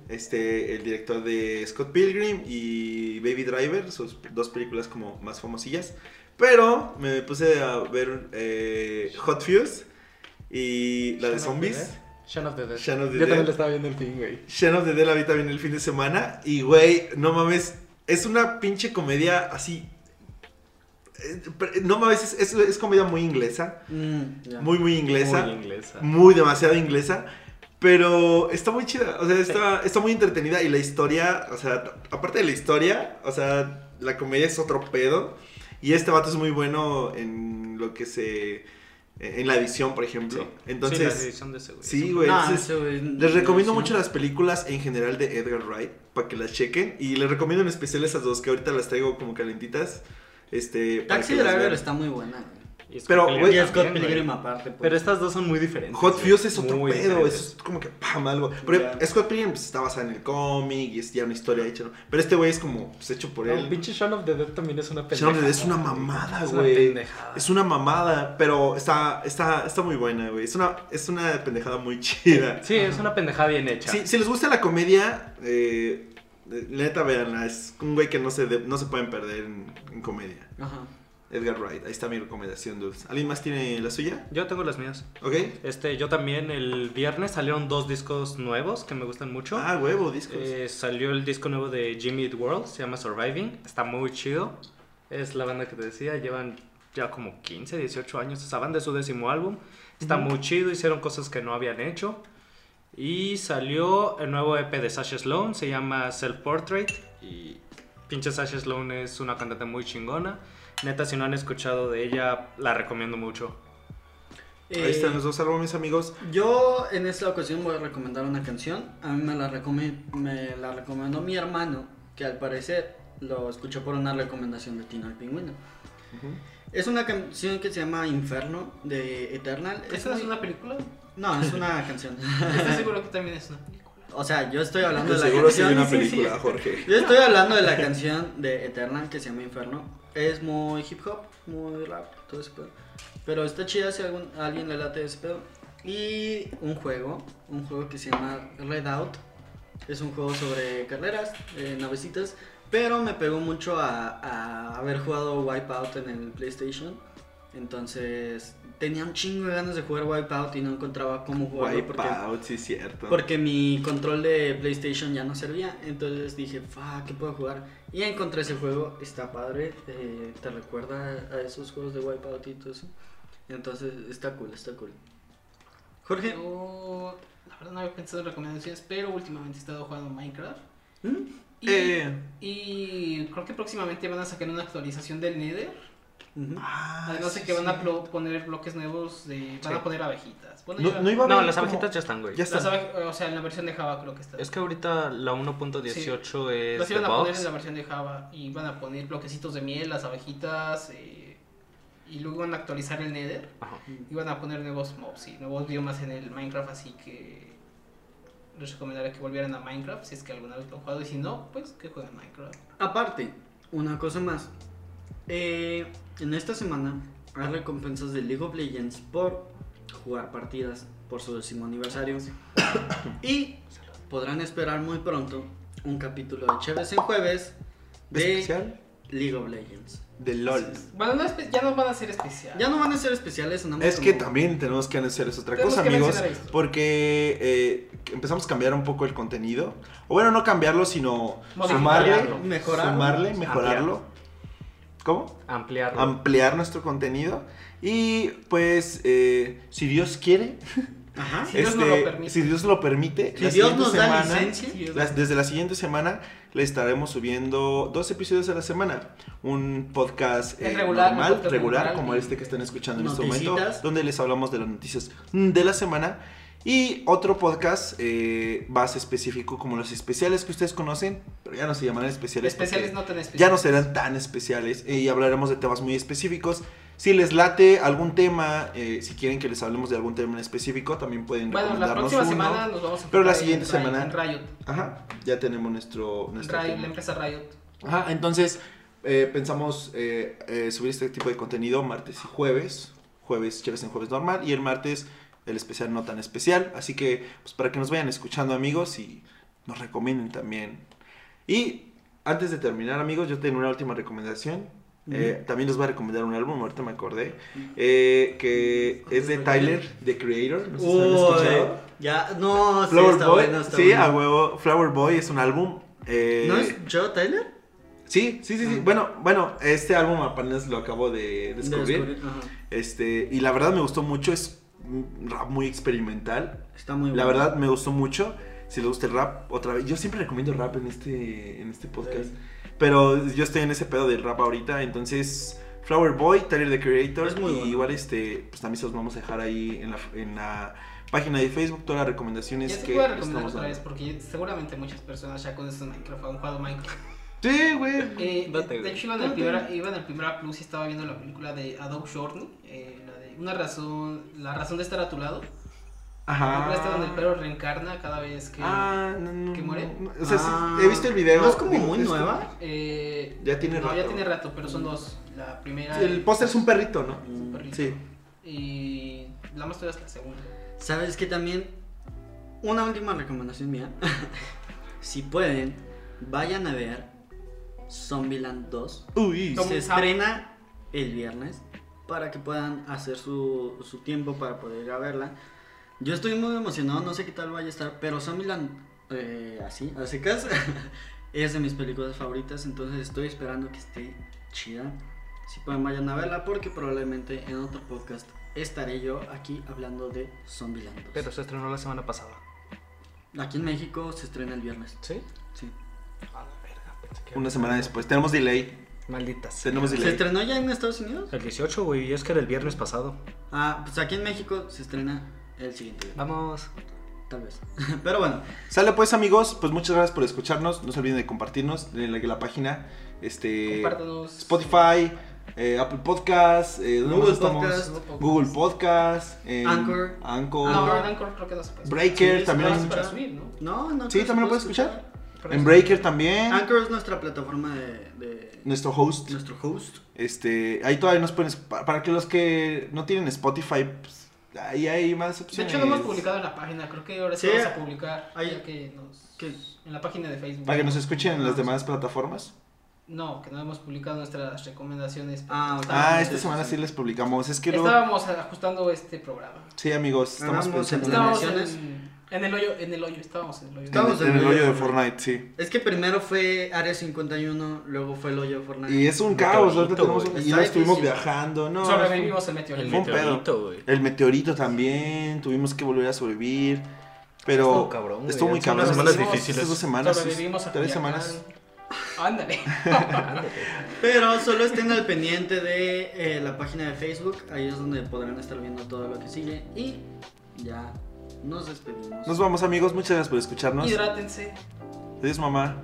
Speaker 1: Este, el director de Scott Pilgrim y Baby Driver, sus dos películas como más famosillas. Pero me puse a ver eh, Hot Fuse y la de zombies.
Speaker 4: Shaun of the Dead.
Speaker 1: Shaun of the
Speaker 4: Yo también
Speaker 1: Dead.
Speaker 4: la estaba viendo en fin, güey.
Speaker 1: Shaun of the Dead la vi también el fin de semana. Y, güey, no mames. Es una pinche comedia así. eh, pero, No mames, es, es- es comedia muy inglesa.
Speaker 2: Mm, ya.
Speaker 1: Muy, muy inglesa.
Speaker 4: Muy
Speaker 1: Muy,
Speaker 4: inglesa.
Speaker 1: demasiado inglesa. Pero está muy chida. O sea, está, está muy entretenida. Y la historia, o sea, aparte de la historia, o sea, la comedia es otro pedo. Y este vato es muy bueno en lo que se. En la edición, por ejemplo.
Speaker 4: Sí, la
Speaker 1: Entonces.
Speaker 4: edición de ese, güey.
Speaker 1: sí,
Speaker 4: Es
Speaker 1: güey,
Speaker 2: Nah,
Speaker 1: entonces,
Speaker 2: ese güey,
Speaker 1: les recomiendo
Speaker 2: sí.
Speaker 1: mucho las películas en general de Edgar Wright para que las chequen. Y les recomiendo en especial esas dos que ahorita las traigo como calentitas. Este, para
Speaker 2: Taxi
Speaker 1: que las
Speaker 2: Driver
Speaker 1: vean.
Speaker 2: está muy buena.
Speaker 4: un- y Scott
Speaker 1: Pero,
Speaker 4: Pilgrim
Speaker 1: güey,
Speaker 2: Y
Speaker 4: también,
Speaker 2: Scott
Speaker 4: güey.
Speaker 2: Pilgrim aparte. pues.
Speaker 4: Pero estas dos son muy diferentes.
Speaker 1: Hot
Speaker 4: güey.
Speaker 1: Fuse es otro
Speaker 4: Muy
Speaker 1: pedo,
Speaker 4: diferentes.
Speaker 1: es como que pam, algo. Pero
Speaker 2: Ya.
Speaker 1: Scott Pilgrim pues, está basada en el cómic y es ya una historia hecha, ¿no? Pero este güey es como pues, hecho por
Speaker 4: No,
Speaker 1: él.
Speaker 4: pinche Shaun of the Dead también es una
Speaker 1: Shaun
Speaker 4: pendejada.
Speaker 1: of the Dead es una
Speaker 4: güey.
Speaker 1: mamada,
Speaker 4: Es una
Speaker 1: güey.
Speaker 4: pendejada.
Speaker 1: Es una mamada, pero está, está, está muy buena, güey. Es una, es una pendejada muy chida.
Speaker 4: Sí, es una pendejada bien hecha.
Speaker 1: Si, si les gusta la comedia, eh, eh, neta, véanla. Es un güey que no se, de- no se pueden perder en, en comedia.
Speaker 2: Ajá.
Speaker 1: Edgar Wright, ahí está mi recomendación, dudes. ¿Alguien más tiene la suya?
Speaker 4: Yo tengo las mías.
Speaker 1: ¿Ok?
Speaker 4: Este, yo también el viernes salieron dos discos nuevos que me gustan mucho.
Speaker 1: Ah, huevo, discos.
Speaker 4: Eh, salió el disco nuevo de Jimmy Eat World, se llama Surviving, está muy chido. Es la banda que te decía, llevan ya como 15, 18 años esa banda, es su décimo álbum. Está muy chido, hicieron cosas que no habían hecho. Y salió el nuevo EP de Sasha Sloan, se llama Self Portrait. Y pinche Sasha Sloan es una cantante muy chingona. Neta, si no han escuchado de ella, la recomiendo mucho.
Speaker 1: ahí están
Speaker 2: Eh,
Speaker 1: los dos álbumes, amigos.
Speaker 2: Yo en esta ocasión voy a recomendar una canción. A mí me la, recome- me la recomendó mi hermano, que al parecer lo escuchó por una recomendación de Tino el Pingüino. Es una canción que se llama Inferno de Eternal. Es
Speaker 3: ¿Esta es
Speaker 2: muy-
Speaker 3: una película?
Speaker 2: No, es una canción.
Speaker 3: Estoy seguro que también es una película.
Speaker 2: O sea, yo estoy hablando
Speaker 1: Pues
Speaker 2: de la
Speaker 1: seguro sí
Speaker 2: canción.
Speaker 1: hay una
Speaker 3: sí, sí.
Speaker 1: película, Jorge.
Speaker 2: Yo estoy hablando de la canción de Eternal que se llama Inferno. Es muy hip hop, muy rap, todo ese pedo. Pero está chida si algún, a alguien le late ese pedo. Y un juego, un juego que se llama Redout. Es un juego sobre carreras, eh, navecitas. Pero me pegó mucho a, a haber jugado Wipeout en el PlayStation. Entonces tenía un chingo de ganas de jugar Wipeout y no encontraba cómo jugarlo. porque-
Speaker 1: Wipeout, sí, cierto.
Speaker 2: porque mi control de PlayStation ya no servía, entonces dije, fa, ¿qué puedo jugar? Y encontré ese juego, está padre, eh, te recuerda a esos juegos de Wipeout y todo eso. Entonces, está cool, está cool. Jorge,
Speaker 3: Yo, la verdad, no había pensado en recomendaciones, pero últimamente he estado jugando Minecraft.
Speaker 2: ¿Mm?
Speaker 3: Y,
Speaker 1: Eh.
Speaker 3: y creo que próximamente van a sacar una actualización del Nether.
Speaker 2: Ujú.
Speaker 1: Ah,
Speaker 3: Además de
Speaker 1: sí,
Speaker 3: que van a
Speaker 1: sí.
Speaker 3: plo- poner bloques nuevos, de, van
Speaker 4: Sí.
Speaker 3: a poner abejitas. Bueno,
Speaker 1: No,
Speaker 3: ya-
Speaker 1: no iba a
Speaker 4: No,
Speaker 1: haber
Speaker 4: las
Speaker 1: como-
Speaker 4: abejitas ya están, güey.
Speaker 1: Ya
Speaker 3: las
Speaker 1: está.
Speaker 3: abe- o sea, en la versión de Java creo que está.
Speaker 4: Es que ahorita la 1.18 es
Speaker 3: Las
Speaker 4: The
Speaker 3: iban a poner en
Speaker 4: Box.
Speaker 3: la versión de Java y van a poner bloquecitos de miel, las abejitas, eh, y luego iban a actualizar el Nether.
Speaker 4: Ajá.
Speaker 3: Iban a poner nuevos mobs y nuevos biomas en el Minecraft, así que les recomendaría que volvieran a Minecraft si es que alguna vez lo han jugado y si no, pues que jueguen Minecraft.
Speaker 2: Aparte, una cosa más. Eh, en esta semana hay recompensas de League of Legends por jugar partidas por su décimo aniversario. y podrán esperar muy pronto un capítulo de Chéves en Jueves de
Speaker 1: especial
Speaker 2: League of Legends.
Speaker 1: de LOL.
Speaker 3: Bueno, no espe- ya no van a ser especial.
Speaker 2: Ya no van a ser especiales, nada más
Speaker 1: Es que
Speaker 2: como-
Speaker 1: también tenemos que anunciarles otra
Speaker 3: Tenemos
Speaker 1: cosa,
Speaker 3: que
Speaker 1: amigos,
Speaker 3: mencionar esto.
Speaker 1: porque eh, empezamos a cambiar un poco el contenido. O bueno, no cambiarlo, sino
Speaker 3: Modificarlo,
Speaker 1: sumarle,
Speaker 2: mejorarlo.
Speaker 1: sumarle, mejorarlo. ¿Cómo?
Speaker 4: Ampliarlo.
Speaker 1: Ampliar nuestro contenido. Y pues, eh, si Dios quiere, este,
Speaker 2: Ajá.
Speaker 3: Si Dios nos lo permite.
Speaker 1: si Dios lo permite,
Speaker 2: Si
Speaker 1: la
Speaker 2: Dios
Speaker 1: siguiente
Speaker 2: nos da
Speaker 1: semana-
Speaker 2: licencia.
Speaker 3: Sí, es-
Speaker 1: las- desde la siguiente semana le estaremos subiendo dos episodios a la semana. Un podcast
Speaker 3: Es
Speaker 1: eh,
Speaker 3: regular,
Speaker 1: normal,
Speaker 3: un podcast
Speaker 1: regular,
Speaker 3: normal
Speaker 1: como
Speaker 3: y-
Speaker 1: este que están escuchando en este
Speaker 2: Noticitas.
Speaker 1: momento, donde les hablamos de las noticias mm, de la semana. Y otro podcast eh, más específico, como los especiales que ustedes conocen, pero ya no se llamarán especiales.
Speaker 3: especiales
Speaker 1: porque
Speaker 3: no tan especiales.
Speaker 1: Ya no serán tan especiales eh, y hablaremos de temas muy específicos. Si les late algún tema, eh, si quieren que les hablemos de algún tema en específico, también pueden
Speaker 3: Bueno, la
Speaker 1: recomendarnos
Speaker 3: próxima
Speaker 1: uno.
Speaker 3: semana nos vamos a
Speaker 1: pero la
Speaker 3: enfocar
Speaker 1: siguiente
Speaker 3: en Riot-
Speaker 1: semana-
Speaker 3: en Riot,
Speaker 1: Ajá, ya tenemos nuestro... nuestro
Speaker 3: Riot,
Speaker 1: tema.
Speaker 3: la empresa Riot.
Speaker 1: Ajá, entonces eh, pensamos eh, eh, subir este tipo de contenido martes y jueves. Jueves, chéves en jueves normal. Y el martes, el especial no tan especial. Así que, pues para que nos vayan escuchando, amigos, y nos recomienden también. Y antes de terminar, amigos, yo tengo una última recomendación. Eh, también les voy a recomendar un álbum, ahorita me acordé. eh, que es de Tyler, The Creator. No sé si lo han
Speaker 2: Uy,
Speaker 1: escuchado.
Speaker 2: ya, no, sí,
Speaker 1: Flower
Speaker 2: está
Speaker 1: Boy.
Speaker 2: bueno, está
Speaker 1: sí,
Speaker 2: bueno.
Speaker 1: a huevo. Flower Boy es un álbum. eh,
Speaker 2: ¿No es Ah. Joe Tyler?
Speaker 1: Sí, sí, sí, sí. Bueno, bueno, este álbum apenas lo acabo de
Speaker 2: De
Speaker 1: descubrir.
Speaker 2: descubrir, ajá.
Speaker 1: Este, y la verdad me gustó mucho, es un rap muy experimental.
Speaker 2: Está muy
Speaker 1: La
Speaker 2: bueno.
Speaker 1: verdad me gustó mucho. Si les gusta el rap, otra vez. Yo siempre recomiendo rap en este, en este podcast.
Speaker 2: Sí.
Speaker 1: Pero yo estoy en ese pedo del rap ahorita. Entonces, Flower Boy, Tyler the Creator.
Speaker 2: Es muy
Speaker 1: y
Speaker 2: bueno.
Speaker 1: igual este, pues también se los vamos a dejar ahí en la, en la página de Facebook. Todas las recomendaciones
Speaker 3: ya se
Speaker 1: que
Speaker 3: puede
Speaker 1: les
Speaker 3: recomendar
Speaker 1: estamos
Speaker 3: otra vez
Speaker 1: dando.
Speaker 3: porque seguramente muchas personas ya conocen Minecraft, han jugado Minecraft.
Speaker 1: Sí, güey.
Speaker 3: Eh,
Speaker 4: Date,
Speaker 3: de
Speaker 4: güey.
Speaker 3: hecho, iba en, el primer, iba en el primer A Plus y estaba viendo la película de Adobe Shorty, eh, la de Una razón, la razón de estar a tu lado. La película está este donde el perro reencarna cada vez que...
Speaker 1: Ah, no, no.
Speaker 3: que muere.
Speaker 1: no, no. O sea, sí,
Speaker 2: Ah.
Speaker 1: he visto el video.
Speaker 2: ¿No es como
Speaker 1: digo,
Speaker 2: muy
Speaker 1: es como-
Speaker 2: nueva?
Speaker 3: eh,
Speaker 1: Ya tiene
Speaker 3: no,
Speaker 1: rato.
Speaker 3: ya tiene rato, pero son dos. La primera...
Speaker 1: El póster es un perrito, ¿no?
Speaker 3: es un perrito.
Speaker 1: Sí.
Speaker 3: Y la más todavía es la segunda.
Speaker 2: ¿Sabes que también? Una última recomendación mía. si pueden, vayan a ver Zombieland 2.
Speaker 1: Uy.
Speaker 3: Como
Speaker 2: Se
Speaker 3: un
Speaker 2: estrena el viernes para que puedan hacer su, su tiempo para poder ir a verla. Yo estoy muy emocionado, no sé qué tal vaya a estar, pero Zombieland, eh, así, a secas, es de mis películas favoritas, entonces estoy esperando que esté chida. Si pueden, vayan a verla porque probablemente en otro podcast estaré yo aquí hablando de Zombieland 2.
Speaker 4: Pero se estrenó la semana pasada.
Speaker 2: Aquí en México se estrena el viernes.
Speaker 4: ¿Sí?
Speaker 2: sí.
Speaker 4: A la verga, pensé que-
Speaker 1: Una semana después. Tenemos delay.
Speaker 4: Maldita sea.
Speaker 1: Tenemos
Speaker 2: ¿Se
Speaker 1: delay.
Speaker 2: estrenó ya en Estados Unidos?
Speaker 4: El 18, güey, y es que era el viernes pasado.
Speaker 2: Ah, pues aquí en México se estrena el siguiente viernes.
Speaker 4: Vamos.
Speaker 2: Tal vez. Pero bueno,
Speaker 1: Sale pues, amigos. Pues muchas gracias por escucharnos. No se olviden de compartirnos. Denle like a la página. Este.
Speaker 3: Compártanos.
Speaker 1: Spotify. eh, Apple Podcast, eh, ¿dónde
Speaker 2: Google
Speaker 1: más estamos?
Speaker 2: Podcast.
Speaker 1: Google Podcast, en
Speaker 2: Anchor.
Speaker 1: Anchor,
Speaker 3: No, pero en Anchor creo que no se puede.
Speaker 1: Breaker,
Speaker 2: Sí,
Speaker 1: también,
Speaker 3: Pero
Speaker 1: hay
Speaker 3: es para
Speaker 1: muchas-
Speaker 3: subir, ¿no?
Speaker 2: no, no.
Speaker 1: Sí,
Speaker 2: creo
Speaker 1: también lo
Speaker 2: que se
Speaker 1: puedes
Speaker 2: puede
Speaker 1: escuchar.
Speaker 3: Para
Speaker 1: en
Speaker 3: subir.
Speaker 1: Breaker también,
Speaker 2: Anchor es nuestra plataforma de, de-
Speaker 1: nuestro host,
Speaker 2: nuestro host.
Speaker 1: Este, ahí todavía nos pones pa- para que los que no tienen Spotify, pues, ahí hay más
Speaker 3: De
Speaker 1: opciones.
Speaker 3: hecho, lo hemos publicado en la página. Creo que ahora sí,
Speaker 2: Sí.
Speaker 3: vamos a publicar.
Speaker 2: Ahí.
Speaker 3: ya que nos-
Speaker 2: ¿Qué?
Speaker 3: En la página de Facebook.
Speaker 1: Para que nos escuchen en las demás plataformas.
Speaker 3: No, que no hemos publicado nuestras recomendaciones.
Speaker 2: Ah, ok.
Speaker 3: Estábamos-
Speaker 1: Ah,
Speaker 2: sí,
Speaker 1: esta
Speaker 2: sí,
Speaker 1: semana
Speaker 2: sí.
Speaker 1: sí les publicamos. Es que luego.
Speaker 3: Estábamos ajustando este programa.
Speaker 1: Sí, amigos, estamos
Speaker 2: Hagamos
Speaker 1: pensando en-
Speaker 3: Estábamos
Speaker 2: Recomendaciones.
Speaker 3: en, en el hoyo, en el hoyo, estábamos en el hoyo.
Speaker 1: en,
Speaker 2: Estamos
Speaker 1: en
Speaker 2: en
Speaker 1: el
Speaker 2: el
Speaker 1: hoyo de
Speaker 2: hoyo.
Speaker 1: Fortnite, sí.
Speaker 2: Es que primero fue Área 51, luego fue el hoyo de Fortnite.
Speaker 1: Y es un
Speaker 4: Un
Speaker 1: caos.
Speaker 4: meteorito,
Speaker 1: ahorita tenemos un-
Speaker 2: güey.
Speaker 1: Y ahora
Speaker 2: Está
Speaker 1: estuvimos
Speaker 2: difícil.
Speaker 1: viajando, ¿no?
Speaker 3: Sobrevivimos el
Speaker 1: El
Speaker 3: meteorito.
Speaker 1: Fue un
Speaker 4: meteorito, güey.
Speaker 1: El meteorito también. Tuvimos que volver a sobrevivir. Pero.
Speaker 4: Estuvo cabrón, güey,
Speaker 1: Estuvo muy
Speaker 4: han sido
Speaker 1: cabrón.
Speaker 4: unas semanas
Speaker 1: Estas
Speaker 4: difíciles.
Speaker 1: dos semanas.
Speaker 3: Sobrevivimos a
Speaker 1: Tres
Speaker 3: Culiacán.
Speaker 1: semanas.
Speaker 3: Ándale.
Speaker 2: Pero solo estén al pendiente de eh, la página de Facebook. Ahí es donde podrán estar viendo todo lo que sigue. Y ya nos despedimos.
Speaker 1: Nos vamos, amigos. Muchas gracias por escucharnos.
Speaker 3: Hidrátense.
Speaker 1: Adiós, mamá.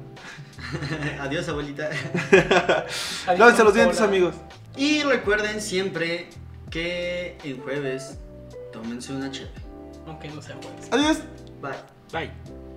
Speaker 2: Adiós, abuelita.
Speaker 1: Lávense los dientes,
Speaker 3: Hola.
Speaker 1: amigos.
Speaker 2: Y recuerden siempre que en jueves tómense una chepe.
Speaker 3: Aunque no sea jueves.
Speaker 1: Adiós.
Speaker 2: Bye.
Speaker 4: Bye.